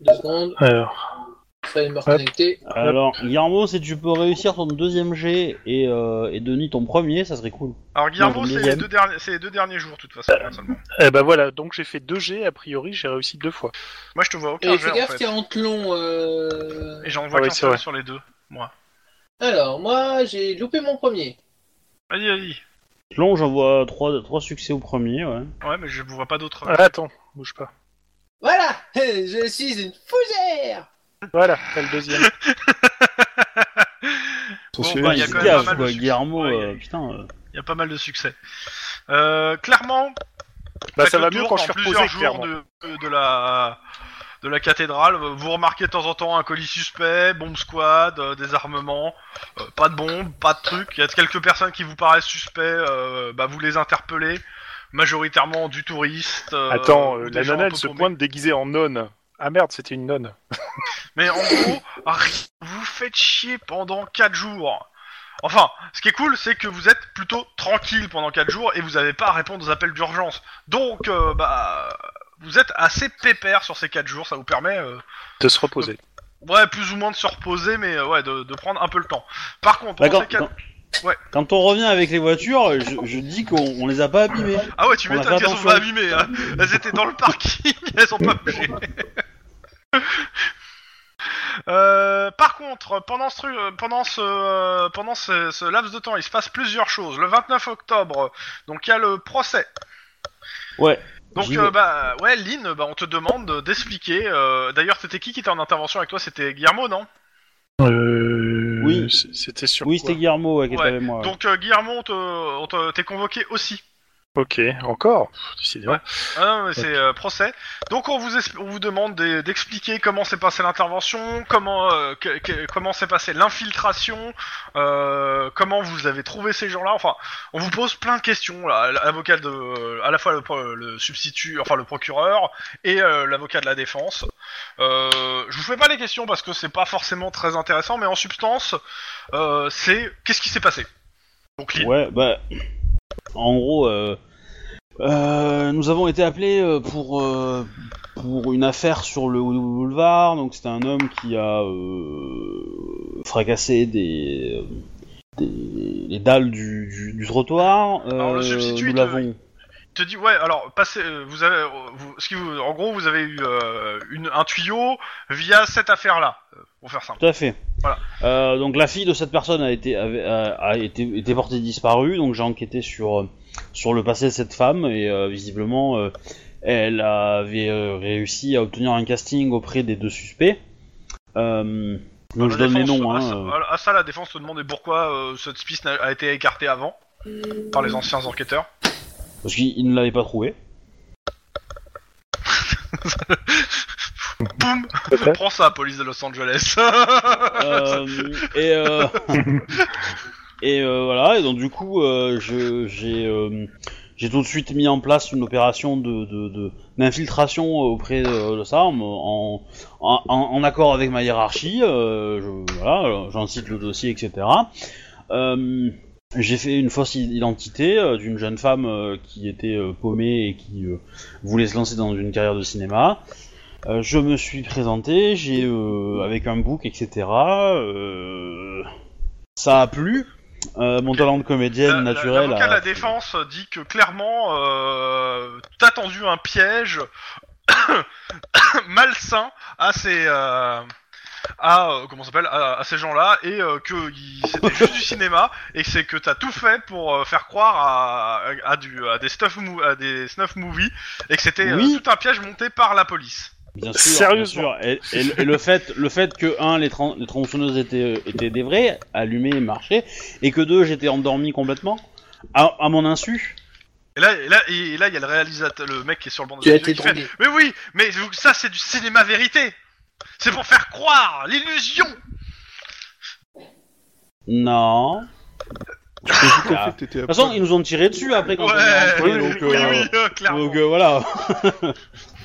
[SPEAKER 2] Deux secondes.
[SPEAKER 3] Alors,
[SPEAKER 2] Fallait me reconnecter.
[SPEAKER 4] Alors, Guillermo, si tu peux réussir ton deuxième G et, euh, et Denis ton premier, ça serait cool.
[SPEAKER 1] Alors
[SPEAKER 4] Non,
[SPEAKER 1] Guillermo,
[SPEAKER 4] le
[SPEAKER 1] c'est les,
[SPEAKER 4] millième.
[SPEAKER 1] deux derniers, c'est les deux derniers jours de toute façon. hein, seulement.
[SPEAKER 3] eh ben voilà, donc j'ai fait 2 G, a priori j'ai réussi deux fois.
[SPEAKER 1] Moi je te vois aucun
[SPEAKER 2] Et
[SPEAKER 1] jeu
[SPEAKER 2] fais
[SPEAKER 1] en
[SPEAKER 2] gaffe, t'es
[SPEAKER 1] fait.
[SPEAKER 2] en tlon. Euh...
[SPEAKER 1] Et j'en vois
[SPEAKER 3] Ah oui,
[SPEAKER 1] qu'un
[SPEAKER 3] c'est
[SPEAKER 1] seul
[SPEAKER 3] vrai.
[SPEAKER 1] sur les deux. Moi.
[SPEAKER 2] Alors, moi, j'ai loupé mon premier.
[SPEAKER 1] Vas-y, vas-y.
[SPEAKER 4] Long, j'envoie trois, trois succès au premier, ouais.
[SPEAKER 1] Ouais, mais je vous vois pas d'autres.
[SPEAKER 3] Ah, attends, bouge pas.
[SPEAKER 2] Voilà Je suis une fougère
[SPEAKER 3] Voilà, t'as le deuxième.
[SPEAKER 5] Son
[SPEAKER 1] Bon,
[SPEAKER 5] siège,
[SPEAKER 1] bah, il y a
[SPEAKER 5] il-
[SPEAKER 1] quand même
[SPEAKER 4] Gaffe,
[SPEAKER 1] pas mal de
[SPEAKER 4] quoi,
[SPEAKER 1] succès.
[SPEAKER 4] Guillermo,
[SPEAKER 1] Ouais,
[SPEAKER 4] euh,
[SPEAKER 1] il-
[SPEAKER 4] putain. euh.
[SPEAKER 1] Il y a pas mal de succès. Euh, clairement,
[SPEAKER 3] bah
[SPEAKER 1] faites
[SPEAKER 3] ça va
[SPEAKER 1] le
[SPEAKER 3] mieux
[SPEAKER 1] tour
[SPEAKER 3] quand je
[SPEAKER 1] en
[SPEAKER 3] suis reposé,
[SPEAKER 1] plusieurs jours
[SPEAKER 3] clairement.
[SPEAKER 1] de, de, de la de la cathédrale. Vous remarquez de temps en temps un colis suspect, bombe squad, euh, des armements, euh, pas de bombes, pas de trucs. Il y a quelques personnes qui vous paraissent suspects. euh, bah vous les interpellez. Majoritairement du touriste. euh,
[SPEAKER 3] Attends,
[SPEAKER 1] ou
[SPEAKER 3] euh,
[SPEAKER 1] des
[SPEAKER 3] la
[SPEAKER 1] gens un
[SPEAKER 3] nana elle
[SPEAKER 1] peu
[SPEAKER 3] se
[SPEAKER 1] paumés.
[SPEAKER 3] pointe déguisée en nonne. Ah merde, c'était une nonne.
[SPEAKER 1] Mais en gros, ri- vous faites chier pendant 4 jours. Enfin, ce qui est cool, c'est que vous êtes plutôt tranquille pendant 4 jours et vous n'avez pas à répondre aux appels d'urgence. Donc, euh, bah, vous êtes assez pépère sur ces 4 jours. Ça vous permet, euh,
[SPEAKER 3] De se reposer.
[SPEAKER 1] ouais, plus ou moins de se reposer, mais euh, ouais, de, de prendre un peu le temps. Par contre, pendant
[SPEAKER 4] D'accord.
[SPEAKER 1] ces 4...
[SPEAKER 4] Bah, quand-
[SPEAKER 1] Ouais.
[SPEAKER 4] Quand on revient avec les voitures, je, je dis qu'on on les a pas abîmées.
[SPEAKER 1] Ah ouais, tu
[SPEAKER 4] on va
[SPEAKER 1] m'étonnes
[SPEAKER 4] faire
[SPEAKER 1] qu'elles sont
[SPEAKER 4] attention.
[SPEAKER 1] pas abîmées. hein. Elles étaient dans le parking, elles sont pas bougées. Euh, par contre, pendant ce, tru- euh, pendant ce, euh, pendant ce, ce laps de temps, il se passe plusieurs choses. Le 29 octobre, donc il y a le procès.
[SPEAKER 4] Ouais.
[SPEAKER 1] Donc
[SPEAKER 4] J'y
[SPEAKER 1] euh,
[SPEAKER 4] vais.
[SPEAKER 1] bah ouais, Lynn, bah, on te demande de- d'expliquer. euh, D'ailleurs, c'était qui qui était en intervention avec toi C'était Guillermo, non
[SPEAKER 3] Euh...
[SPEAKER 4] Oui.
[SPEAKER 3] c- C'était sur
[SPEAKER 4] Oui,
[SPEAKER 3] quoi
[SPEAKER 4] c'était Guillermo ouais, qui
[SPEAKER 1] Ouais,
[SPEAKER 4] était avec moi. ouais.
[SPEAKER 1] Donc euh, Guillermo, on te- on te- t'es convoqué aussi.
[SPEAKER 3] Ok, encore Pff, décidément.
[SPEAKER 1] Ah non, mais c'est euh, procès. Donc on vous, expl- on vous demande des- d'expliquer comment s'est passée l'intervention, comment euh, que- que- comment s'est passée l'infiltration, euh, comment vous avez trouvé ces gens-là. Enfin, on vous pose plein de questions. là. L'avocat de, euh, à la fois le, pro- le substitut, enfin le procureur et euh, l'avocat de la défense. Euh, je vous fais pas les questions parce que c'est pas forcément très intéressant, mais en substance, euh, c'est qu'est-ce qui s'est passé. Donc Lynn,
[SPEAKER 4] Ouais, bah. En gros, euh, euh, nous avons été appelés euh, pour, euh, pour une affaire sur le boulevard. Donc, c'était un homme qui a euh, fracassé des, euh, des- les dalles du, du- du trottoir. Euh,
[SPEAKER 1] Alors, le substitut,
[SPEAKER 4] nous
[SPEAKER 1] il-
[SPEAKER 4] l'avons.
[SPEAKER 1] te dis ouais alors passez euh, vous avez euh, vous, ce qui vous en gros vous avez eu euh, une, un tuyau via cette affaire là pour faire simple
[SPEAKER 4] Tout à fait.
[SPEAKER 1] Voilà.
[SPEAKER 4] Euh, donc la fille de cette personne a été, avait- a, a été, était portée disparue, donc j'ai enquêté sur, sur le passé de cette femme et euh, visiblement euh, elle avait euh, réussi à obtenir un casting auprès des deux suspects. Euh, donc je
[SPEAKER 1] La
[SPEAKER 4] donne les
[SPEAKER 1] défense,
[SPEAKER 4] noms.
[SPEAKER 1] à,
[SPEAKER 4] Hein,
[SPEAKER 1] ça-
[SPEAKER 4] euh.
[SPEAKER 1] à- à ça la défense te demandait pourquoi euh, cette piste n'a- a été écartée avant par les anciens enquêteurs
[SPEAKER 4] Parce qu'il il ne l'avait pas trouvé.
[SPEAKER 1] boum
[SPEAKER 3] Peut-être.
[SPEAKER 1] prends ça police de Los Angeles
[SPEAKER 4] Euh, et euh, et euh, voilà, et donc du coup, euh, je- j'ai euh, j'ai tout de suite mis en place une opération de de- de- d'infiltration auprès de, de ça, en, en, en- en accord avec ma hiérarchie. euh, je- voilà, j'en cite le dossier, etc. Euh, j'ai fait une fausse i- identité euh, d'une jeune femme euh, qui était euh, paumée et qui euh, voulait se lancer dans une carrière de cinéma. Euh, je me suis présenté, j'ai euh, avec un book, etc. euh, ça a plu. Euh, mon talent de comédienne
[SPEAKER 1] La- la-
[SPEAKER 4] naturelle.
[SPEAKER 1] L'avocat de
[SPEAKER 4] a-
[SPEAKER 1] la défense dit que clairement, euh, t'as tendu un piège malsain à ces, euh, à euh, comment ça s'appelle, à, à ces gens-là, et euh, que il- c'était juste du cinéma, et que c'est que t'as tout fait pour euh, faire croire à, à, à du, à des stuff, mou- à des snuff movies, et que c'était euh,
[SPEAKER 4] Oui.
[SPEAKER 1] tout un piège monté par la police.
[SPEAKER 4] Bien sûr,
[SPEAKER 3] Sérieusement.
[SPEAKER 4] bien sûr. Et, et le- et le fait, le fait que un, les, tran- les tronçonneuses étaient, euh, étaient des vraies, allumées et marchaient, et que deux, j'étais endormi complètement, à, à mon insu.
[SPEAKER 1] Et là, et là, et là, il y a le réalisateur, le mec qui est sur le banc de
[SPEAKER 2] Tu as
[SPEAKER 1] réalisation
[SPEAKER 2] été
[SPEAKER 1] qui fait,
[SPEAKER 2] drogué.
[SPEAKER 1] Mais oui, mais vous- ça c'est du cinéma vérité. C'est pour faire croire l'illusion.
[SPEAKER 4] Non.
[SPEAKER 5] Tu peux tout à
[SPEAKER 4] Ah.
[SPEAKER 5] fait que t'étais
[SPEAKER 4] De toute façon, ils nous ont tiré dessus après quand on est rentré,
[SPEAKER 1] Ouais,
[SPEAKER 4] donc,
[SPEAKER 1] oui,
[SPEAKER 4] euh,
[SPEAKER 1] oui, euh, clairement.
[SPEAKER 4] donc, euh, voilà.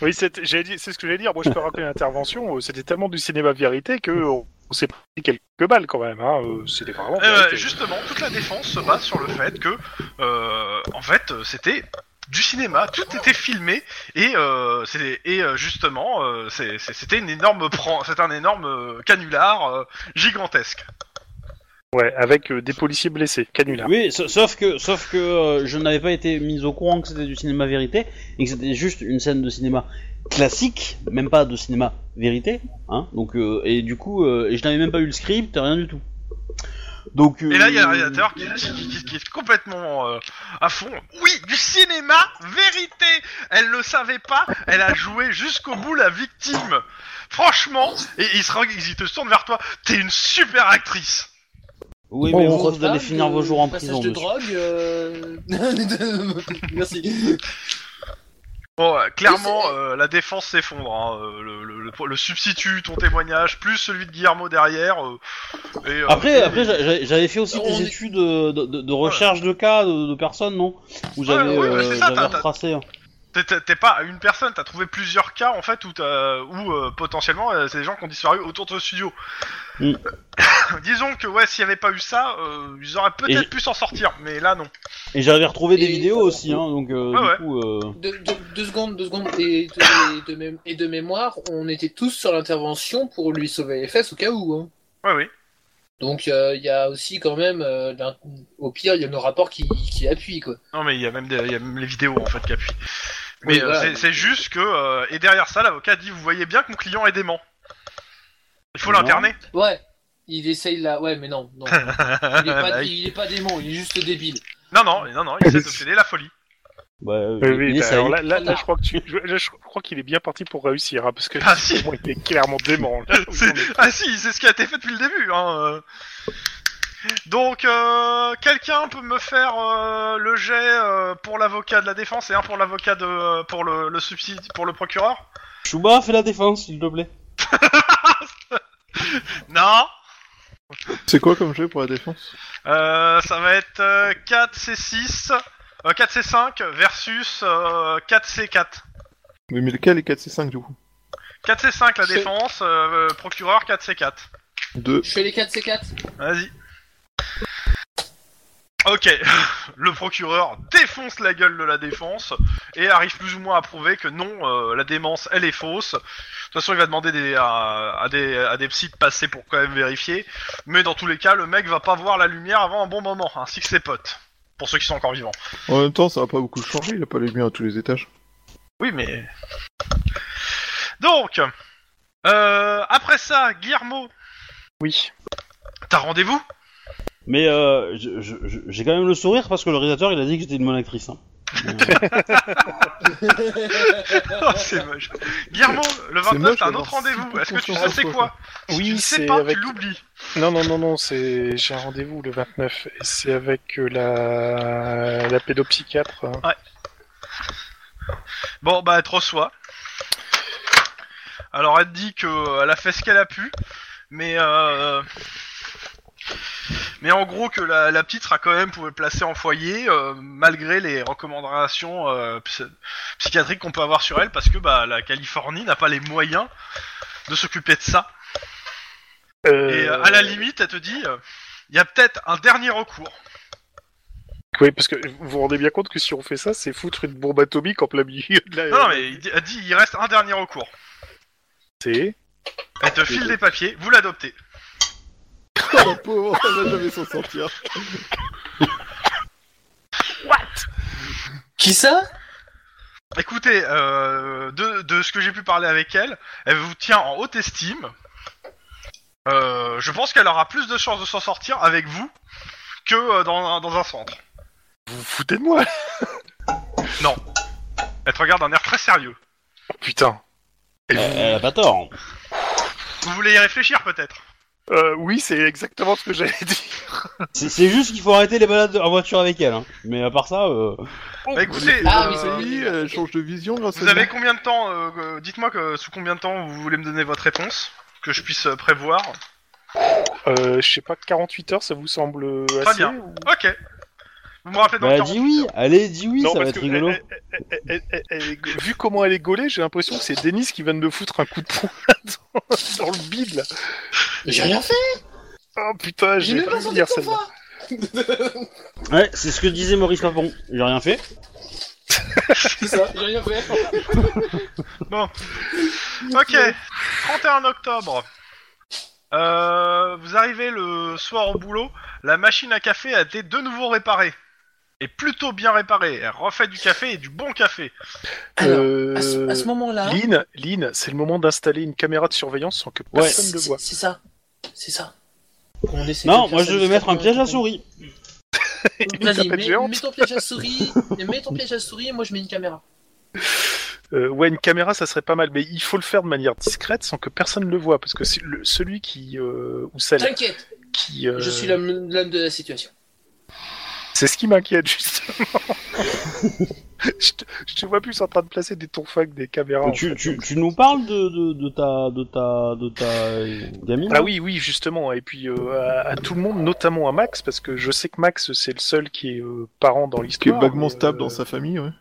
[SPEAKER 3] Oui, c'est j'ai dit- c'est ce que j'allais dire. Moi, je peux rappeler l'intervention. euh, C'était tellement du cinéma vérité que on, on s'est pris quelques balles quand même. Hein. euh, C'était vraiment.
[SPEAKER 1] Euh,
[SPEAKER 3] vérité.
[SPEAKER 1] justement, toute la défense se base sur le fait que, euh, en fait, euh, c'était du cinéma, tout était filmé et, euh, c'est- et euh, justement euh, c'est- c'est- c'était une énorme pran- c'est un énorme euh, canular euh, gigantesque.
[SPEAKER 3] Ouais, avec euh, des policiers blessés, canular.
[SPEAKER 6] Oui, sa- sauf que, sauf que euh, je n'avais pas été mis au courant que c'était du cinéma vérité et que c'était juste une scène de cinéma classique, même pas de cinéma vérité. Hein, donc, euh, et du coup, euh, et je n'avais même pas eu le script, rien du tout. Donc,
[SPEAKER 1] Et là il y a un
[SPEAKER 6] euh,
[SPEAKER 1] réalisateur qui, qui- qui- qui est complètement euh, à fond. Oui, du cinéma, vérité. Elle ne savait pas, elle a joué jusqu'au bout la victime. Franchement, et il se, reg- il te tourne vers toi. T'es une super actrice.
[SPEAKER 6] Oui,
[SPEAKER 2] Bon,
[SPEAKER 6] mais
[SPEAKER 2] on
[SPEAKER 6] vous, vous
[SPEAKER 2] reparle
[SPEAKER 6] allez finir
[SPEAKER 2] de-
[SPEAKER 6] vos jours en
[SPEAKER 2] passage
[SPEAKER 6] prison.
[SPEAKER 2] de
[SPEAKER 6] monsieur.
[SPEAKER 2] drogue. euh, Merci.
[SPEAKER 1] Bon, euh, clairement,
[SPEAKER 2] Oui, c'est-
[SPEAKER 1] euh, la défense s'effondre. hein. Euh, Le, le- le- le substitut, ton témoignage, plus celui de Guillermo derrière. euh, et, euh,
[SPEAKER 6] Après, après j'a- j'a- j'avais fait aussi
[SPEAKER 2] On
[SPEAKER 6] des
[SPEAKER 2] est-
[SPEAKER 6] études euh, de, de- de recherche de cas de, de personnes, non Où j'avais
[SPEAKER 1] oui, mais
[SPEAKER 6] euh,
[SPEAKER 1] c'est ça,
[SPEAKER 6] j'avais
[SPEAKER 1] t'as- t'as-
[SPEAKER 6] retracé.
[SPEAKER 1] t'es- t'es t'es pas une personne, t'as trouvé plusieurs cas en fait où, t'as- où euh, potentiellement euh, c'est des gens qui ont disparu autour de ce studio.
[SPEAKER 6] Mm.
[SPEAKER 1] Disons que ouais, s'il n'y avait pas eu ça, euh, ils auraient peut-être
[SPEAKER 6] Et-
[SPEAKER 1] pu s'en sortir, mais là non.
[SPEAKER 6] Et j'avais retrouvé des
[SPEAKER 2] Et-
[SPEAKER 6] vidéos aussi, hein, donc euh,
[SPEAKER 1] Ah Ouais, ouais.
[SPEAKER 6] du coup. euh,
[SPEAKER 2] Deux, deux- deux secondes, deux secondes. Et de, et de mé- et de mémoire, on était tous sur l'intervention pour lui sauver les fesses au cas où. hein.
[SPEAKER 1] Ouais, oui.
[SPEAKER 2] Donc euh, il y a aussi quand même, euh, d'un- au pire, il y a nos rapports qui, qui appuient. Quoi.
[SPEAKER 1] Non, mais il y a même des, il y a même les vidéos en fait qui appuient. Mais
[SPEAKER 2] Oui,
[SPEAKER 1] euh,
[SPEAKER 2] voilà.
[SPEAKER 1] c'est- c'est juste que euh, et derrière ça, l'avocat dit vous voyez bien que mon client est dément. Il faut
[SPEAKER 6] Non.
[SPEAKER 1] l'interner.
[SPEAKER 2] Ouais, il essaye là. Ouais, mais non. non. Il, est
[SPEAKER 1] Bah,
[SPEAKER 2] pas,
[SPEAKER 1] il-
[SPEAKER 2] il est pas démon, il est juste débile.
[SPEAKER 1] Non, non, non, non, il essaie d'obséder la folie.
[SPEAKER 6] bah, euh,
[SPEAKER 3] Oui, oui,
[SPEAKER 6] il
[SPEAKER 3] bah,
[SPEAKER 6] essaye.
[SPEAKER 3] alors là, là, là, je crois que tu, là, je crois qu'il est bien parti pour réussir, hein, parce que
[SPEAKER 1] Ah, si.
[SPEAKER 3] bon, il était clairement dément. là.
[SPEAKER 1] C'est- Ah si, c'est ce qui a été fait depuis le début. Hein. euh. Donc, euh, quelqu'un peut me faire euh, le jet euh, pour l'avocat de la défense et un pour l'avocat de euh, pour le, le subsidi- pour le procureur
[SPEAKER 6] Chouba, fais la défense, s'il te plaît.
[SPEAKER 1] Non.
[SPEAKER 5] C'est quoi comme jeu pour la défense
[SPEAKER 1] Euh, ça va être 4C6, euh, 4C5 versus euh, 4C4.
[SPEAKER 5] Mais, mais lequel est 4C5 du coup
[SPEAKER 1] 4C5 la
[SPEAKER 2] C'est-
[SPEAKER 1] défense, euh, procureur 4C4.
[SPEAKER 5] 2.
[SPEAKER 2] Je fais les 4C4.
[SPEAKER 1] Vas-y. Ok, le procureur défonce la gueule de la défense et arrive plus ou moins à prouver que non, euh, la démence, elle est fausse. De toute façon, il va demander des, à, à des, à des psys de passer pour quand même vérifier. Mais dans tous les cas, le mec va pas voir la lumière avant un bon moment, ainsi que ses potes. Pour ceux qui sont encore vivants.
[SPEAKER 5] En même temps, ça va pas beaucoup changer, il a pas les lumières à tous les étages.
[SPEAKER 1] Oui, mais... Donc, euh, après ça, Guillermo,
[SPEAKER 3] Oui.
[SPEAKER 1] t'as rendez-vous
[SPEAKER 6] Mais euh, je- je- je- j'ai quand même le sourire parce que le réalisateur il a dit que j'étais une bonne actrice. hein.
[SPEAKER 1] Oh, c'est moche. Guillermo, le
[SPEAKER 5] C'est
[SPEAKER 1] 29,
[SPEAKER 5] moche
[SPEAKER 1] t'as un
[SPEAKER 5] d'avoir
[SPEAKER 1] autre rendez-vous.
[SPEAKER 5] super
[SPEAKER 1] Est-ce que tu
[SPEAKER 5] confiance en
[SPEAKER 1] sais c'est
[SPEAKER 5] soi,
[SPEAKER 1] quoi Si tu
[SPEAKER 3] Oui,
[SPEAKER 1] le sais
[SPEAKER 3] c'est
[SPEAKER 1] pas,
[SPEAKER 3] avec.
[SPEAKER 1] tu l'oublies.
[SPEAKER 3] Non, non, non, non, c'est. J'ai un rendez-vous le 29, et c'est avec euh, la. la pédopsychiatre. hein.
[SPEAKER 1] Bon, bah, elle te reçoit. Alors, elle te dit que euh, elle a fait ce qu'elle a pu, mais euh, mais en gros que la, la petite sera quand même pouvait placer en foyer euh, malgré les recommandations euh, psy- psychiatriques qu'on peut avoir sur elle parce que bah la Californie n'a pas les moyens de s'occuper de ça. Et euh, à la limite, elle te dit, euh, il y a peut-être un dernier recours.
[SPEAKER 3] Oui, parce que vous vous rendez bien compte que si on fait ça, c'est foutre une bombe atomique en plein milieu de la.
[SPEAKER 6] euh,
[SPEAKER 1] Non, non, mais il dit, elle dit, il reste un dernier recours.
[SPEAKER 3] C'est-
[SPEAKER 1] Elle
[SPEAKER 6] Ah,
[SPEAKER 1] te file des papiers, vous l'adoptez.
[SPEAKER 5] Oh la pauvre, elle va jamais s'en sortir.
[SPEAKER 2] Qui ça
[SPEAKER 1] Écoutez, euh, de, de ce que j'ai pu parler avec elle, elle vous tient en haute estime. Euh, je pense qu'elle aura plus de chances de s'en sortir avec vous que euh, dans, un- dans un centre.
[SPEAKER 3] Vous vous foutez de moi
[SPEAKER 1] Elle te regarde d'un air très sérieux.
[SPEAKER 3] Putain.
[SPEAKER 6] Elle, elle a pas tort. hein.
[SPEAKER 1] Vous voulez y réfléchir peut-être
[SPEAKER 3] Euh, oui, c'est exactement ce que j'avais dit.
[SPEAKER 6] C'est c'est juste qu'il faut arrêter les balades en voiture avec elle. hein. Mais à part ça, euh,
[SPEAKER 1] Bah, écoutez,
[SPEAKER 2] Ah,
[SPEAKER 1] euh,
[SPEAKER 2] oui, c'est-
[SPEAKER 5] oui, elle change de vision grâce
[SPEAKER 1] vous
[SPEAKER 5] à
[SPEAKER 1] avez combien de temps euh, euh, Dites-moi que sous combien de temps vous voulez me donner votre réponse que je puisse euh, prévoir.
[SPEAKER 3] Euh, je sais pas, 48 heures, ça vous semble assez
[SPEAKER 1] bien.
[SPEAKER 3] ou-
[SPEAKER 1] Ok. Vous me rappelez dans
[SPEAKER 6] bah, dis
[SPEAKER 1] 48
[SPEAKER 6] oui.
[SPEAKER 1] heures.
[SPEAKER 6] Allez, dis oui, ça va
[SPEAKER 3] parce
[SPEAKER 6] être
[SPEAKER 3] que
[SPEAKER 6] rigolo.
[SPEAKER 3] elle- elle- elle- elle- elle- elle- elle- vu comment elle est gaulée, j'ai l'impression que c'est Denis qui vient de me foutre un coup de poing dans, dans le bide. Là.
[SPEAKER 2] J'ai rien fait,
[SPEAKER 3] Oh putain,
[SPEAKER 2] j'ai
[SPEAKER 3] j'ai
[SPEAKER 2] même
[SPEAKER 3] pas
[SPEAKER 2] pas
[SPEAKER 3] vu
[SPEAKER 2] sorti
[SPEAKER 3] dire
[SPEAKER 2] de ton
[SPEAKER 3] celle-là.
[SPEAKER 2] voix.
[SPEAKER 6] Ouais, c'est ce que disait Maurice Papon. J'ai rien fait.
[SPEAKER 2] C'est ça, j'ai rien fait.
[SPEAKER 1] Ok, 31 octobre. Euh, vous arrivez le soir au boulot, la machine à café a été de nouveau réparée. Et plutôt bien réparée. Elle refait du café et du bon café.
[SPEAKER 2] Alors,
[SPEAKER 3] Euh,
[SPEAKER 2] à ce, à ce moment-là,
[SPEAKER 3] Lynn, Lynn, c'est le moment d'installer une caméra de surveillance sans que
[SPEAKER 6] Ouais.
[SPEAKER 3] personne
[SPEAKER 2] c'est
[SPEAKER 3] ne voit.
[SPEAKER 2] c'est ça. C'est ça. On essaie de
[SPEAKER 6] Non,
[SPEAKER 2] faire
[SPEAKER 6] moi
[SPEAKER 2] ça
[SPEAKER 6] je vais mettre un
[SPEAKER 2] discrètement.
[SPEAKER 6] piège à souris.
[SPEAKER 2] Vas-y,
[SPEAKER 3] tapette
[SPEAKER 2] mets,
[SPEAKER 3] géante.
[SPEAKER 2] mets ton piège à souris, mets ton piège à souris et moi je mets une caméra.
[SPEAKER 3] Euh, ouais, une caméra, ça serait pas mal, mais il faut le faire de manière discrète sans que personne le voit, parce que c'est le- celui qui euh, ou celle
[SPEAKER 2] T'inquiète,
[SPEAKER 3] qui, euh,
[SPEAKER 2] je suis l'homme l'homme de la situation.
[SPEAKER 3] c'est ce qui m'inquiète justement. je, te, je te vois plus en train de placer des tonfacs, des caméras. en
[SPEAKER 6] Tu,
[SPEAKER 3] fait.
[SPEAKER 6] tu, tu nous parles de, de, de ta de ta de ta euh, gamine.
[SPEAKER 3] Ah oui, oui, justement, et puis euh, à, à tout le monde, notamment à Max, parce que je sais que Max, c'est le seul qui est euh, parent dans
[SPEAKER 5] Qui est
[SPEAKER 3] l'histoire.
[SPEAKER 5] vaguement
[SPEAKER 3] mais,
[SPEAKER 5] stable
[SPEAKER 3] euh,
[SPEAKER 5] dans sa famille, ouais.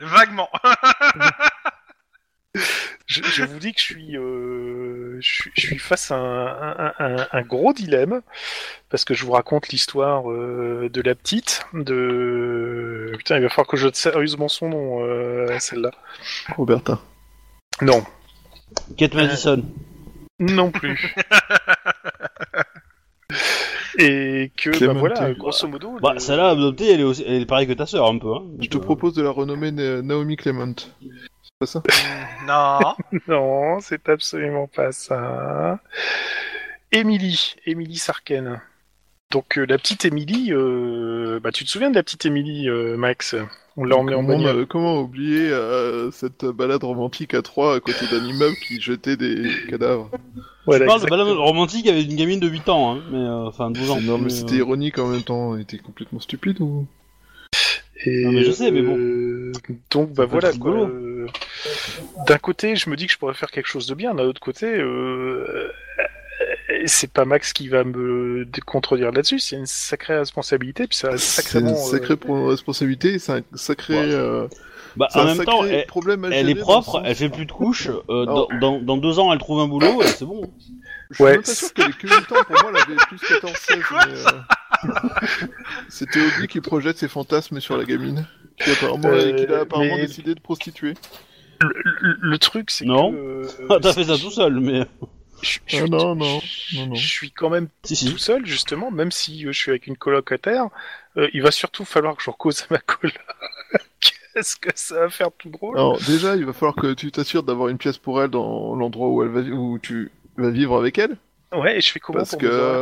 [SPEAKER 1] Vaguement.
[SPEAKER 3] je, je vous dis que je suis, euh, je, suis- je suis face à un, un- un- un gros dilemme parce que je vous raconte l'histoire euh, de la petite. De putain, il va falloir que je note sérieusement son nom, euh, celle-là.
[SPEAKER 5] Roberta.
[SPEAKER 3] Non,
[SPEAKER 6] Kate Madison.
[SPEAKER 3] non plus. Et que bah,
[SPEAKER 5] Clémentine.
[SPEAKER 3] voilà, grosso modo.
[SPEAKER 6] Bah
[SPEAKER 3] le-
[SPEAKER 6] celle-là adoptée, elle est aussi, elle est pareille que ta sœur un peu. Hein.
[SPEAKER 5] Je te propose de la renommer Na- Naomi Clement.
[SPEAKER 1] non.
[SPEAKER 3] Non, c'est absolument pas ça. Émilie, Émilie Sarken. Donc euh, la petite Émilie, euh, bah, tu te souviens de la petite Émilie, euh, Max On l'a emmenée en
[SPEAKER 5] comment,
[SPEAKER 3] bagnole.
[SPEAKER 5] euh, comment oublier euh, cette balade romantique à trois à côté d'un immeuble qui jetait des cadavres
[SPEAKER 6] tu
[SPEAKER 3] Voilà,
[SPEAKER 6] parles de
[SPEAKER 3] exact.
[SPEAKER 6] balade romantique avec une gamine de 8 ans, hein, mais euh, enfin 12 ans.
[SPEAKER 5] Non mais c'était
[SPEAKER 6] euh,
[SPEAKER 5] ironique en même temps, était complètement stupide ou
[SPEAKER 3] Et,
[SPEAKER 6] Non, mais je sais, mais bon.
[SPEAKER 3] euh, donc bah
[SPEAKER 6] peut
[SPEAKER 3] voilà
[SPEAKER 6] être
[SPEAKER 3] quoi.
[SPEAKER 6] rigolo.
[SPEAKER 3] Euh, D'un côté, je me dis que je pourrais faire quelque chose de bien. D'un autre côté, euh, euh, c'est pas Max qui va me dé- contredire là-dessus. C'est une sacrée responsabilité, puis ça a
[SPEAKER 5] C'est
[SPEAKER 3] sacrément.
[SPEAKER 5] une
[SPEAKER 3] euh,
[SPEAKER 5] sacrée pro- responsabilité, c'est un sacré,
[SPEAKER 6] Ouais.
[SPEAKER 5] euh,
[SPEAKER 6] Bah,
[SPEAKER 5] c'est
[SPEAKER 6] en
[SPEAKER 5] un
[SPEAKER 6] même
[SPEAKER 5] sacré hein.
[SPEAKER 6] temps, elle,
[SPEAKER 5] problème à
[SPEAKER 6] elle
[SPEAKER 5] gérer
[SPEAKER 6] est
[SPEAKER 5] dans le
[SPEAKER 6] propre,
[SPEAKER 5] sens-
[SPEAKER 6] elle fait plus de couches. euh,
[SPEAKER 5] Alors-
[SPEAKER 6] dans, dans, dans deux ans, elle trouve un boulot, et c'est bon.
[SPEAKER 5] Je suis
[SPEAKER 3] Ouais.
[SPEAKER 5] même pas sûr qu'elle ait que 8 ans, pour moi elle avait plus 14 16
[SPEAKER 1] quoi,
[SPEAKER 5] mais, euh, C'était Obi qui projette ses fantasmes sur la gamine, qui apparemment,
[SPEAKER 3] Euh,
[SPEAKER 5] qu'il a apparemment
[SPEAKER 3] mais-
[SPEAKER 5] décidé de prostituer.
[SPEAKER 3] le, le truc, c'est
[SPEAKER 6] Non.
[SPEAKER 3] que. euh,
[SPEAKER 6] Ah, T'as fait ça tout seul, mais
[SPEAKER 3] Je, je
[SPEAKER 5] Ah
[SPEAKER 3] suis,
[SPEAKER 5] non, non,
[SPEAKER 3] je-
[SPEAKER 5] non, non.
[SPEAKER 3] je suis quand même
[SPEAKER 6] si si.
[SPEAKER 3] tout seul, justement, même si euh, je suis avec une colocataire. euh, il va surtout falloir que je cause à ma coloc. Qu'est-ce que ça va faire tout drôle
[SPEAKER 5] Alors déjà, il va falloir que tu t'assures d'avoir une pièce pour elle dans l'endroit où elle va vi- où tu vas vivre avec elle,
[SPEAKER 3] Ouais, et je fais comment
[SPEAKER 5] parce
[SPEAKER 3] pour
[SPEAKER 5] que
[SPEAKER 3] mes horaires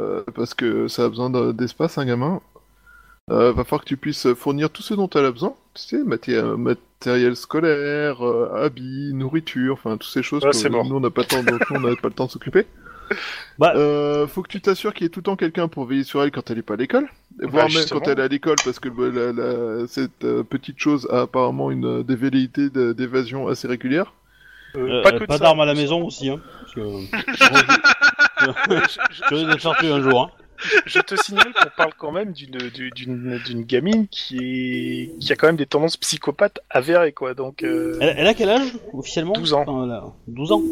[SPEAKER 5] euh, parce que ça a besoin de- d'espace, un gamin. Euh, va falloir que tu puisses fournir tout ce dont elle a besoin, tu sais, maté- euh, matériel scolaire, euh, habits, nourriture, enfin toutes ces choses
[SPEAKER 3] Ah,
[SPEAKER 5] que
[SPEAKER 3] c'est mort.
[SPEAKER 5] nous on n'a pas le temps, dont nous, on n'a pas le temps de s'occuper.
[SPEAKER 6] Bah-
[SPEAKER 5] Euh, faut que tu t'assures qu'il y ait tout le temps quelqu'un pour veiller sur elle quand elle n'est pas à l'école,
[SPEAKER 3] Bah,
[SPEAKER 5] voire même
[SPEAKER 3] justement.
[SPEAKER 5] quand elle est à l'école, parce que bah, la- la- cette euh, petite chose a apparemment une euh, des velléités de- d'évasion assez régulière.
[SPEAKER 3] Euh,
[SPEAKER 6] Euh,
[SPEAKER 3] pas que
[SPEAKER 6] pas
[SPEAKER 3] de ça.
[SPEAKER 6] d'armes à la maison aussi, hein. Parce que... Je risque de te faire tuer un jour, hein.
[SPEAKER 3] Je te signale qu'on parle quand même d'une d'une- d'une d'une gamine qui est qui a quand même des tendances psychopathes avérées quoi. Donc euh,
[SPEAKER 6] Elle, elle a quel âge, officiellement
[SPEAKER 3] 12 ans.
[SPEAKER 6] Enfin, elle a 12 ans.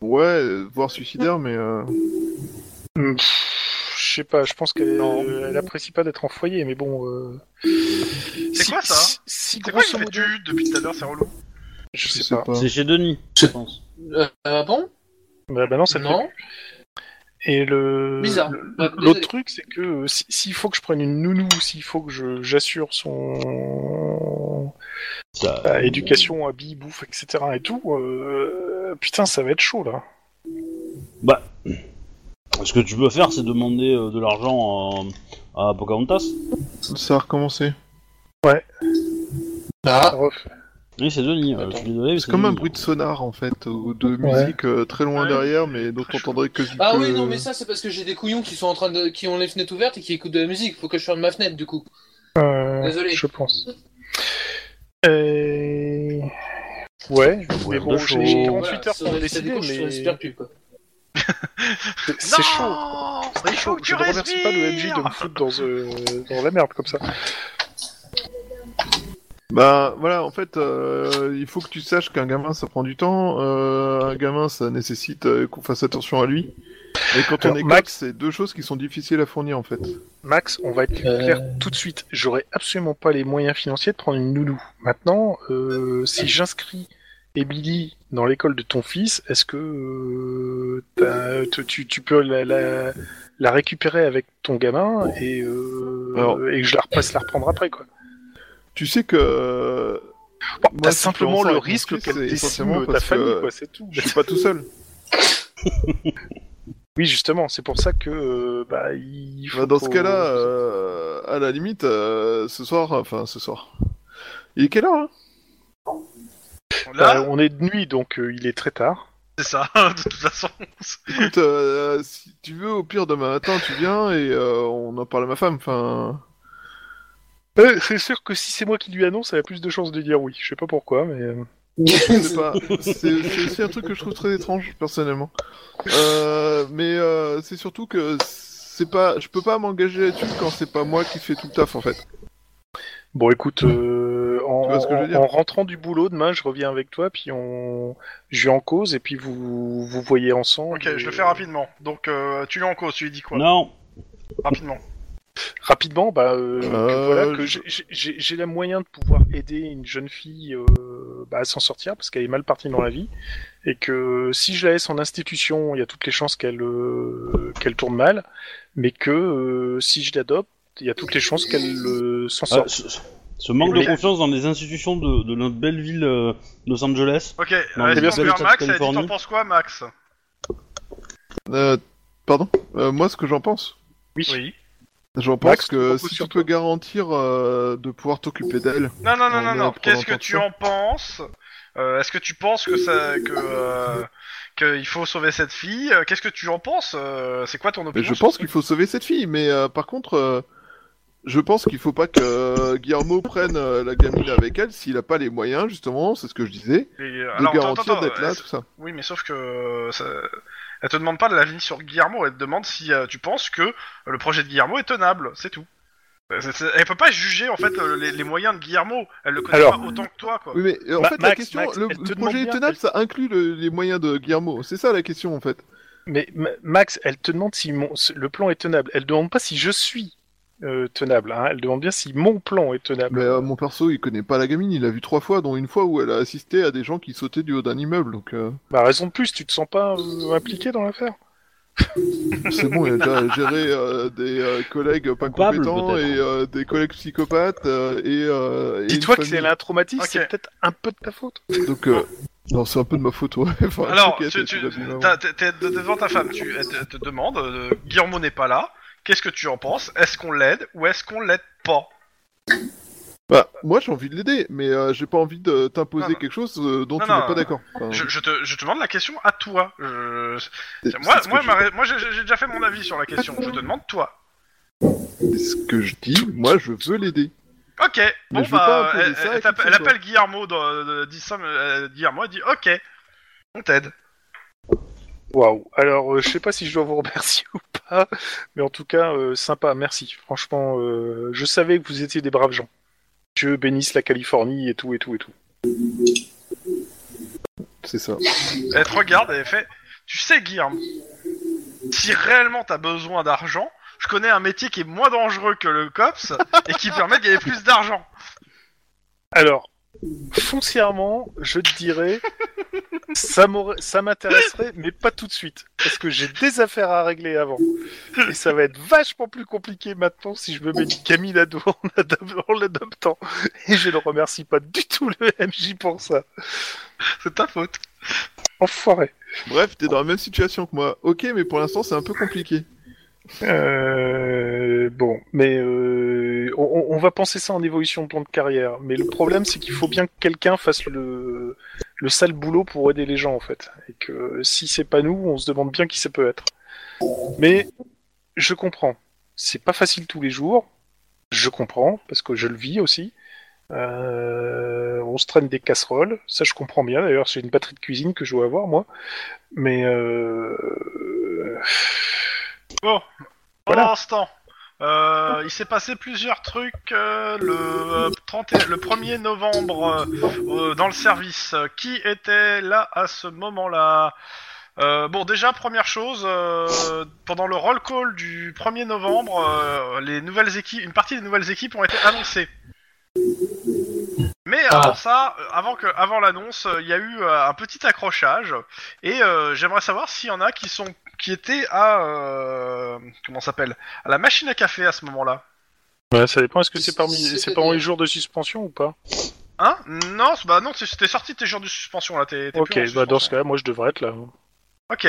[SPEAKER 5] Ouais, euh, voire suicidaire, mais euh,
[SPEAKER 3] hmm, pff, je sais pas. Je pense qu'elle euh, elle apprécie pas d'être en foyer, mais bon. euh, si-
[SPEAKER 1] quoi, ça hein?
[SPEAKER 3] Si, si
[SPEAKER 1] C'est quoi
[SPEAKER 3] grosso
[SPEAKER 1] il fait
[SPEAKER 3] modo,
[SPEAKER 1] du depuis tout à l'heure, c'est relou.
[SPEAKER 3] je
[SPEAKER 5] je
[SPEAKER 3] sais
[SPEAKER 5] sais
[SPEAKER 3] pas.
[SPEAKER 5] pas.
[SPEAKER 6] C'est chez Denis, je pense.
[SPEAKER 2] Euh, ah bon
[SPEAKER 3] Bah, bah non, ça le fait
[SPEAKER 2] Non
[SPEAKER 3] Et le
[SPEAKER 2] Bizarre.
[SPEAKER 3] le-
[SPEAKER 2] Ouais,
[SPEAKER 3] l'autre
[SPEAKER 2] désolé.
[SPEAKER 3] truc, c'est que euh, si- s'il faut que je prenne une nounou, s'il faut que je j'assure son
[SPEAKER 6] Ça-
[SPEAKER 3] bah, éducation, habit, bouffe, etc. et tout, euh, putain, ça va être chaud là.
[SPEAKER 6] Bah, euh, ce que tu peux faire, c'est demander euh, de l'argent à, à Pocahontas.
[SPEAKER 5] Ça a recommencé.
[SPEAKER 2] Ah,
[SPEAKER 3] Bref.
[SPEAKER 6] Oui, c'est Denis. euh,
[SPEAKER 2] Attends.
[SPEAKER 6] je suis désolé, mais
[SPEAKER 5] C'est comme un
[SPEAKER 6] Denis.
[SPEAKER 5] bruit de sonar en fait, ou de
[SPEAKER 3] Ouais.
[SPEAKER 5] musique euh, très loin
[SPEAKER 1] Ouais.
[SPEAKER 5] derrière, mais dont on entendrait que.
[SPEAKER 2] ah
[SPEAKER 5] que-
[SPEAKER 2] oui,
[SPEAKER 1] euh,
[SPEAKER 2] non, mais ça c'est parce que j'ai des couillons qui sont en train de. qui ont les fenêtres ouvertes et qui écoutent de la musique. Faut que je ferme ma fenêtre du coup.
[SPEAKER 3] Euh,
[SPEAKER 2] Désolé.
[SPEAKER 3] Je pense. Euh... Ouais, mais
[SPEAKER 6] mourir
[SPEAKER 3] bon,
[SPEAKER 6] de
[SPEAKER 3] j'ai
[SPEAKER 6] chaud.
[SPEAKER 3] j'ai
[SPEAKER 2] Voilà,
[SPEAKER 3] 48 heures
[SPEAKER 2] ça aurait
[SPEAKER 3] pour
[SPEAKER 2] été
[SPEAKER 3] décider,
[SPEAKER 2] des couches,
[SPEAKER 3] mais
[SPEAKER 2] j'aurais espéré plus, quoi.
[SPEAKER 3] c'est- c'est chaud.
[SPEAKER 1] Non
[SPEAKER 3] C'est
[SPEAKER 1] Il
[SPEAKER 3] chaud.
[SPEAKER 1] faut que
[SPEAKER 3] Je
[SPEAKER 1] tu
[SPEAKER 3] ne remercie pas le MJ de me
[SPEAKER 1] respires
[SPEAKER 3] foutre dans, euh, dans la merde comme ça.
[SPEAKER 5] Bah voilà, en fait, euh, il faut que tu saches qu'un gamin ça prend du temps, euh, un gamin ça nécessite euh, qu'on fasse attention à lui. Et quand on
[SPEAKER 3] Alors,
[SPEAKER 5] est
[SPEAKER 3] Max-
[SPEAKER 5] Max, c'est deux choses qui sont difficiles à fournir en fait.
[SPEAKER 3] Max, on va être
[SPEAKER 2] Euh.
[SPEAKER 3] clair tout de suite. J'aurais absolument pas les moyens financiers de prendre une nounou. Maintenant, euh, si j'inscris Emily dans l'école de ton fils, est-ce que euh, t'as- tu- tu, tu peux la, la- la récupérer avec ton gamin et, euh,
[SPEAKER 5] Alors.
[SPEAKER 3] et que je la repasse la reprendre après quoi
[SPEAKER 5] Tu sais que euh,
[SPEAKER 3] Bon,
[SPEAKER 5] Moi,
[SPEAKER 3] T'as
[SPEAKER 5] si
[SPEAKER 3] simplement
[SPEAKER 5] je fais
[SPEAKER 3] le
[SPEAKER 5] ça avec mon
[SPEAKER 3] risque
[SPEAKER 5] fils,
[SPEAKER 3] qu'elle
[SPEAKER 5] c'est
[SPEAKER 3] décime
[SPEAKER 5] essentiellement
[SPEAKER 3] ta
[SPEAKER 5] parce que-
[SPEAKER 3] famille quoi, c'est tout.
[SPEAKER 5] je suis pas tout seul.
[SPEAKER 3] Oui justement, c'est pour ça que euh, bah, il faut
[SPEAKER 5] Bah, dans ce
[SPEAKER 3] qu'on-
[SPEAKER 5] cas-là, euh, à la limite, euh, ce soir, enfin ce soir. Il est quelle heure hein
[SPEAKER 3] Bah,
[SPEAKER 1] Là,
[SPEAKER 3] on est de nuit donc euh, il est très tard.
[SPEAKER 1] c'est ça,
[SPEAKER 3] euh,
[SPEAKER 1] de toute façon.
[SPEAKER 5] Écoute, euh, si tu veux, au pire demain matin, tu viens et euh, on en parle à ma femme. Enfin,
[SPEAKER 3] Euh, c'est sûr que si c'est moi qui lui annonce, elle a plus de chances de dire oui. Je sais pas pourquoi, mais. euh,
[SPEAKER 5] je sais pas. C'est c'est aussi un truc que je trouve très étrange personnellement. Euh, mais euh, c'est surtout que c'est pas, je peux pas m'engager là-dessus quand c'est pas moi qui fais tout le taf en fait.
[SPEAKER 3] Bon, écoute, euh,
[SPEAKER 5] Tu
[SPEAKER 3] en,
[SPEAKER 5] vois ce que je veux dire
[SPEAKER 3] en rentrant du boulot demain, je reviens avec toi, puis on, je vais en cause, et puis vous, vous voyez ensemble.
[SPEAKER 1] Ok, je le
[SPEAKER 3] euh,
[SPEAKER 1] fais rapidement. Donc, euh, tu l'as en cause, tu lui dis quoi
[SPEAKER 6] Non.
[SPEAKER 1] Rapidement.
[SPEAKER 3] Rapidement, bah, euh, que
[SPEAKER 5] Euh,
[SPEAKER 3] voilà, que
[SPEAKER 5] je-
[SPEAKER 3] j'ai- j'ai j'ai le moyen de pouvoir aider une jeune fille euh, bah, à s'en sortir parce qu'elle est mal partie dans la vie, et que si je la laisse en institution, il y a toutes les chances qu'elle euh, qu'elle tourne mal, mais que euh, si je l'adopte, il y a toutes les chances qu'elle euh, s'en
[SPEAKER 6] Euh,
[SPEAKER 3] sorte.
[SPEAKER 6] ce, ce- ce manque de
[SPEAKER 3] Mais-
[SPEAKER 6] confiance dans les institutions de, de notre belle ville euh, de Los Angeles.
[SPEAKER 1] Ok,
[SPEAKER 6] Non, mais
[SPEAKER 1] euh, est-ce
[SPEAKER 6] c'est
[SPEAKER 1] qu'on
[SPEAKER 6] bien,
[SPEAKER 1] vient Max
[SPEAKER 6] c'est
[SPEAKER 1] Elle dit t'en
[SPEAKER 6] Californie.
[SPEAKER 1] penses quoi, Max
[SPEAKER 5] Euh, pardon. Euh, moi, ce que j'en pense.
[SPEAKER 1] Oui.
[SPEAKER 5] J'en pense
[SPEAKER 3] Max, tu
[SPEAKER 5] que
[SPEAKER 3] proposes
[SPEAKER 5] si tu
[SPEAKER 3] surtout.
[SPEAKER 5] peux garantir euh, de pouvoir t'occuper d'elle,
[SPEAKER 1] Non, non, non,
[SPEAKER 5] On
[SPEAKER 1] non,
[SPEAKER 5] est
[SPEAKER 1] non.
[SPEAKER 5] pour
[SPEAKER 1] Qu'est-ce que
[SPEAKER 5] l'entendre
[SPEAKER 1] tu
[SPEAKER 5] ça.
[SPEAKER 1] en penses Euh, Est-ce que tu penses que ça, que euh, qu'il faut sauver cette fille Euh, Qu'est-ce que tu en penses Euh, C'est quoi ton
[SPEAKER 5] mais
[SPEAKER 1] opinion
[SPEAKER 5] je
[SPEAKER 1] sur
[SPEAKER 5] pense
[SPEAKER 1] ce
[SPEAKER 5] qu'il
[SPEAKER 1] truc
[SPEAKER 5] faut sauver cette fille. Mais euh, par contre, euh, je pense qu'il faut pas que euh, Guillermo prenne euh, la gamine avec elle s'il a pas les moyens, justement, c'est ce que je disais,
[SPEAKER 1] Et, euh, alors,
[SPEAKER 5] de
[SPEAKER 1] attends,
[SPEAKER 5] garantir
[SPEAKER 1] attends, euh,
[SPEAKER 5] d'être là,
[SPEAKER 1] est-ce-
[SPEAKER 5] tout ça.
[SPEAKER 1] Oui, mais sauf que euh, ça... elle te demande pas de l'avis sur Guillermo. Elle te demande si euh, tu penses que le projet de Guillermo est tenable. C'est tout. Euh, c'est- c'est- Elle peut pas juger en fait euh, les, les moyens de Guillermo. Elle le connaît
[SPEAKER 3] Alors.
[SPEAKER 1] pas autant que toi, quoi.
[SPEAKER 5] Oui, mais euh, en
[SPEAKER 3] Ma-
[SPEAKER 5] fait, la
[SPEAKER 3] Max,
[SPEAKER 5] question,
[SPEAKER 3] Max,
[SPEAKER 5] le,
[SPEAKER 3] elle te
[SPEAKER 5] le
[SPEAKER 3] demande
[SPEAKER 5] projet est
[SPEAKER 3] bien,
[SPEAKER 5] tenable, ça inclut le- les moyens de Guillermo. C'est ça la question, en fait.
[SPEAKER 3] Mais Ma- Max, elle te demande si mon- si le plan est tenable. Elle demande pas si je suis euh, tenable. hein. Elle demande bien si mon plan est tenable.
[SPEAKER 5] Mais euh, mon perso, il connaît pas la gamine, il l'a vue trois fois, dont une fois où elle a assisté à des gens qui sautaient du haut d'un immeuble. Donc euh,
[SPEAKER 3] Bah raison de plus, tu te sens pas euh, impliqué dans l'affaire.
[SPEAKER 5] c'est bon, il a déjà géré euh, des euh, collègues pas
[SPEAKER 6] Coupable,
[SPEAKER 5] compétents
[SPEAKER 6] peut-être.
[SPEAKER 5] et euh, des collègues psychopathes euh, et, euh, et
[SPEAKER 3] Dis-toi
[SPEAKER 5] une
[SPEAKER 3] que c'est
[SPEAKER 5] famille.
[SPEAKER 3] un traumatisme,
[SPEAKER 1] Ok.
[SPEAKER 3] c'est peut-être un peu de ta faute.
[SPEAKER 5] Donc euh, non, c'est un peu de ma faute. Ouais. Enfin,
[SPEAKER 1] Alors,
[SPEAKER 5] c'est
[SPEAKER 1] tu,
[SPEAKER 5] qu'elle
[SPEAKER 1] tu,
[SPEAKER 5] était là-dedans.
[SPEAKER 1] t'as- t'es t'es devant ta femme, tu, elle te, elle te demande, euh, Guillermo n'est pas là, qu'est-ce que tu en penses Est-ce qu'on l'aide ou est-ce qu'on l'aide pas
[SPEAKER 5] Bah, moi j'ai envie de l'aider, mais euh, j'ai pas envie de
[SPEAKER 1] Non,
[SPEAKER 5] t'imposer
[SPEAKER 1] non.
[SPEAKER 5] quelque chose euh, dont
[SPEAKER 1] Non,
[SPEAKER 5] tu n'es
[SPEAKER 1] non,
[SPEAKER 5] pas d'accord. Enfin,
[SPEAKER 1] je, je te, je te demande la question à toi. Je-
[SPEAKER 5] c'est-
[SPEAKER 1] moi,
[SPEAKER 5] c'est ce
[SPEAKER 1] moi,
[SPEAKER 5] que
[SPEAKER 1] ma ré- moi, j'ai j'ai déjà fait mon avis sur la question, je te demande toi.
[SPEAKER 5] je- c'est ce que je dis. Moi, je veux l'aider.
[SPEAKER 1] Ok, bon
[SPEAKER 5] je veux
[SPEAKER 1] bah,
[SPEAKER 5] pas imposer
[SPEAKER 1] elle,
[SPEAKER 5] ça
[SPEAKER 1] elle-
[SPEAKER 5] à
[SPEAKER 1] elle
[SPEAKER 5] qui
[SPEAKER 1] t'appelle-
[SPEAKER 5] que
[SPEAKER 1] elle
[SPEAKER 5] ce soit.
[SPEAKER 1] appelle Guillermo, dans- de- dit ça, mais, euh, Guillermo, elle dit ok, on t'aide.
[SPEAKER 3] Waouh. Alors, euh, je sais pas si je dois vous remercier ou pas, mais en tout cas, euh, sympa, merci. Franchement, euh, je savais que vous étiez des braves gens. Dieu bénisse la Californie et tout et tout et tout.
[SPEAKER 5] C'est ça.
[SPEAKER 1] Elle te regarde et elle fait Tu sais, Guillermo, si réellement t'as besoin d'argent, je connais un métier qui est moins dangereux que le COPS et qui permet de gagner plus d'argent.
[SPEAKER 3] Alors, foncièrement, je te dirais, ça m'aurait- ça m'intéresserait, mais pas tout de suite. Parce que j'ai des affaires à régler avant. Et ça va être vachement plus compliqué maintenant si je me mets une Camille à dos en adop- en l'adoptant. Et je ne remercie pas du tout le MJ pour ça.
[SPEAKER 1] C'est ta faute.
[SPEAKER 3] Enfoiré.
[SPEAKER 5] Bref, t'es dans la même situation que moi. Ok, mais pour l'instant, c'est un peu compliqué.
[SPEAKER 3] Euh, bon, mais euh, on, on va penser ça en évolution de plan de carrière. Mais le problème, c'est qu'il faut bien que quelqu'un fasse le, le sale boulot pour aider les gens, en fait. Et que si c'est pas nous, on se demande bien qui ça peut être. Mais je comprends. C'est pas facile tous les jours. Je comprends, parce que je le vis aussi. Euh, on se traîne des casseroles. Ça, je comprends bien. D'ailleurs, j'ai une batterie de cuisine que je dois avoir, moi. Mais... Euh...
[SPEAKER 1] Bon,
[SPEAKER 3] Voilà.
[SPEAKER 1] pendant ce temps, euh, il s'est passé plusieurs trucs euh, le, euh, 30 et- le 1er novembre euh, euh, dans le service. Qui était là à ce moment-là Euh, bon, déjà, première chose, euh, pendant le roll call du 1er novembre, euh, les nouvelles équipes, une partie des nouvelles équipes ont été annoncées. Mais
[SPEAKER 2] Ah.
[SPEAKER 1] avant ça, euh, avant, que, avant l'annonce, euh, il y a eu euh, un petit accrochage. Et euh, j'aimerais savoir s'il y en a qui, sont, qui étaient à. euh, comment ça s'appelle À la machine à café à ce moment-là.
[SPEAKER 3] Ouais, ça dépend, est-ce que c'est parmi
[SPEAKER 2] C'est-
[SPEAKER 3] c'est pendant les jours de suspension ou pas
[SPEAKER 1] Hein Non, c'est- bah non, c'est- t'es sorti de tes jours de suspension là. t'es- t'es plus en
[SPEAKER 3] Ok, bah dans
[SPEAKER 1] suspension.
[SPEAKER 3] ce cas-là, moi je devrais être là. hein.
[SPEAKER 1] Ok.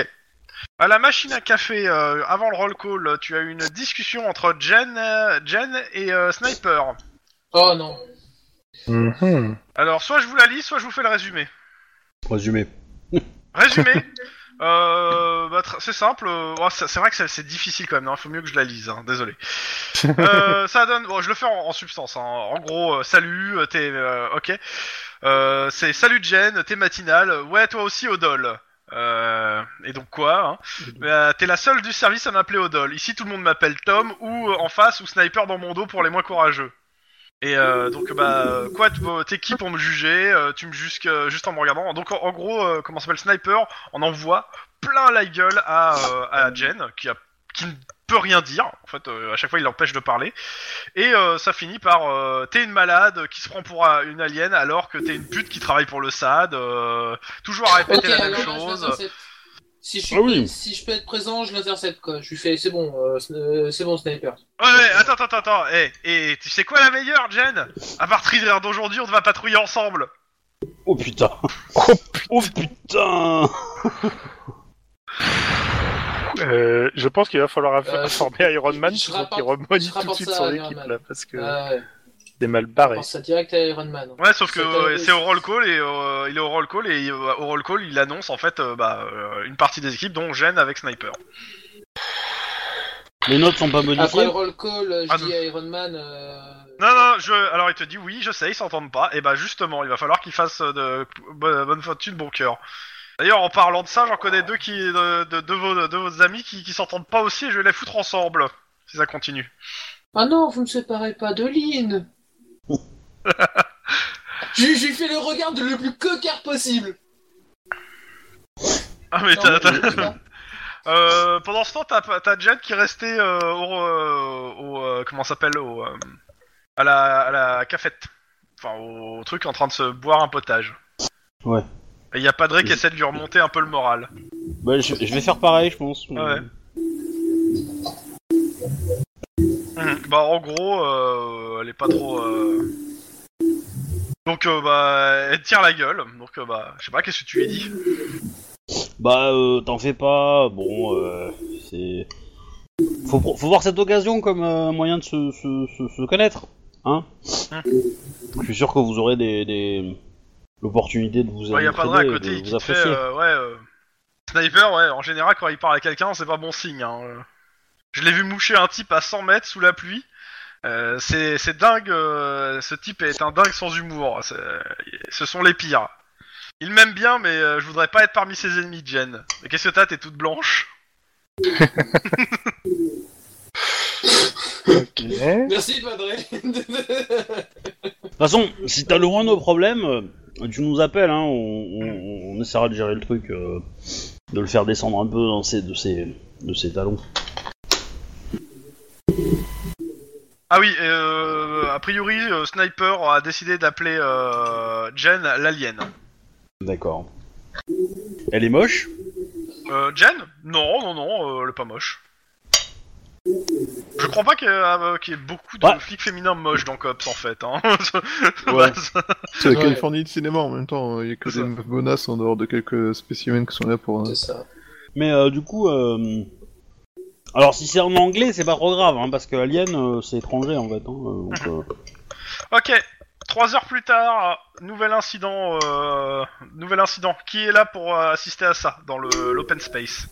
[SPEAKER 1] À la machine à café, euh, avant le roll call, tu as eu une discussion entre Jen, euh, Jen et euh, Sniper.
[SPEAKER 2] Oh non.
[SPEAKER 3] Mhm.
[SPEAKER 1] Alors, soit je vous la lis, soit je vous fais le résumé.
[SPEAKER 6] Résumé.
[SPEAKER 1] Résumé euh, bah, tr- C'est simple. euh, oh, c'est c'est vrai que c'est- c'est difficile quand même. Il faut mieux que je la lise. hein, désolé. Euh, ça donne. Bon, je le fais en, en substance. hein. En gros, euh, salut. euh, T'es euh, ok. Euh, c'est salut Jen. T'es matinale. Ouais, toi aussi, Odol. Euh, et donc quoi hein Bah, T'es la seule du service à m'appeler Odol. Ici, tout le monde m'appelle Tom ou euh, en face ou Sniper dans mon dos pour les moins courageux. Et euh, donc bah euh, quoi tu- euh, t'es qui pour me juger Euh, Tu me juges que- juste en me regardant. Donc en, en gros euh, comment s'appelle Sniper On envoie plein la gueule à, euh, à Jen qui a qui ne peut rien dire. En fait euh, à chaque fois il l'empêche de parler. Et euh, ça finit par euh, t'es une malade qui se prend pour euh, une alien alors que t'es une pute qui travaille pour le SAD. euh, toujours à répéter la
[SPEAKER 2] Ok,
[SPEAKER 1] même
[SPEAKER 2] alors là, je
[SPEAKER 1] chose.
[SPEAKER 2] l'intercepte. Si je, suis,
[SPEAKER 6] Ah oui.
[SPEAKER 2] si je peux être présent, je l'intercepte quoi. Je lui fais, c'est bon, euh, euh, c'est bon, sniper.
[SPEAKER 1] Ouais, ouais, attends, attends, attends. Et tu sais quoi la meilleure Jen À partir d'aujourd'hui on va patrouiller ensemble.
[SPEAKER 6] Oh putain. Oh, putain.
[SPEAKER 3] Euh, je pense qu'il va falloir aff-
[SPEAKER 2] Euh,
[SPEAKER 3] informer Iron Man
[SPEAKER 2] je
[SPEAKER 3] sur
[SPEAKER 2] rapporte-
[SPEAKER 3] qu'il remonte
[SPEAKER 2] je
[SPEAKER 3] tout de
[SPEAKER 2] rapporte
[SPEAKER 3] suite
[SPEAKER 2] ça
[SPEAKER 3] son
[SPEAKER 2] à Iron
[SPEAKER 3] équipe
[SPEAKER 2] Man.
[SPEAKER 3] là, parce que
[SPEAKER 2] Ah ouais.
[SPEAKER 3] c'est mal
[SPEAKER 2] Je
[SPEAKER 3] barré.
[SPEAKER 2] pense ça direct à Iron Man. hein.
[SPEAKER 1] Ouais, sauf que
[SPEAKER 2] C'est
[SPEAKER 1] euh,
[SPEAKER 2] un-
[SPEAKER 1] c'est au roll call et euh, il est au roll call et euh, au roll call il annonce en fait euh, bah, euh, une partie des équipes dont Gêne avec Sniper.
[SPEAKER 6] Les notes sont pas
[SPEAKER 2] Après
[SPEAKER 6] modifiées.
[SPEAKER 2] le roll call, euh, je
[SPEAKER 1] Ah,
[SPEAKER 2] dis à Iron Man. euh,
[SPEAKER 1] Non non, je alors il te dit oui, je sais, ils s'entendent pas. Et bah justement, il va falloir qu'ils fassent euh, de bo- bonne fortune bon cœur. D'ailleurs, en parlant de ça, j'en connais deux qui de, de, de vos de vos amis qui, qui s'entendent pas aussi et je vais les foutre ensemble si ça continue.
[SPEAKER 2] Ah non, vous ne séparez pas de Lynn
[SPEAKER 1] Oh.
[SPEAKER 2] J'ai j'ai fait le regard de le plus cocard possible
[SPEAKER 1] Ah mais
[SPEAKER 2] Non,
[SPEAKER 1] t'as- t'as-
[SPEAKER 2] mais- non.
[SPEAKER 1] Euh, pendant ce temps, t'as t'as Jen qui est restée euh, au, euh, au, euh, comment ça s'appelle au euh, à la à la cafette, enfin au truc en train de se boire un potage.
[SPEAKER 6] Ouais.
[SPEAKER 1] Et y a Padré qui essaie de lui remonter un peu le moral.
[SPEAKER 6] Bah, je, je vais faire pareil, je pense.
[SPEAKER 1] Ah Ouais. Bah en gros, euh, elle est pas trop. euh, Donc euh, bah elle tire la gueule. Donc euh, bah je sais pas qu'est-ce que tu lui dis.
[SPEAKER 6] Bah, euh, t'en fais pas. Bon, euh, c'est. Faut, pro- faut voir cette occasion comme euh, moyen de se, se, se- se connaître, hein.
[SPEAKER 1] Hein.
[SPEAKER 6] Je suis sûr que vous aurez des, des... l'opportunité de vous
[SPEAKER 1] Bah, y a
[SPEAKER 6] entraider
[SPEAKER 1] Padré à
[SPEAKER 6] et de
[SPEAKER 1] côté qui
[SPEAKER 6] vous
[SPEAKER 1] te fait
[SPEAKER 6] apprécier.
[SPEAKER 1] euh, ouais. euh, Sniper ouais. En général quand il parle à quelqu'un c'est pas bon signe. Hein. euh. Je l'ai vu moucher un type à 100 mètres sous la pluie. Euh, c'est c'est dingue. euh, ce type est un dingue sans humour. C'est- Ce sont les pires. Il m'aime bien, mais euh, je voudrais pas être parmi ses ennemis, Jen. Mais qu'est-ce que t'as T'es toute blanche.
[SPEAKER 2] Merci, Padré
[SPEAKER 6] De toute façon, si t'as le moindre problème, euh, tu nous appelles, hein, on, on- on essaiera de gérer le truc, euh, de le faire descendre un peu dans ses, de, ses, de ses talons.
[SPEAKER 1] Ah oui. euh, a priori, euh, Sniper a décidé d'appeler euh, Jen l'alien.
[SPEAKER 6] D'accord. Elle est moche
[SPEAKER 1] Euh, Jen Non, non, non. euh, elle est pas moche. Je crois pas qu'il y, a, euh, qu'il y ait beaucoup de
[SPEAKER 6] Ouais.
[SPEAKER 1] flics féminins moches dans Cops en fait. Hein.
[SPEAKER 6] Ouais.
[SPEAKER 5] C'est la
[SPEAKER 2] Ouais.
[SPEAKER 5] Californie de cinéma en même temps, il y a que
[SPEAKER 1] C'est
[SPEAKER 5] des menaces en dehors de quelques spécimens qui sont là pour. euh,
[SPEAKER 2] C'est ça.
[SPEAKER 6] Mais euh, du coup, euh, alors si c'est en anglais, c'est pas trop grave, hein, parce que Alien, euh, c'est étranger en fait. hein, euh, donc, euh,
[SPEAKER 1] Ok, trois heures plus tard, euh, nouvel incident, euh, nouvel incident. Qui est là pour euh, assister à ça dans le- l'open space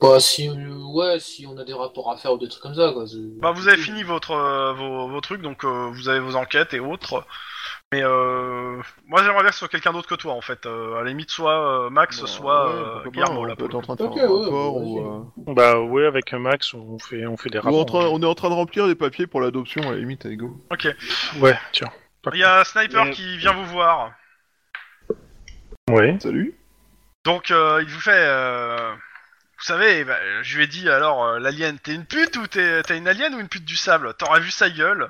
[SPEAKER 2] Bah, si, euh, ouais, si on a des rapports à faire ou des trucs comme ça, quoi. c'est-
[SPEAKER 1] Bah, vous avez fini votre euh, vos, vos trucs, donc euh, vous avez vos enquêtes et autres. Mais euh, moi, j'aimerais bien que ce soit quelqu'un d'autre que toi, en fait. Euh, à la limite, soit euh, Max,
[SPEAKER 5] bah,
[SPEAKER 1] soit euh,
[SPEAKER 5] ouais, pourquoi pas,
[SPEAKER 1] Guillermo.
[SPEAKER 5] on
[SPEAKER 1] Là,
[SPEAKER 5] peut
[SPEAKER 1] pour
[SPEAKER 5] être
[SPEAKER 1] le coup.
[SPEAKER 5] en train de faire
[SPEAKER 2] Ok,
[SPEAKER 5] un
[SPEAKER 2] ouais,
[SPEAKER 5] rapport
[SPEAKER 2] bah,
[SPEAKER 5] ou,
[SPEAKER 2] vas-y.
[SPEAKER 5] euh,
[SPEAKER 3] Bah ouais, avec euh, Max, on fait, on fait des
[SPEAKER 5] ou
[SPEAKER 3] rapports.
[SPEAKER 5] en train- on est en train de remplir les papiers pour l'adoption à la limite, allez go.
[SPEAKER 3] Ouais, tiens.
[SPEAKER 1] Il y a Sniper
[SPEAKER 6] Mais-
[SPEAKER 1] qui vient vous voir.
[SPEAKER 3] Ouais.
[SPEAKER 5] Salut
[SPEAKER 1] Donc euh, il vous fait, euh, vous savez, bah, je lui ai dit alors euh, l'alien, t'es une pute ou t'es t'es une alien ou une pute du sable T'aurais vu sa gueule.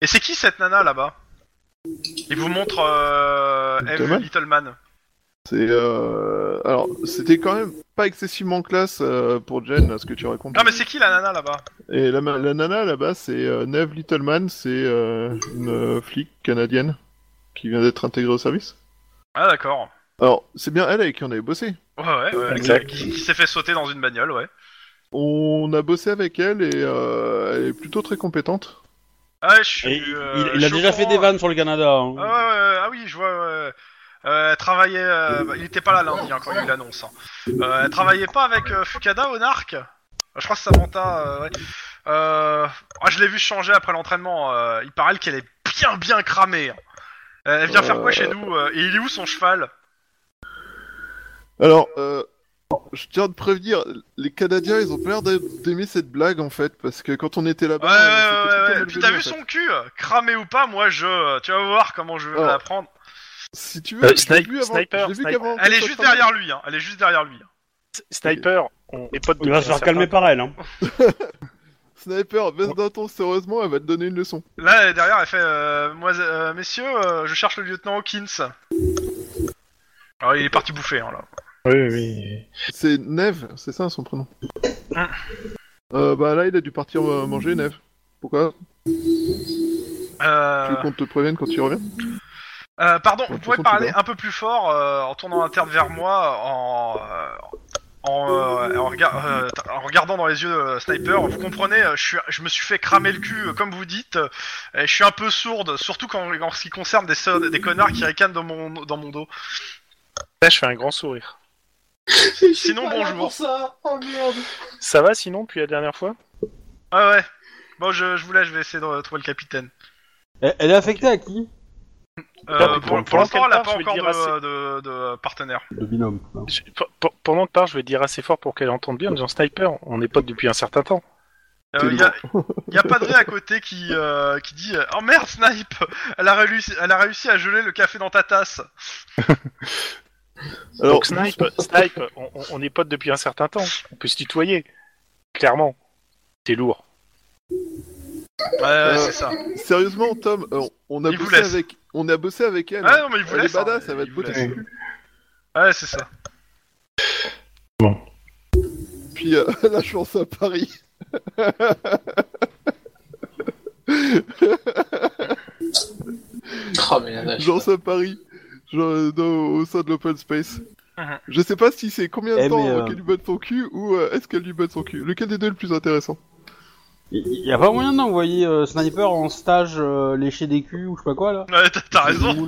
[SPEAKER 1] Et c'est qui cette nana là-bas Il vous montre euh,
[SPEAKER 5] Little
[SPEAKER 1] M.
[SPEAKER 5] Man
[SPEAKER 1] Littleman.
[SPEAKER 5] C'est euh... alors c'était quand même pas excessivement classe euh, pour Jen ce que tu racontes.
[SPEAKER 1] Non mais c'est qui la nana là-bas
[SPEAKER 5] Et la, ma- la nana là-bas c'est euh, Neve Littleman, c'est euh, une euh, flic canadienne qui vient d'être intégrée au service.
[SPEAKER 1] Ah d'accord.
[SPEAKER 5] Alors c'est bien elle avec qui on avait bossé.
[SPEAKER 1] Ouais ouais. ouais.
[SPEAKER 3] Exact.
[SPEAKER 1] Qui, qui s'est fait sauter dans une bagnole, ouais.
[SPEAKER 5] On a bossé avec elle et euh, elle est plutôt très compétente.
[SPEAKER 1] Ah je suis.
[SPEAKER 6] Et il,
[SPEAKER 1] euh,
[SPEAKER 6] il- il
[SPEAKER 1] je
[SPEAKER 6] a
[SPEAKER 1] suis
[SPEAKER 6] déjà
[SPEAKER 1] au
[SPEAKER 6] fait
[SPEAKER 1] courant.
[SPEAKER 6] des vannes sur le Canada. hein.
[SPEAKER 1] Ah, ouais, ouais, ouais, ah oui, je vois. ouais. Euh, elle travaillait. euh, bah, il était pas là lundi hein, quand il eu l'annonce. hein. Euh, elle travaillait pas avec euh, Fukada au narc Je crois que Samantha. euh, ouais. Euh, ah, je l'ai vu changer après l'entraînement. euh, il paraît qu'elle est bien, bien cramée. hein. Euh, Elle vient faire quoi chez nous euh, Et il est où son cheval
[SPEAKER 5] Alors euh, je tiens à te prévenir, les Canadiens ils ont pas l'air d'a- d'aimer cette blague en fait parce que quand on était là-bas.
[SPEAKER 1] Ouais, ouais,
[SPEAKER 5] on était
[SPEAKER 1] ouais,
[SPEAKER 5] tout
[SPEAKER 1] ouais,
[SPEAKER 5] comme
[SPEAKER 1] ouais. Puis t'as vu
[SPEAKER 5] LVD, en fait.
[SPEAKER 1] son cul euh, Cramé ou pas, moi je. Tu vas voir comment je vais
[SPEAKER 5] Alors,
[SPEAKER 1] l'apprendre.
[SPEAKER 5] Si tu veux,
[SPEAKER 3] Euh,
[SPEAKER 5] je l'ai
[SPEAKER 3] snipe-
[SPEAKER 5] vu avant-
[SPEAKER 3] sniper,
[SPEAKER 5] je l'ai vu
[SPEAKER 3] sniper.
[SPEAKER 5] qu'avant
[SPEAKER 1] Elle est
[SPEAKER 5] qu'elle soit
[SPEAKER 1] juste
[SPEAKER 5] travaillée.
[SPEAKER 1] derrière lui. Hein. Elle est juste derrière lui. hein.
[SPEAKER 3] Sniper, on est potes
[SPEAKER 6] Il va se faire calmer par elle. Hein.
[SPEAKER 5] Sniper, baisse d'un ton, sérieusement, elle va te donner une leçon.
[SPEAKER 1] Là, elle est derrière, elle fait euh, moi, euh, Messieurs, euh, je cherche le lieutenant Hawkins. Alors, il est parti bouffer, hein, là.
[SPEAKER 3] Oui, oui.
[SPEAKER 5] C'est Neve, c'est ça son prénom.
[SPEAKER 1] Ah.
[SPEAKER 5] Euh, bah là, il a dû partir euh, manger, Neve. Pourquoi Tu veux
[SPEAKER 1] Euh,
[SPEAKER 5] qu'on te prévienne quand tu reviens
[SPEAKER 1] euh, pardon, vous
[SPEAKER 5] toute
[SPEAKER 1] pouvez
[SPEAKER 5] façon,
[SPEAKER 1] parler
[SPEAKER 5] tu
[SPEAKER 1] un peu plus fort euh, en tournant la tête vers moi, en, euh, en, euh, en rega- euh, t- en regardant dans les yeux euh, Sniper. Vous comprenez, euh, je, suis- je me suis fait cramer le cul, euh, comme vous dites. euh, et je suis un peu sourde, surtout quand, en ce qui concerne des, so- des connards qui ricanent dans mon, dans mon dos.
[SPEAKER 3] Là, je fais un grand sourire.
[SPEAKER 2] Je suis
[SPEAKER 1] Sinon,
[SPEAKER 2] pas là
[SPEAKER 1] bonjour.
[SPEAKER 2] Pour ça. Oh merde.
[SPEAKER 3] Ça va sinon, depuis la dernière fois
[SPEAKER 1] Ah ouais. Bon, je, je vous laisse, je vais essayer de euh, trouver le capitaine.
[SPEAKER 4] Elle, elle est affectée à qui
[SPEAKER 1] Euh,
[SPEAKER 3] Bah,
[SPEAKER 1] pour
[SPEAKER 3] pour-
[SPEAKER 1] pour l'instant, elle n'a pas
[SPEAKER 3] je vais
[SPEAKER 1] encore
[SPEAKER 3] dire
[SPEAKER 1] de,
[SPEAKER 3] assez.
[SPEAKER 1] de- de partenaire.
[SPEAKER 4] Le binôme. non.
[SPEAKER 3] Je- pe- pe- Pendant que part, je vais dire assez fort pour qu'elle entende bien en disant Sniper, on est potes depuis un certain temps.
[SPEAKER 1] Euh, Il n'y a, y a pas de à côté qui, euh, qui dit euh, Oh merde, Snipe elle a, réussi, elle a réussi à geler le café dans ta tasse.
[SPEAKER 5] Alors,
[SPEAKER 3] Donc Snipe, Snipe on, on- on est potes depuis un certain temps. On peut se tutoyer. Clairement. T'es lourd.
[SPEAKER 1] Ouais,
[SPEAKER 5] Euh,
[SPEAKER 1] c'est ça.
[SPEAKER 5] sérieusement, Tom, euh, on, a
[SPEAKER 1] Il vous
[SPEAKER 5] bossé
[SPEAKER 1] laisse.
[SPEAKER 5] avec... on a bossé avec elle.
[SPEAKER 1] Ah non, mais il vous
[SPEAKER 5] elle est
[SPEAKER 1] laisse. hein,
[SPEAKER 5] badass, ça va
[SPEAKER 1] il
[SPEAKER 5] être
[SPEAKER 1] vous
[SPEAKER 5] beauté.
[SPEAKER 1] laisse. Ouais, c'est ça.
[SPEAKER 5] Puis euh, la chance à Paris.
[SPEAKER 2] Oh mais la
[SPEAKER 1] Ah,
[SPEAKER 2] vache.
[SPEAKER 5] Chance à Paris. Genre, dans- au sein de l'open space.
[SPEAKER 1] Mhm.
[SPEAKER 5] Je sais pas si c'est combien de
[SPEAKER 4] Eh,
[SPEAKER 5] temps
[SPEAKER 4] mais,
[SPEAKER 5] euh,
[SPEAKER 4] euh,
[SPEAKER 5] qu'elle lui botte son cul ou euh, est-ce qu'elle lui botte son cul. Lequel des deux est le plus intéressant
[SPEAKER 4] Il y a pas moyen d'envoyer euh, Sniper en stage euh, lécher des culs ou je sais pas quoi là
[SPEAKER 1] Ouais, t'as- t'as raison.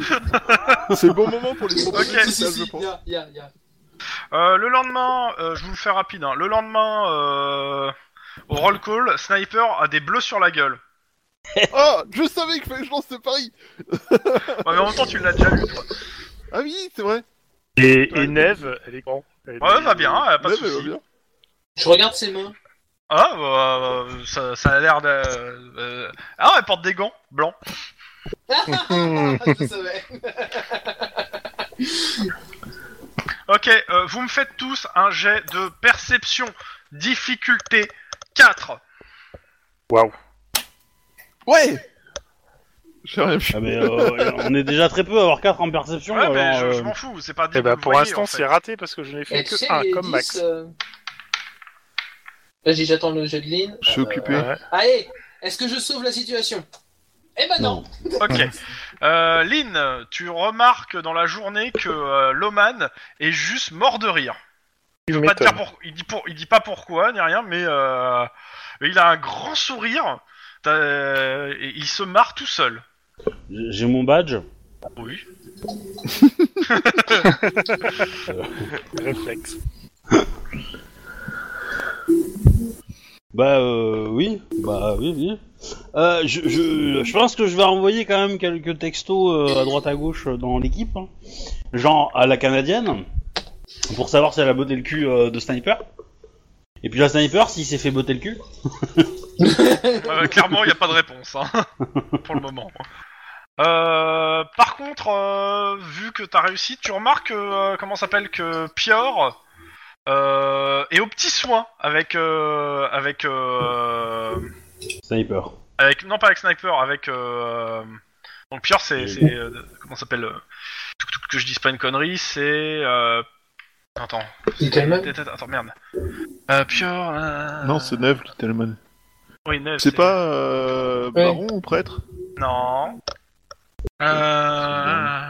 [SPEAKER 5] C'est le bon moment pour les
[SPEAKER 1] Ok.
[SPEAKER 5] propositions
[SPEAKER 2] Si, si,
[SPEAKER 5] sociales,
[SPEAKER 2] si,
[SPEAKER 5] je pense.
[SPEAKER 2] y a, y a, y a.
[SPEAKER 1] Euh, le lendemain, euh, je vous le fais rapide. hein. Le lendemain, euh, au roll call, Sniper a des bleus sur la gueule.
[SPEAKER 5] Ah, je savais qu'il fallait que je lance de Paris.
[SPEAKER 1] Ouais, mais en même temps, tu l'as déjà vu. toi.
[SPEAKER 5] Ah oui, c'est vrai.
[SPEAKER 3] Et, et Neve, elle est grand. Elle est-
[SPEAKER 1] Ouais, va bien, hein, pas de
[SPEAKER 5] Ouais, mais
[SPEAKER 1] soucis.
[SPEAKER 5] bien.
[SPEAKER 2] Je regarde ses mains.
[SPEAKER 1] Ah, bah, euh, ça, ça a l'air de. euh, Ah, elle porte des gants blancs.
[SPEAKER 2] Ah, je savais.
[SPEAKER 1] Ok, euh, vous me faites tous un jet de perception, difficulté 4.
[SPEAKER 3] Waouh.
[SPEAKER 5] Ouais. J'ai rien vu.
[SPEAKER 6] Ah, mais, euh, on est déjà très peu à avoir 4 en
[SPEAKER 3] Oh
[SPEAKER 6] perception.
[SPEAKER 1] Ouais, mais
[SPEAKER 6] alors,
[SPEAKER 1] je, je
[SPEAKER 6] euh,
[SPEAKER 1] m'en fous, c'est pas dit
[SPEAKER 3] Eh ben,
[SPEAKER 1] vous
[SPEAKER 3] pour
[SPEAKER 1] voyez,
[SPEAKER 3] l'instant,
[SPEAKER 1] en fait.
[SPEAKER 3] c'est raté parce que je n'ai fait
[SPEAKER 2] Et tu
[SPEAKER 3] que
[SPEAKER 2] sais,
[SPEAKER 3] un,
[SPEAKER 2] les
[SPEAKER 3] comme
[SPEAKER 2] 10,
[SPEAKER 3] Max.
[SPEAKER 2] euh, Vas-y, j'attends le jet de ligne.
[SPEAKER 5] Je suis occupé.
[SPEAKER 3] Ouais.
[SPEAKER 2] Allez, est-ce que je sauve la situation Eh ben non.
[SPEAKER 1] Ok. Euh, Lynn, tu remarques dans la journée que euh, Loman est juste mort de rire.
[SPEAKER 3] Tu
[SPEAKER 1] Pas de
[SPEAKER 3] m'étonnes.
[SPEAKER 1] dire pour- Il, dit pour... il dit pas pourquoi, ni rien, mais, euh, mais il a un grand sourire. T'as- et Il se marre tout seul.
[SPEAKER 6] j'ai- J'ai mon badge.
[SPEAKER 1] Oui.
[SPEAKER 3] Réflexe.
[SPEAKER 6] Bah euh, oui, bah oui, oui. Euh, je, je, je pense que je vais envoyer quand même quelques textos euh, à droite à gauche euh, dans l'équipe, hein. genre à la canadienne, pour savoir si elle a botté le cul euh, de Sniper. Et puis la Sniper, s'il s'est fait botter le cul.
[SPEAKER 1] Euh, clairement, il n'y a pas de réponse hein, pour le moment. Euh, par contre, euh, vu que t'as réussi, tu remarques euh, comment ça s'appelle que Pior euh, est au petit soin avec euh, avec euh,
[SPEAKER 6] Sniper.
[SPEAKER 1] avec non pas avec sniper avec euh, donc Pior c'est c'est euh, comment ça s'appelle euh, tuk, tuk, que je dise pas une connerie c'est euh, attends
[SPEAKER 2] Little
[SPEAKER 1] attends merde euh, Pior euh,
[SPEAKER 5] Non, c'est Neve, Littleman.
[SPEAKER 1] oui, Neve,
[SPEAKER 5] C'est pas euh,
[SPEAKER 2] Ouais.
[SPEAKER 5] baron ou prêtre
[SPEAKER 1] Non. Euh...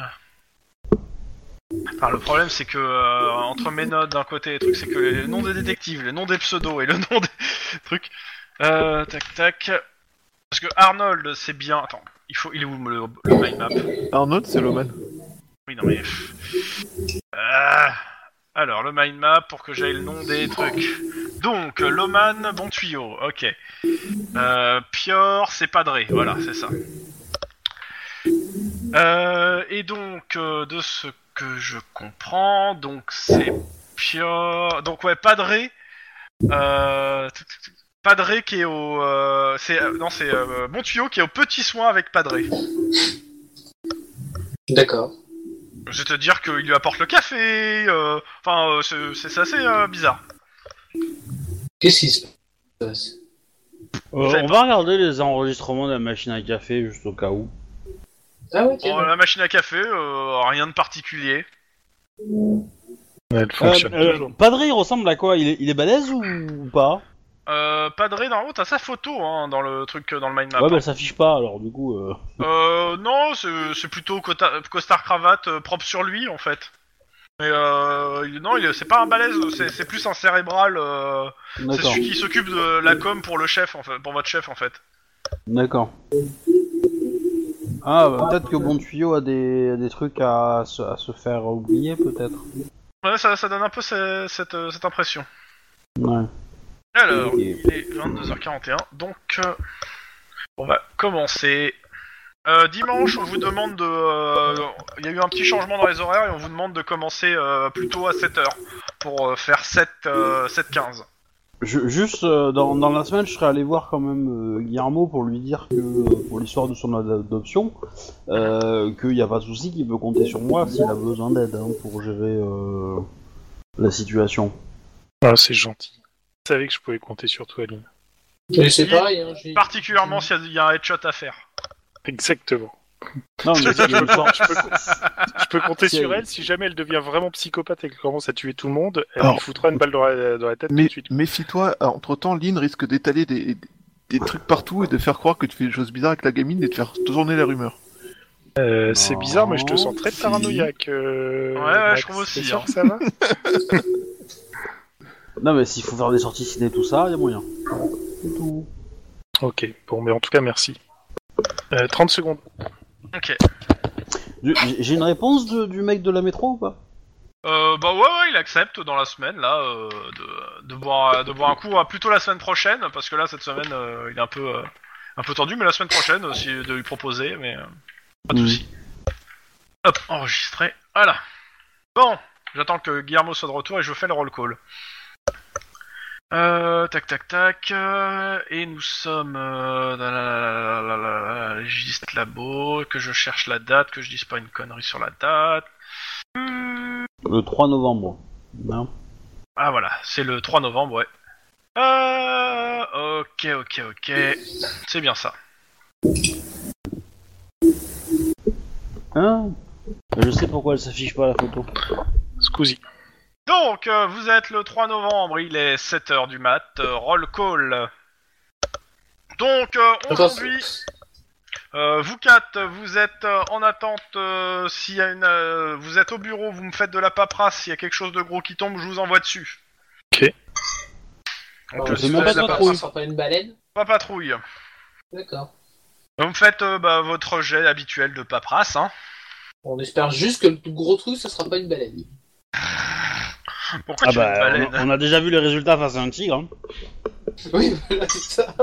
[SPEAKER 1] Enfin, le problème, c'est que euh, entre mes notes d'un côté, les trucs, c'est que les noms des détectives, les noms des pseudos et le nom des trucs. Euh, tac, tac. Parce que Arnold, c'est bien. Attends, il faut. Il est où le, le mind map
[SPEAKER 5] Arnold, c'est Loman.
[SPEAKER 1] Oui, non mais. Ah. Alors, le mind map pour que j'aille le nom des trucs. Donc, Loman, bon tuyau, ok. Euh, Pior, c'est Padré, voilà, c'est ça. Euh, et donc, euh, de ce que je comprends, donc c'est Pior. Donc, ouais, Padré. Euh... tuk, tuk, tuk. Padré qui est au. euh, c'est, euh, non, c'est euh, Bon Tuyau qui est au petit soin avec Padré.
[SPEAKER 2] D'accord.
[SPEAKER 1] C'est-à-dire qu'il lui apporte le café. euh, Enfin, euh, c'est- c'est c'est assez euh, bizarre.
[SPEAKER 2] Qu'est-ce qui se passe
[SPEAKER 6] Euh,
[SPEAKER 1] J'ai-
[SPEAKER 6] on va regarder les enregistrements de la machine à café juste au cas où.
[SPEAKER 2] Ah ouais,
[SPEAKER 1] Bon, la machine à café, euh, rien de particulier.
[SPEAKER 3] Elle
[SPEAKER 6] Euh,
[SPEAKER 3] fonctionne
[SPEAKER 6] euh,
[SPEAKER 3] toujours.
[SPEAKER 6] Padre, il ressemble à quoi il est, il est balèze ou, ou pas
[SPEAKER 1] Euh, Padré, dans haut, t'as sa photo hein, dans le truc, euh, dans le mind map.
[SPEAKER 6] Ouais, bah elle s'affiche pas alors du coup. euh.
[SPEAKER 1] Euh, non, c'est c'est plutôt costard cravate euh, propre sur lui en fait. Mais euh, il- non, il- c'est pas un balèze, c'est- c'est plus un cérébral. euh, c'est
[SPEAKER 6] D'accord,
[SPEAKER 1] celui qui s'occupe de la com pour le chef, en fait, pour votre chef en fait.
[SPEAKER 6] d'accord.
[SPEAKER 4] Ah, bah, peut-être que Bon Tuyau a des, des trucs à, se- à se faire oublier, peut-être.
[SPEAKER 1] Ouais, ça, ça donne un peu ce- cette, euh, cette impression.
[SPEAKER 4] Ouais.
[SPEAKER 1] Alors,
[SPEAKER 4] Ok.
[SPEAKER 1] il est 22h41, donc euh, on va commencer. Euh, dimanche, on vous demande de. euh, Il y a eu un petit changement dans les horaires et on vous demande de commencer euh, plutôt à 7h pour euh, faire 7, euh, 7h15.
[SPEAKER 4] Je- juste euh, dans, dans la semaine, je serais allé voir quand même euh, Guillermo pour lui dire que euh, pour l'histoire de son ad- adoption, euh, qu'il n'y a pas de souci, qu'il peut compter sur moi s'il a besoin d'aide hein, pour gérer euh, la situation.
[SPEAKER 3] Ah, c'est gentil. Je savais que je pouvais compter sur toi, Aline.
[SPEAKER 2] Mais c'est pareil, hein, j'ai-
[SPEAKER 1] Particulièrement s'il y a- il y, a un headshot à faire.
[SPEAKER 3] Exactement.
[SPEAKER 4] Non, mais
[SPEAKER 3] Je
[SPEAKER 4] c'est
[SPEAKER 3] peux,
[SPEAKER 4] une sorte-
[SPEAKER 3] je peux- je peux compter
[SPEAKER 4] Si
[SPEAKER 3] sur
[SPEAKER 4] elle-
[SPEAKER 3] elle. Si jamais elle devient vraiment psychopathe et qu'elle commence à tuer tout le monde, elle
[SPEAKER 5] Alors-
[SPEAKER 3] lui foutra une balle dans la, dans la tête tout
[SPEAKER 5] Mais
[SPEAKER 3] de suite.
[SPEAKER 5] méfie-toi, entre temps, Lynn risque d'étaler des, des trucs partout et de faire croire que tu fais des choses bizarres avec la gamine et de faire tourner la rumeur.
[SPEAKER 3] Euh, c'est
[SPEAKER 4] Non.
[SPEAKER 3] bizarre, mais je te sens très
[SPEAKER 5] Si.
[SPEAKER 3] paranoïaque. euh,
[SPEAKER 1] Ouais, ouais,
[SPEAKER 3] Max.
[SPEAKER 1] je trouve aussi,
[SPEAKER 3] T'es sûr
[SPEAKER 1] hein.
[SPEAKER 3] que ça va
[SPEAKER 4] non, mais s'il faut faire des sorties ciné, tout ça, il y a moyen. C'est tout.
[SPEAKER 3] Ok, bon, mais en tout cas, merci. Euh, 30 secondes.
[SPEAKER 1] Ok.
[SPEAKER 4] Du- j'ai- J'ai une réponse de- du mec de la métro ou pas
[SPEAKER 1] Euh, bah ouais, ouais, il accepte dans la semaine là euh, de, de boire de boire un coup, euh, plutôt la semaine prochaine parce que là cette semaine euh, il est un peu euh, un peu tendu, mais la semaine prochaine euh, si- de lui proposer, mais euh, pas de
[SPEAKER 4] Mm.
[SPEAKER 1] souci. Hop, enregistré. Voilà. Bon, j'attends que Guillermo soit de retour et je fais le roll call. Euh, tac tac tac euh, et nous sommes euh, la, la, la, la, la, la, la, légiste labo que je cherche la date que je dise pas une connerie sur la date
[SPEAKER 4] Le 3 novembre. Non.
[SPEAKER 1] Ah voilà, c'est le 3 novembre, ouais. Euh, ok, ok, ok. C'est bien ça.
[SPEAKER 4] Hein Je sais pourquoi elle s'affiche pas la photo.
[SPEAKER 3] Scusi.
[SPEAKER 1] Donc, euh, vous êtes le 3 novembre, il est 7h du mat, euh, roll call. Donc, euh,
[SPEAKER 2] Attends,
[SPEAKER 1] aujourd'hui, euh, vous quatre, vous êtes euh, en attente, euh, s'il y a une... euh, vous êtes au bureau, vous me faites de la paperasse, s'il y a quelque chose de gros qui tombe, je vous envoie dessus.
[SPEAKER 3] Ok.
[SPEAKER 1] Donc,
[SPEAKER 2] Ah,
[SPEAKER 1] euh,
[SPEAKER 2] c'est
[SPEAKER 1] si
[SPEAKER 4] même
[SPEAKER 1] vous
[SPEAKER 4] pas
[SPEAKER 1] êtes
[SPEAKER 4] de
[SPEAKER 1] la
[SPEAKER 4] patrouille.
[SPEAKER 1] paperasse,
[SPEAKER 2] ça sera pas une baleine
[SPEAKER 1] pas patrouille.
[SPEAKER 2] D'accord.
[SPEAKER 1] Vous me faites euh, bah, votre jet habituel de paperasse, hein.
[SPEAKER 2] On espère juste que le gros truc, ça sera pas une baleine.
[SPEAKER 1] Pourquoi
[SPEAKER 6] Ah
[SPEAKER 1] tu veux une
[SPEAKER 6] bah,
[SPEAKER 1] baleine
[SPEAKER 6] on a, on a déjà vu les résultats face à un tigre. hein.
[SPEAKER 2] Oui, voilà, c'est ça.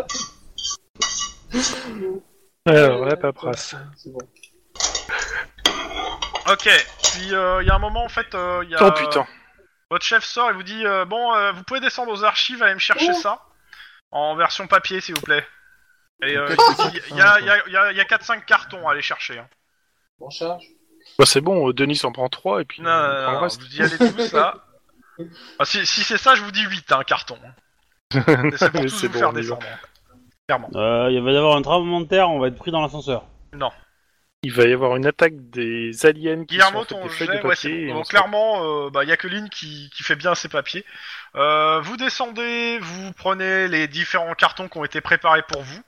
[SPEAKER 3] Alors, la paperasse.
[SPEAKER 2] C'est bon.
[SPEAKER 1] Ok, puis il y a un moment en fait, euh, y a,
[SPEAKER 3] Oh putain.
[SPEAKER 1] votre chef sort et vous dit euh, Bon, euh, vous pouvez descendre aux archives, allez me chercher
[SPEAKER 2] Oh.
[SPEAKER 1] ça en version papier s'il vous plaît. Et euh,
[SPEAKER 5] Quatre,
[SPEAKER 1] il y a, il y a, il y a, il y a 4-5 cartons à aller chercher. Hein.
[SPEAKER 2] En charge
[SPEAKER 3] Bah, c'est bon, euh, Denis en prend 3 et puis
[SPEAKER 1] Non,
[SPEAKER 3] on
[SPEAKER 1] non,
[SPEAKER 3] prend
[SPEAKER 1] non,
[SPEAKER 3] le reste.
[SPEAKER 1] vous y allez tous là. Ah, si si c'est ça, je vous dis 8, un carton. Mais C'est pour
[SPEAKER 3] Mais
[SPEAKER 1] tous
[SPEAKER 3] c'est
[SPEAKER 1] vous
[SPEAKER 3] bon,
[SPEAKER 1] faire
[SPEAKER 3] on y va.
[SPEAKER 1] descendre.
[SPEAKER 6] Euh, il va y avoir un tremblement de terre, on va être pris dans l'ascenseur.
[SPEAKER 3] Il va y avoir une attaque des aliens qui
[SPEAKER 1] Guillermo,
[SPEAKER 3] sont en fait
[SPEAKER 1] ton
[SPEAKER 3] des feuilles
[SPEAKER 1] jet,
[SPEAKER 3] de
[SPEAKER 1] ouais,
[SPEAKER 3] papier.
[SPEAKER 1] c'est
[SPEAKER 3] et
[SPEAKER 1] bon.
[SPEAKER 3] on
[SPEAKER 1] Donc,
[SPEAKER 3] se-
[SPEAKER 1] clairement, il bah, y a que Lynn qui, qui fait bien ses papiers. Euh, vous descendez, vous prenez les différents cartons qui ont été préparés pour vous,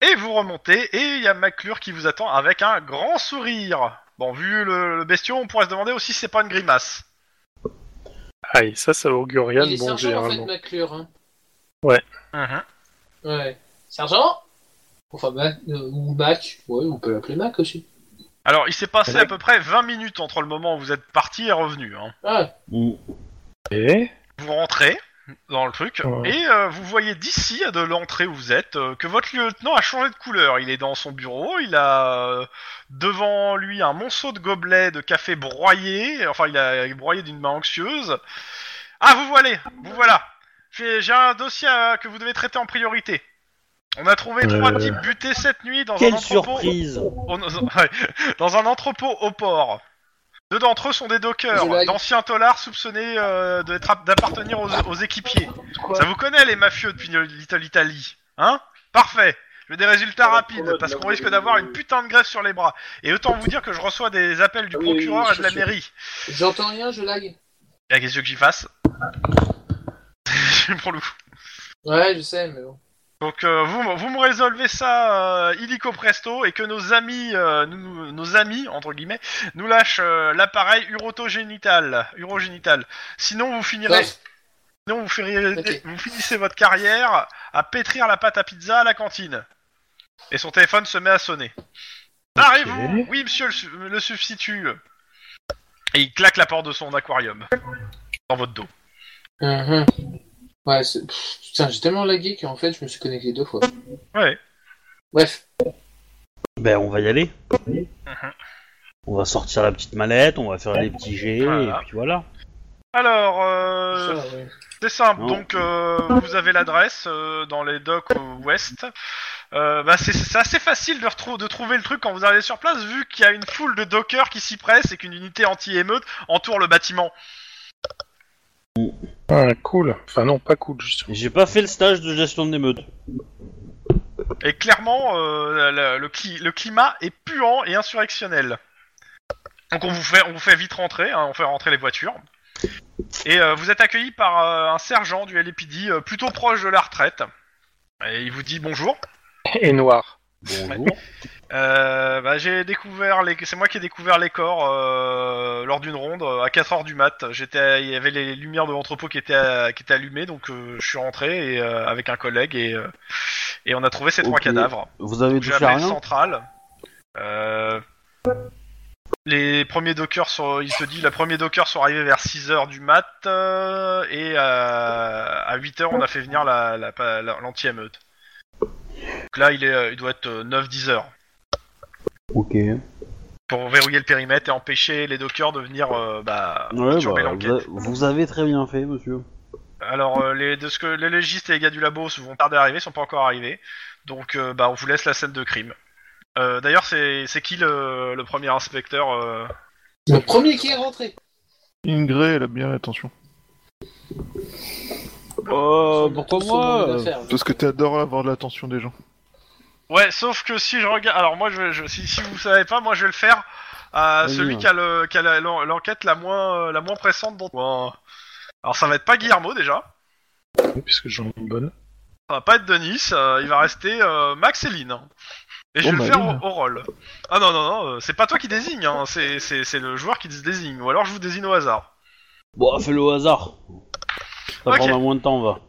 [SPEAKER 1] et vous remontez, et il y a McClure qui vous attend avec un grand sourire. Bon, vu le, le bestiau, on pourrait se demander aussi si c'est pas une grimace.
[SPEAKER 3] Ah, et ça, ça augure rien
[SPEAKER 2] Il
[SPEAKER 3] de
[SPEAKER 2] est
[SPEAKER 3] bon,
[SPEAKER 2] sergent en fait,
[SPEAKER 3] généralement.
[SPEAKER 2] McClure. Hein.
[SPEAKER 1] Mhm.
[SPEAKER 2] Ouais. Sergent Enfin, Mac, euh, ou Mac. Ouais, on peut l'appeler Mac aussi.
[SPEAKER 1] Alors, il s'est passé à peu près 20 minutes entre le moment où vous êtes parti et revenu. Hein.
[SPEAKER 2] Ah,
[SPEAKER 3] Eh
[SPEAKER 1] Vous rentrez dans le truc,
[SPEAKER 3] Ouais.
[SPEAKER 1] et euh, vous voyez d'ici, à de l'entrée où vous êtes, euh, que votre lieutenant a changé de couleur. Il est dans son bureau, il a euh, devant lui un monceau de gobelets de café broyé, enfin il a broyé d'une main anxieuse. Ah, vous voilà, vous voilà. J'ai j'ai un dossier euh, que vous devez traiter en priorité. On a trouvé trois
[SPEAKER 3] Euh.
[SPEAKER 1] types butés cette nuit dans un
[SPEAKER 6] Quelle
[SPEAKER 1] entrepôt
[SPEAKER 6] surprise
[SPEAKER 1] on- ouais. dans un entrepôt au port. Deux d'entre eux sont des
[SPEAKER 2] Je
[SPEAKER 1] dockers,
[SPEAKER 2] lag.
[SPEAKER 1] d'anciens tollards soupçonnés euh, d'être- d'appartenir aux, aux équipiers.
[SPEAKER 2] quoi
[SPEAKER 1] Ça vous connaît les mafieux depuis Little Italy, hein Parfait. Je veux des résultats
[SPEAKER 2] Ah,
[SPEAKER 1] rapides
[SPEAKER 2] ouais,
[SPEAKER 1] parce
[SPEAKER 2] là,
[SPEAKER 1] qu'on
[SPEAKER 2] oui,
[SPEAKER 1] risque
[SPEAKER 2] oui,
[SPEAKER 1] d'avoir
[SPEAKER 2] oui.
[SPEAKER 1] une putain de grève sur les bras. Et autant vous dire que je reçois des appels du
[SPEAKER 2] Ah oui, oui,
[SPEAKER 1] procureur
[SPEAKER 2] oui,
[SPEAKER 1] et de
[SPEAKER 2] je
[SPEAKER 1] la
[SPEAKER 2] sais.
[SPEAKER 1] mairie.
[SPEAKER 2] J'entends rien, je lag.
[SPEAKER 1] Bah, Qu'est-ce que j'y fasse Pour le coup.
[SPEAKER 2] Ouais, je sais, mais bon.
[SPEAKER 1] Donc euh, vous, m- vous me résolvez ça euh, illico presto et que nos amis, euh, nous- nous- nos amis entre guillemets, nous lâchent euh, l'appareil urotogénital, urogénital. Sinon vous finirez,
[SPEAKER 2] Bref,
[SPEAKER 1] sinon vous, finirez-
[SPEAKER 2] Ok.
[SPEAKER 1] vous finissez votre carrière à pétrir la pâte à pizza à la cantine. Et son téléphone se met à sonner. Barrez-vous Oui monsieur le, su- le substitut. Et il claque la porte de son aquarium dans votre dos.
[SPEAKER 2] Mhm. Ouais, c'est- pff, putain, j'ai tellement lagué qu'en fait, je me suis connecté deux fois.
[SPEAKER 1] Ouais.
[SPEAKER 2] Bref,
[SPEAKER 6] Ben, on va y aller.
[SPEAKER 1] Mhm.
[SPEAKER 6] On va sortir la petite mallette, on va faire les petits jets,
[SPEAKER 1] Voilà.
[SPEAKER 6] et puis voilà.
[SPEAKER 1] Alors. Euh...
[SPEAKER 2] ça, ouais.
[SPEAKER 1] C'est simple,
[SPEAKER 6] Non.
[SPEAKER 1] donc euh, vous avez l'adresse euh, dans les docks euh, ouest. Euh, bah c'est c'est assez facile de, retrou- de trouver le truc quand vous arrivez sur place, vu qu'il y a une foule de dockers qui s'y pressent et qu'une unité anti-émeute entoure le bâtiment.
[SPEAKER 3] Ah, cool. Enfin, non, pas cool, justement.
[SPEAKER 6] J'ai pas fait le stage de gestion de l'émeute.
[SPEAKER 1] Et clairement, euh, le, le cli- le climat est puant et insurrectionnel. Donc on vous fait, on vous fait vite rentrer, hein, on fait rentrer les voitures. Et euh, vous êtes accueillis par euh, un sergent du LAPD euh, plutôt proche de la retraite. Et il vous dit bonjour.
[SPEAKER 3] Et noir.
[SPEAKER 6] Bonjour.
[SPEAKER 1] Euh, bah, j'ai découvert les... c'est moi qui ai découvert les corps euh, lors d'une ronde euh, à 4 heures du mat. J'étais, il y avait les lumières de l'entrepôt qui étaient euh, qui étaient allumées, donc euh, je suis rentré et, euh, avec un collègue et euh, et on a trouvé ces trois
[SPEAKER 6] Ok.
[SPEAKER 1] cadavres.
[SPEAKER 6] Vous avez
[SPEAKER 1] J'ai
[SPEAKER 6] touché à
[SPEAKER 1] appelé le
[SPEAKER 6] rien
[SPEAKER 1] central. Euh, les premiers dockers sont, il se dit, les premiers dockers sont arrivés vers 6 heures du mat euh, et euh, à 8 heures on a fait venir la, la, la- l'anti-émeute. Donc là il est, euh, il doit être 9-10 heures
[SPEAKER 6] Ok. Ouais,
[SPEAKER 1] pour verrouiller le périmètre et empêcher les dockers de venir euh, bah, perturber
[SPEAKER 6] bah,
[SPEAKER 1] l'enquête.
[SPEAKER 6] vous, a- vous avez très bien fait, monsieur.
[SPEAKER 1] Alors euh, les de ce que les légistes et les gars du labo se vont tarder à arriver, sont pas encore arrivés, donc euh, bah on vous laisse la scène de crime. Euh, D'ailleurs c'est c'est qui le, le premier inspecteur euh,
[SPEAKER 2] Le premier qui est rentré.
[SPEAKER 5] Ingray, elle a bien attention.
[SPEAKER 6] Euh,
[SPEAKER 2] Faut mon affaire, là.
[SPEAKER 5] Parce que t'adores avoir de l'attention des gens.
[SPEAKER 1] Ouais, sauf que si je regarde, alors moi je, vais- je- si si vous savez pas, moi je vais le faire à
[SPEAKER 6] Vas-y,
[SPEAKER 1] celui
[SPEAKER 6] ouais.
[SPEAKER 1] qui a le- qui a la- l'en- l'enquête la moins euh, la moins pressante dans. Bon, Alors ça va être pas Guillermo déjà,
[SPEAKER 3] Puisque j'en ai une bonne.
[SPEAKER 1] ça va pas être Denis, euh, il va rester euh, Max et Lynn. Et je vais
[SPEAKER 5] Bon,
[SPEAKER 1] le
[SPEAKER 5] bah,
[SPEAKER 1] faire
[SPEAKER 5] Lynn.
[SPEAKER 1] au, au rôle. Ah non non non, euh, c'est pas toi qui désigne, hein, c'est c'est c'est le joueur qui se désigne, ou alors je vous désigne au hasard.
[SPEAKER 6] Bon, fais-le au hasard. Ça
[SPEAKER 1] Ok.
[SPEAKER 6] prendra moins de temps, va.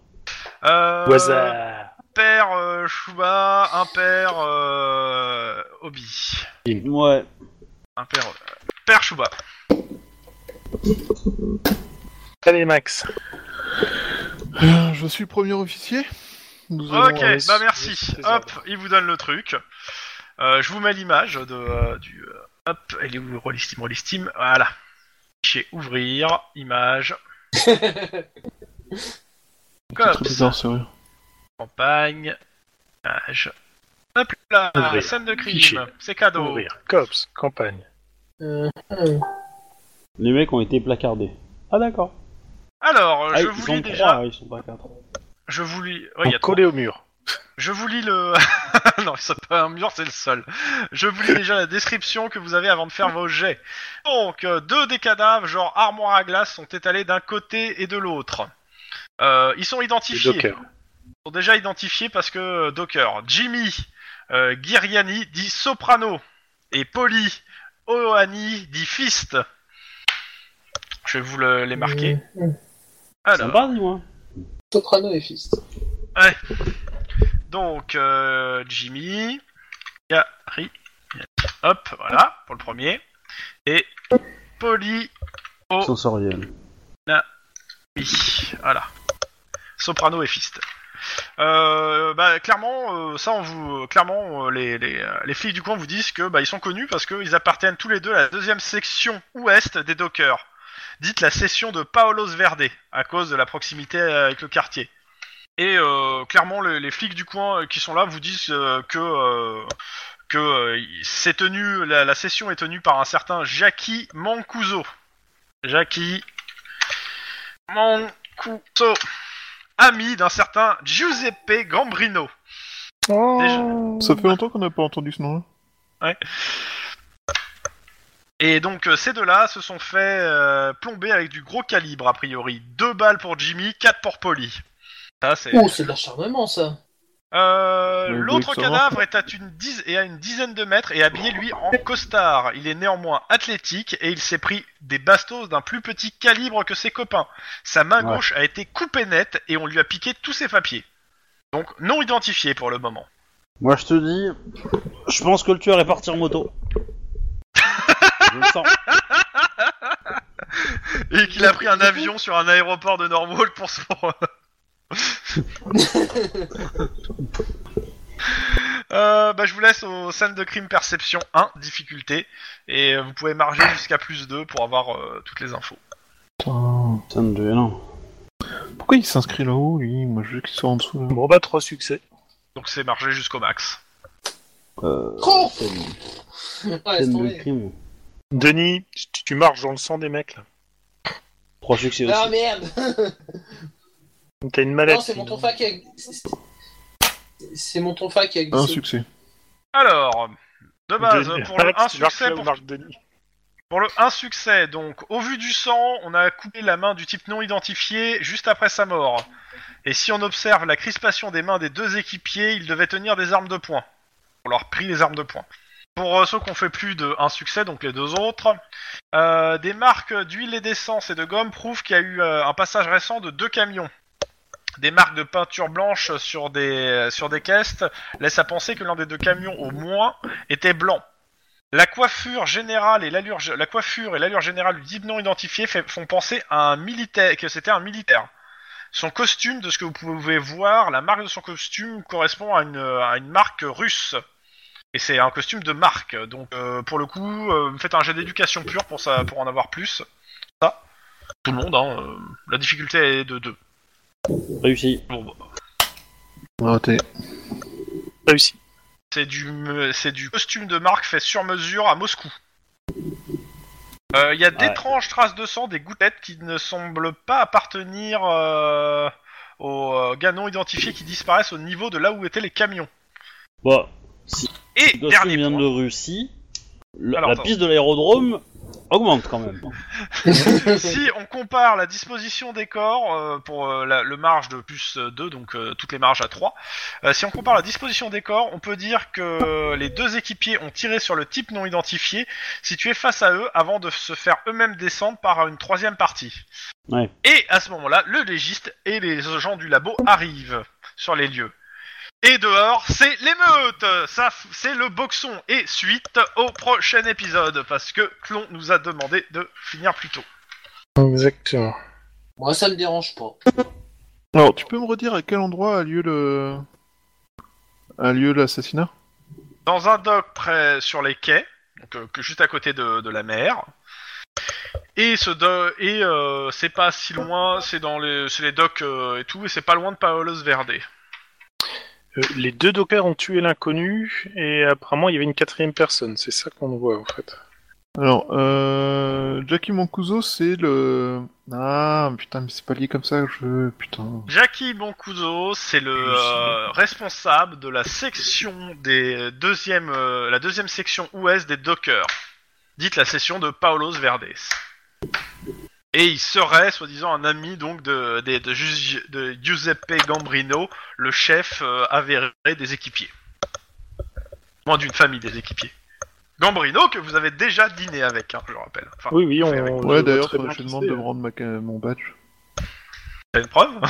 [SPEAKER 1] Euh,
[SPEAKER 3] Waza.
[SPEAKER 1] Père euh, Shuba, impair euh, Obi,
[SPEAKER 6] Ouais.
[SPEAKER 1] impair père Shuba.
[SPEAKER 3] Allez, Max.
[SPEAKER 5] Euh, je suis premier officier. Nous avons-
[SPEAKER 1] Ok,
[SPEAKER 3] euh,
[SPEAKER 1] bah
[SPEAKER 3] c'est-
[SPEAKER 1] merci.
[SPEAKER 3] c'est ça.
[SPEAKER 1] Hop, il vous donne le truc. Euh, je vous mets l'image de euh, du. euh, hop, elle est où Roll Steam, Roll Steam. Voilà. Chez ouvrir, image,
[SPEAKER 5] C'est très
[SPEAKER 1] Cops.
[SPEAKER 5] bizarre, sérieux.
[SPEAKER 1] campagne, image. Hop là,
[SPEAKER 3] Ouvrir.
[SPEAKER 1] scène de crime,
[SPEAKER 3] Fichier.
[SPEAKER 1] c'est cadeau.
[SPEAKER 3] Ouvrir. Cops, campagne.
[SPEAKER 2] Euh, hum.
[SPEAKER 6] Les mecs ont été placardés. Ah d'accord.
[SPEAKER 1] Alors, euh,
[SPEAKER 6] Ah,
[SPEAKER 1] je
[SPEAKER 6] ils
[SPEAKER 1] vous
[SPEAKER 6] sont
[SPEAKER 1] lis déjà.
[SPEAKER 6] trois, ils sont pas quatre.
[SPEAKER 1] Je vous lis. Ouais, il y a trois.
[SPEAKER 3] Collé au mur.
[SPEAKER 1] Je vous lis le. non, c'est pas un mur, c'est le sol. Je vous lis déjà la description que vous avez avant de faire vos jets. Donc, euh, deux des cadavres, genre armoire à glace, sont étalés d'un côté et de l'autre. Euh, ils sont
[SPEAKER 3] Les
[SPEAKER 1] identifiés.
[SPEAKER 3] dockers.
[SPEAKER 1] sont déjà identifiés parce que euh, Docker, Jimmy euh, Ghiriani dit Soprano et Polly Oani dit Fist. Je vais vous le- les marquer.
[SPEAKER 2] Hum.
[SPEAKER 1] Alors,
[SPEAKER 6] Sympa, dis-moi.
[SPEAKER 2] Soprano et Fist.
[SPEAKER 1] donc euh, Jimmy, Gary, hop, voilà pour le premier et Polly
[SPEAKER 4] Sensoriel.
[SPEAKER 1] Oui, voilà. Soprano et Fist. Euh, bah, clairement, euh, ça on vous, clairement, euh, les, les, euh, les filles du coin vous disent que bah, ils sont connus parce qu'ils appartiennent tous les deux à la deuxième section ouest des Dockers, dite la section de Paolos Verde, à cause de la proximité euh, avec le quartier. Et euh, clairement, les, les flics du coin euh, qui sont là vous disent euh, que euh, que euh, il- c'est tenu, la, la session est tenue par un certain Jackie Mancuso. Jackie Mancuso, ami d'un certain Giuseppe Gambrino. Déjà.
[SPEAKER 5] Ça fait longtemps qu'on n'a pas entendu ce nom-là.
[SPEAKER 1] Et donc euh, ces deux-là se sont fait euh, plomber avec du gros calibre a priori. Deux balles pour Jimmy, quatre pour Polly. Ça c'est.
[SPEAKER 2] Ouh, c'est de l'acharnement, ça.
[SPEAKER 1] Euh,
[SPEAKER 5] Oui,
[SPEAKER 1] L'autre
[SPEAKER 5] oui, ça va.
[SPEAKER 1] cadavre est à une, diz- est à une dizaine de mètres et habillé lui en costard. Il est néanmoins athlétique et il s'est pris des bastos d'un plus petit calibre que ses copains. Sa main
[SPEAKER 4] Ouais.
[SPEAKER 1] gauche a été coupée nette et on lui a piqué tous ses papiers. Donc non identifié pour le moment.
[SPEAKER 4] Moi je te dis,
[SPEAKER 6] Je pense que le tueur est parti en moto. Je le sens.
[SPEAKER 1] Et qu'il a pris un avion sur un aéroport de Norwalk pour se rendre. Euh, bah, je vous laisse aux scènes de crime perception 1, difficulté, et euh, vous pouvez marger jusqu'à plus 2 pour avoir euh, toutes les infos.
[SPEAKER 5] Putain.
[SPEAKER 6] Ça me devient non.
[SPEAKER 5] Oh. Pourquoi il s'inscrit là-haut, lui Moi, je veux qu'il soit en dessous. là.
[SPEAKER 3] Bon, bah, trois succès.
[SPEAKER 1] Donc c'est margé jusqu'au max.
[SPEAKER 6] Euh,
[SPEAKER 2] Trop
[SPEAKER 6] scène-
[SPEAKER 2] Ouais, laisse
[SPEAKER 6] scène de
[SPEAKER 2] tomber.
[SPEAKER 6] crime.
[SPEAKER 3] Denis, tu, tu marches dans le sang des mecs, là.
[SPEAKER 6] Trois succès
[SPEAKER 2] Ah
[SPEAKER 6] aussi.
[SPEAKER 2] merde
[SPEAKER 3] T'as une maladie.
[SPEAKER 2] Non, c'est mon tonfa qui a... C'est mon tonfa qui a
[SPEAKER 5] Un
[SPEAKER 2] glissé.
[SPEAKER 5] succès.
[SPEAKER 1] Alors, de base,
[SPEAKER 3] Denis-
[SPEAKER 1] hein, pour le
[SPEAKER 3] Arrête,
[SPEAKER 1] 1
[SPEAKER 3] tu marches
[SPEAKER 1] succès,
[SPEAKER 3] là où
[SPEAKER 1] pour,
[SPEAKER 3] marche Denis.
[SPEAKER 1] pour le un succès, donc au vu du sang, on a coupé la main du type non identifié juste après sa mort. Et si on observe la crispation des mains des deux équipiers, ils devaient tenir des armes de poing. On leur pris les armes de poing. Pour euh, ceux qui ont fait plus de un succès, donc les deux autres, euh, des marques d'huile et d'essence et de gomme prouvent qu'il y a eu euh, un passage récent de deux camions. Des marques de peinture blanche sur des, sur des caisses laissent à penser que l'un des deux camions au moins était blanc. La coiffure générale et l'allure, la coiffure et l'allure générale du type non identifié fait- font penser à un militaire, que c'était un militaire. Son costume, de ce que vous pouvez voir, la marque de son costume correspond à une, à une marque russe. Et c'est un costume de marque. Donc, euh, pour le coup, euh, faites un jet d'éducation pure pour, ça, pour en avoir plus. Ça, tout le monde, hein, euh, la difficulté est de 2.
[SPEAKER 6] Réussi.
[SPEAKER 1] Bon, bah,
[SPEAKER 5] Raté.
[SPEAKER 3] Réussi.
[SPEAKER 1] C'est du, me- c'est du costume de marque fait sur mesure à Moscou. Euh, Il y a d'étranges traces de sang, des gouttelettes qui ne semblent pas appartenir euh, aux euh, gars non identifiés qui disparaissent au niveau de là où étaient les camions.
[SPEAKER 6] Bon,
[SPEAKER 1] Et
[SPEAKER 6] le
[SPEAKER 1] dernier
[SPEAKER 6] vient
[SPEAKER 1] point.
[SPEAKER 6] de Russie. Le-
[SPEAKER 1] Alors,
[SPEAKER 6] la
[SPEAKER 1] attends.
[SPEAKER 6] piste de l'aérodrome augmente quand même.
[SPEAKER 1] si on compare la disposition des corps euh, pour euh, la- le marge de plus euh, 2, donc euh, toutes les marges à 3, euh, si on compare la disposition des corps, on peut dire que les deux équipiers ont tiré sur le type non identifié situé face à eux avant de se faire eux-mêmes descendre par une troisième partie.
[SPEAKER 6] Ouais.
[SPEAKER 1] Et à ce moment-là, le légiste et les gens du labo arrivent sur les lieux. Et dehors, c'est l'émeute Ça, f- c'est le boxon Et suite au prochain épisode, parce que Clon nous a demandé de finir plus tôt.
[SPEAKER 3] Exactement.
[SPEAKER 2] Moi, ça me dérange pas.
[SPEAKER 5] Alors, tu peux me redire à quel endroit a lieu le. a lieu l'assassinat
[SPEAKER 1] dans un dock près sur les quais, donc euh, que juste à côté de, de la mer. Et ce do- et euh, c'est pas si loin, c'est dans les, c'est les docks euh, et tout, et c'est pas loin de Paolos Verde.
[SPEAKER 3] Euh, les deux dockers ont tué l'inconnu et apparemment il y avait une quatrième personne. C'est ça qu'on voit en fait.
[SPEAKER 5] Alors, euh, Jackie Mancuso, c'est le... Ah, putain, mais c'est pas lié comme ça, je... Putain...
[SPEAKER 1] Jackie Boncuzo, c'est le euh, responsable de la section des deuxième, euh, la deuxième section ouest des Dockers, dite la section de Paulos Verdes. Et il serait, soi-disant, un ami donc de, de, de Gius- de Giuseppe Gambrino, le chef euh, avéré des équipiers. Moins d'une famille des équipiers. Gambrino, que vous avez déjà dîné avec, hein, je le rappelle. Enfin,
[SPEAKER 3] Oui, oui, on. on
[SPEAKER 5] Ouais,
[SPEAKER 3] le
[SPEAKER 5] d'ailleurs,
[SPEAKER 3] voit très
[SPEAKER 5] faudrait que je
[SPEAKER 3] bien qui
[SPEAKER 5] te demande de
[SPEAKER 3] c'est. hein.
[SPEAKER 5] me rendre ma ca- mon badge.
[SPEAKER 1] t'as une preuve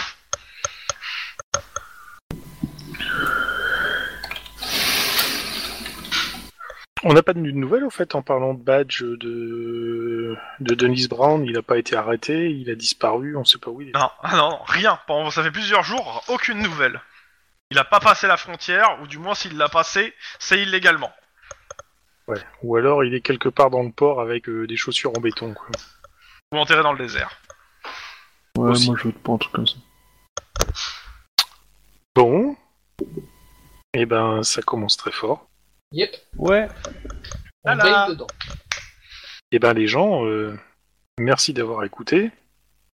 [SPEAKER 3] On n'a pas de nouvelles au fait en parlant de badge de, de Denise Brown. Il n'a pas été arrêté, il a disparu, on sait pas où il est.
[SPEAKER 1] Non, ah non, non, rien. Pendant, ça fait plusieurs jours, aucune nouvelle. Il a pas passé la frontière, ou du moins s'il l'a passé, c'est illégalement.
[SPEAKER 3] Ouais. Ou alors il est quelque part dans le port avec euh, des chaussures en béton. Quoi.
[SPEAKER 1] Ou enterré dans le désert.
[SPEAKER 5] Ouais,
[SPEAKER 3] Aussi.
[SPEAKER 5] moi je veux pas un truc comme ça.
[SPEAKER 3] Bon. Eh ben, ça commence très fort.
[SPEAKER 2] Yep,
[SPEAKER 4] Ouais.
[SPEAKER 2] on
[SPEAKER 1] Voilà.
[SPEAKER 2] baigne dedans.
[SPEAKER 3] Eh ben, les gens, euh, merci d'avoir écouté.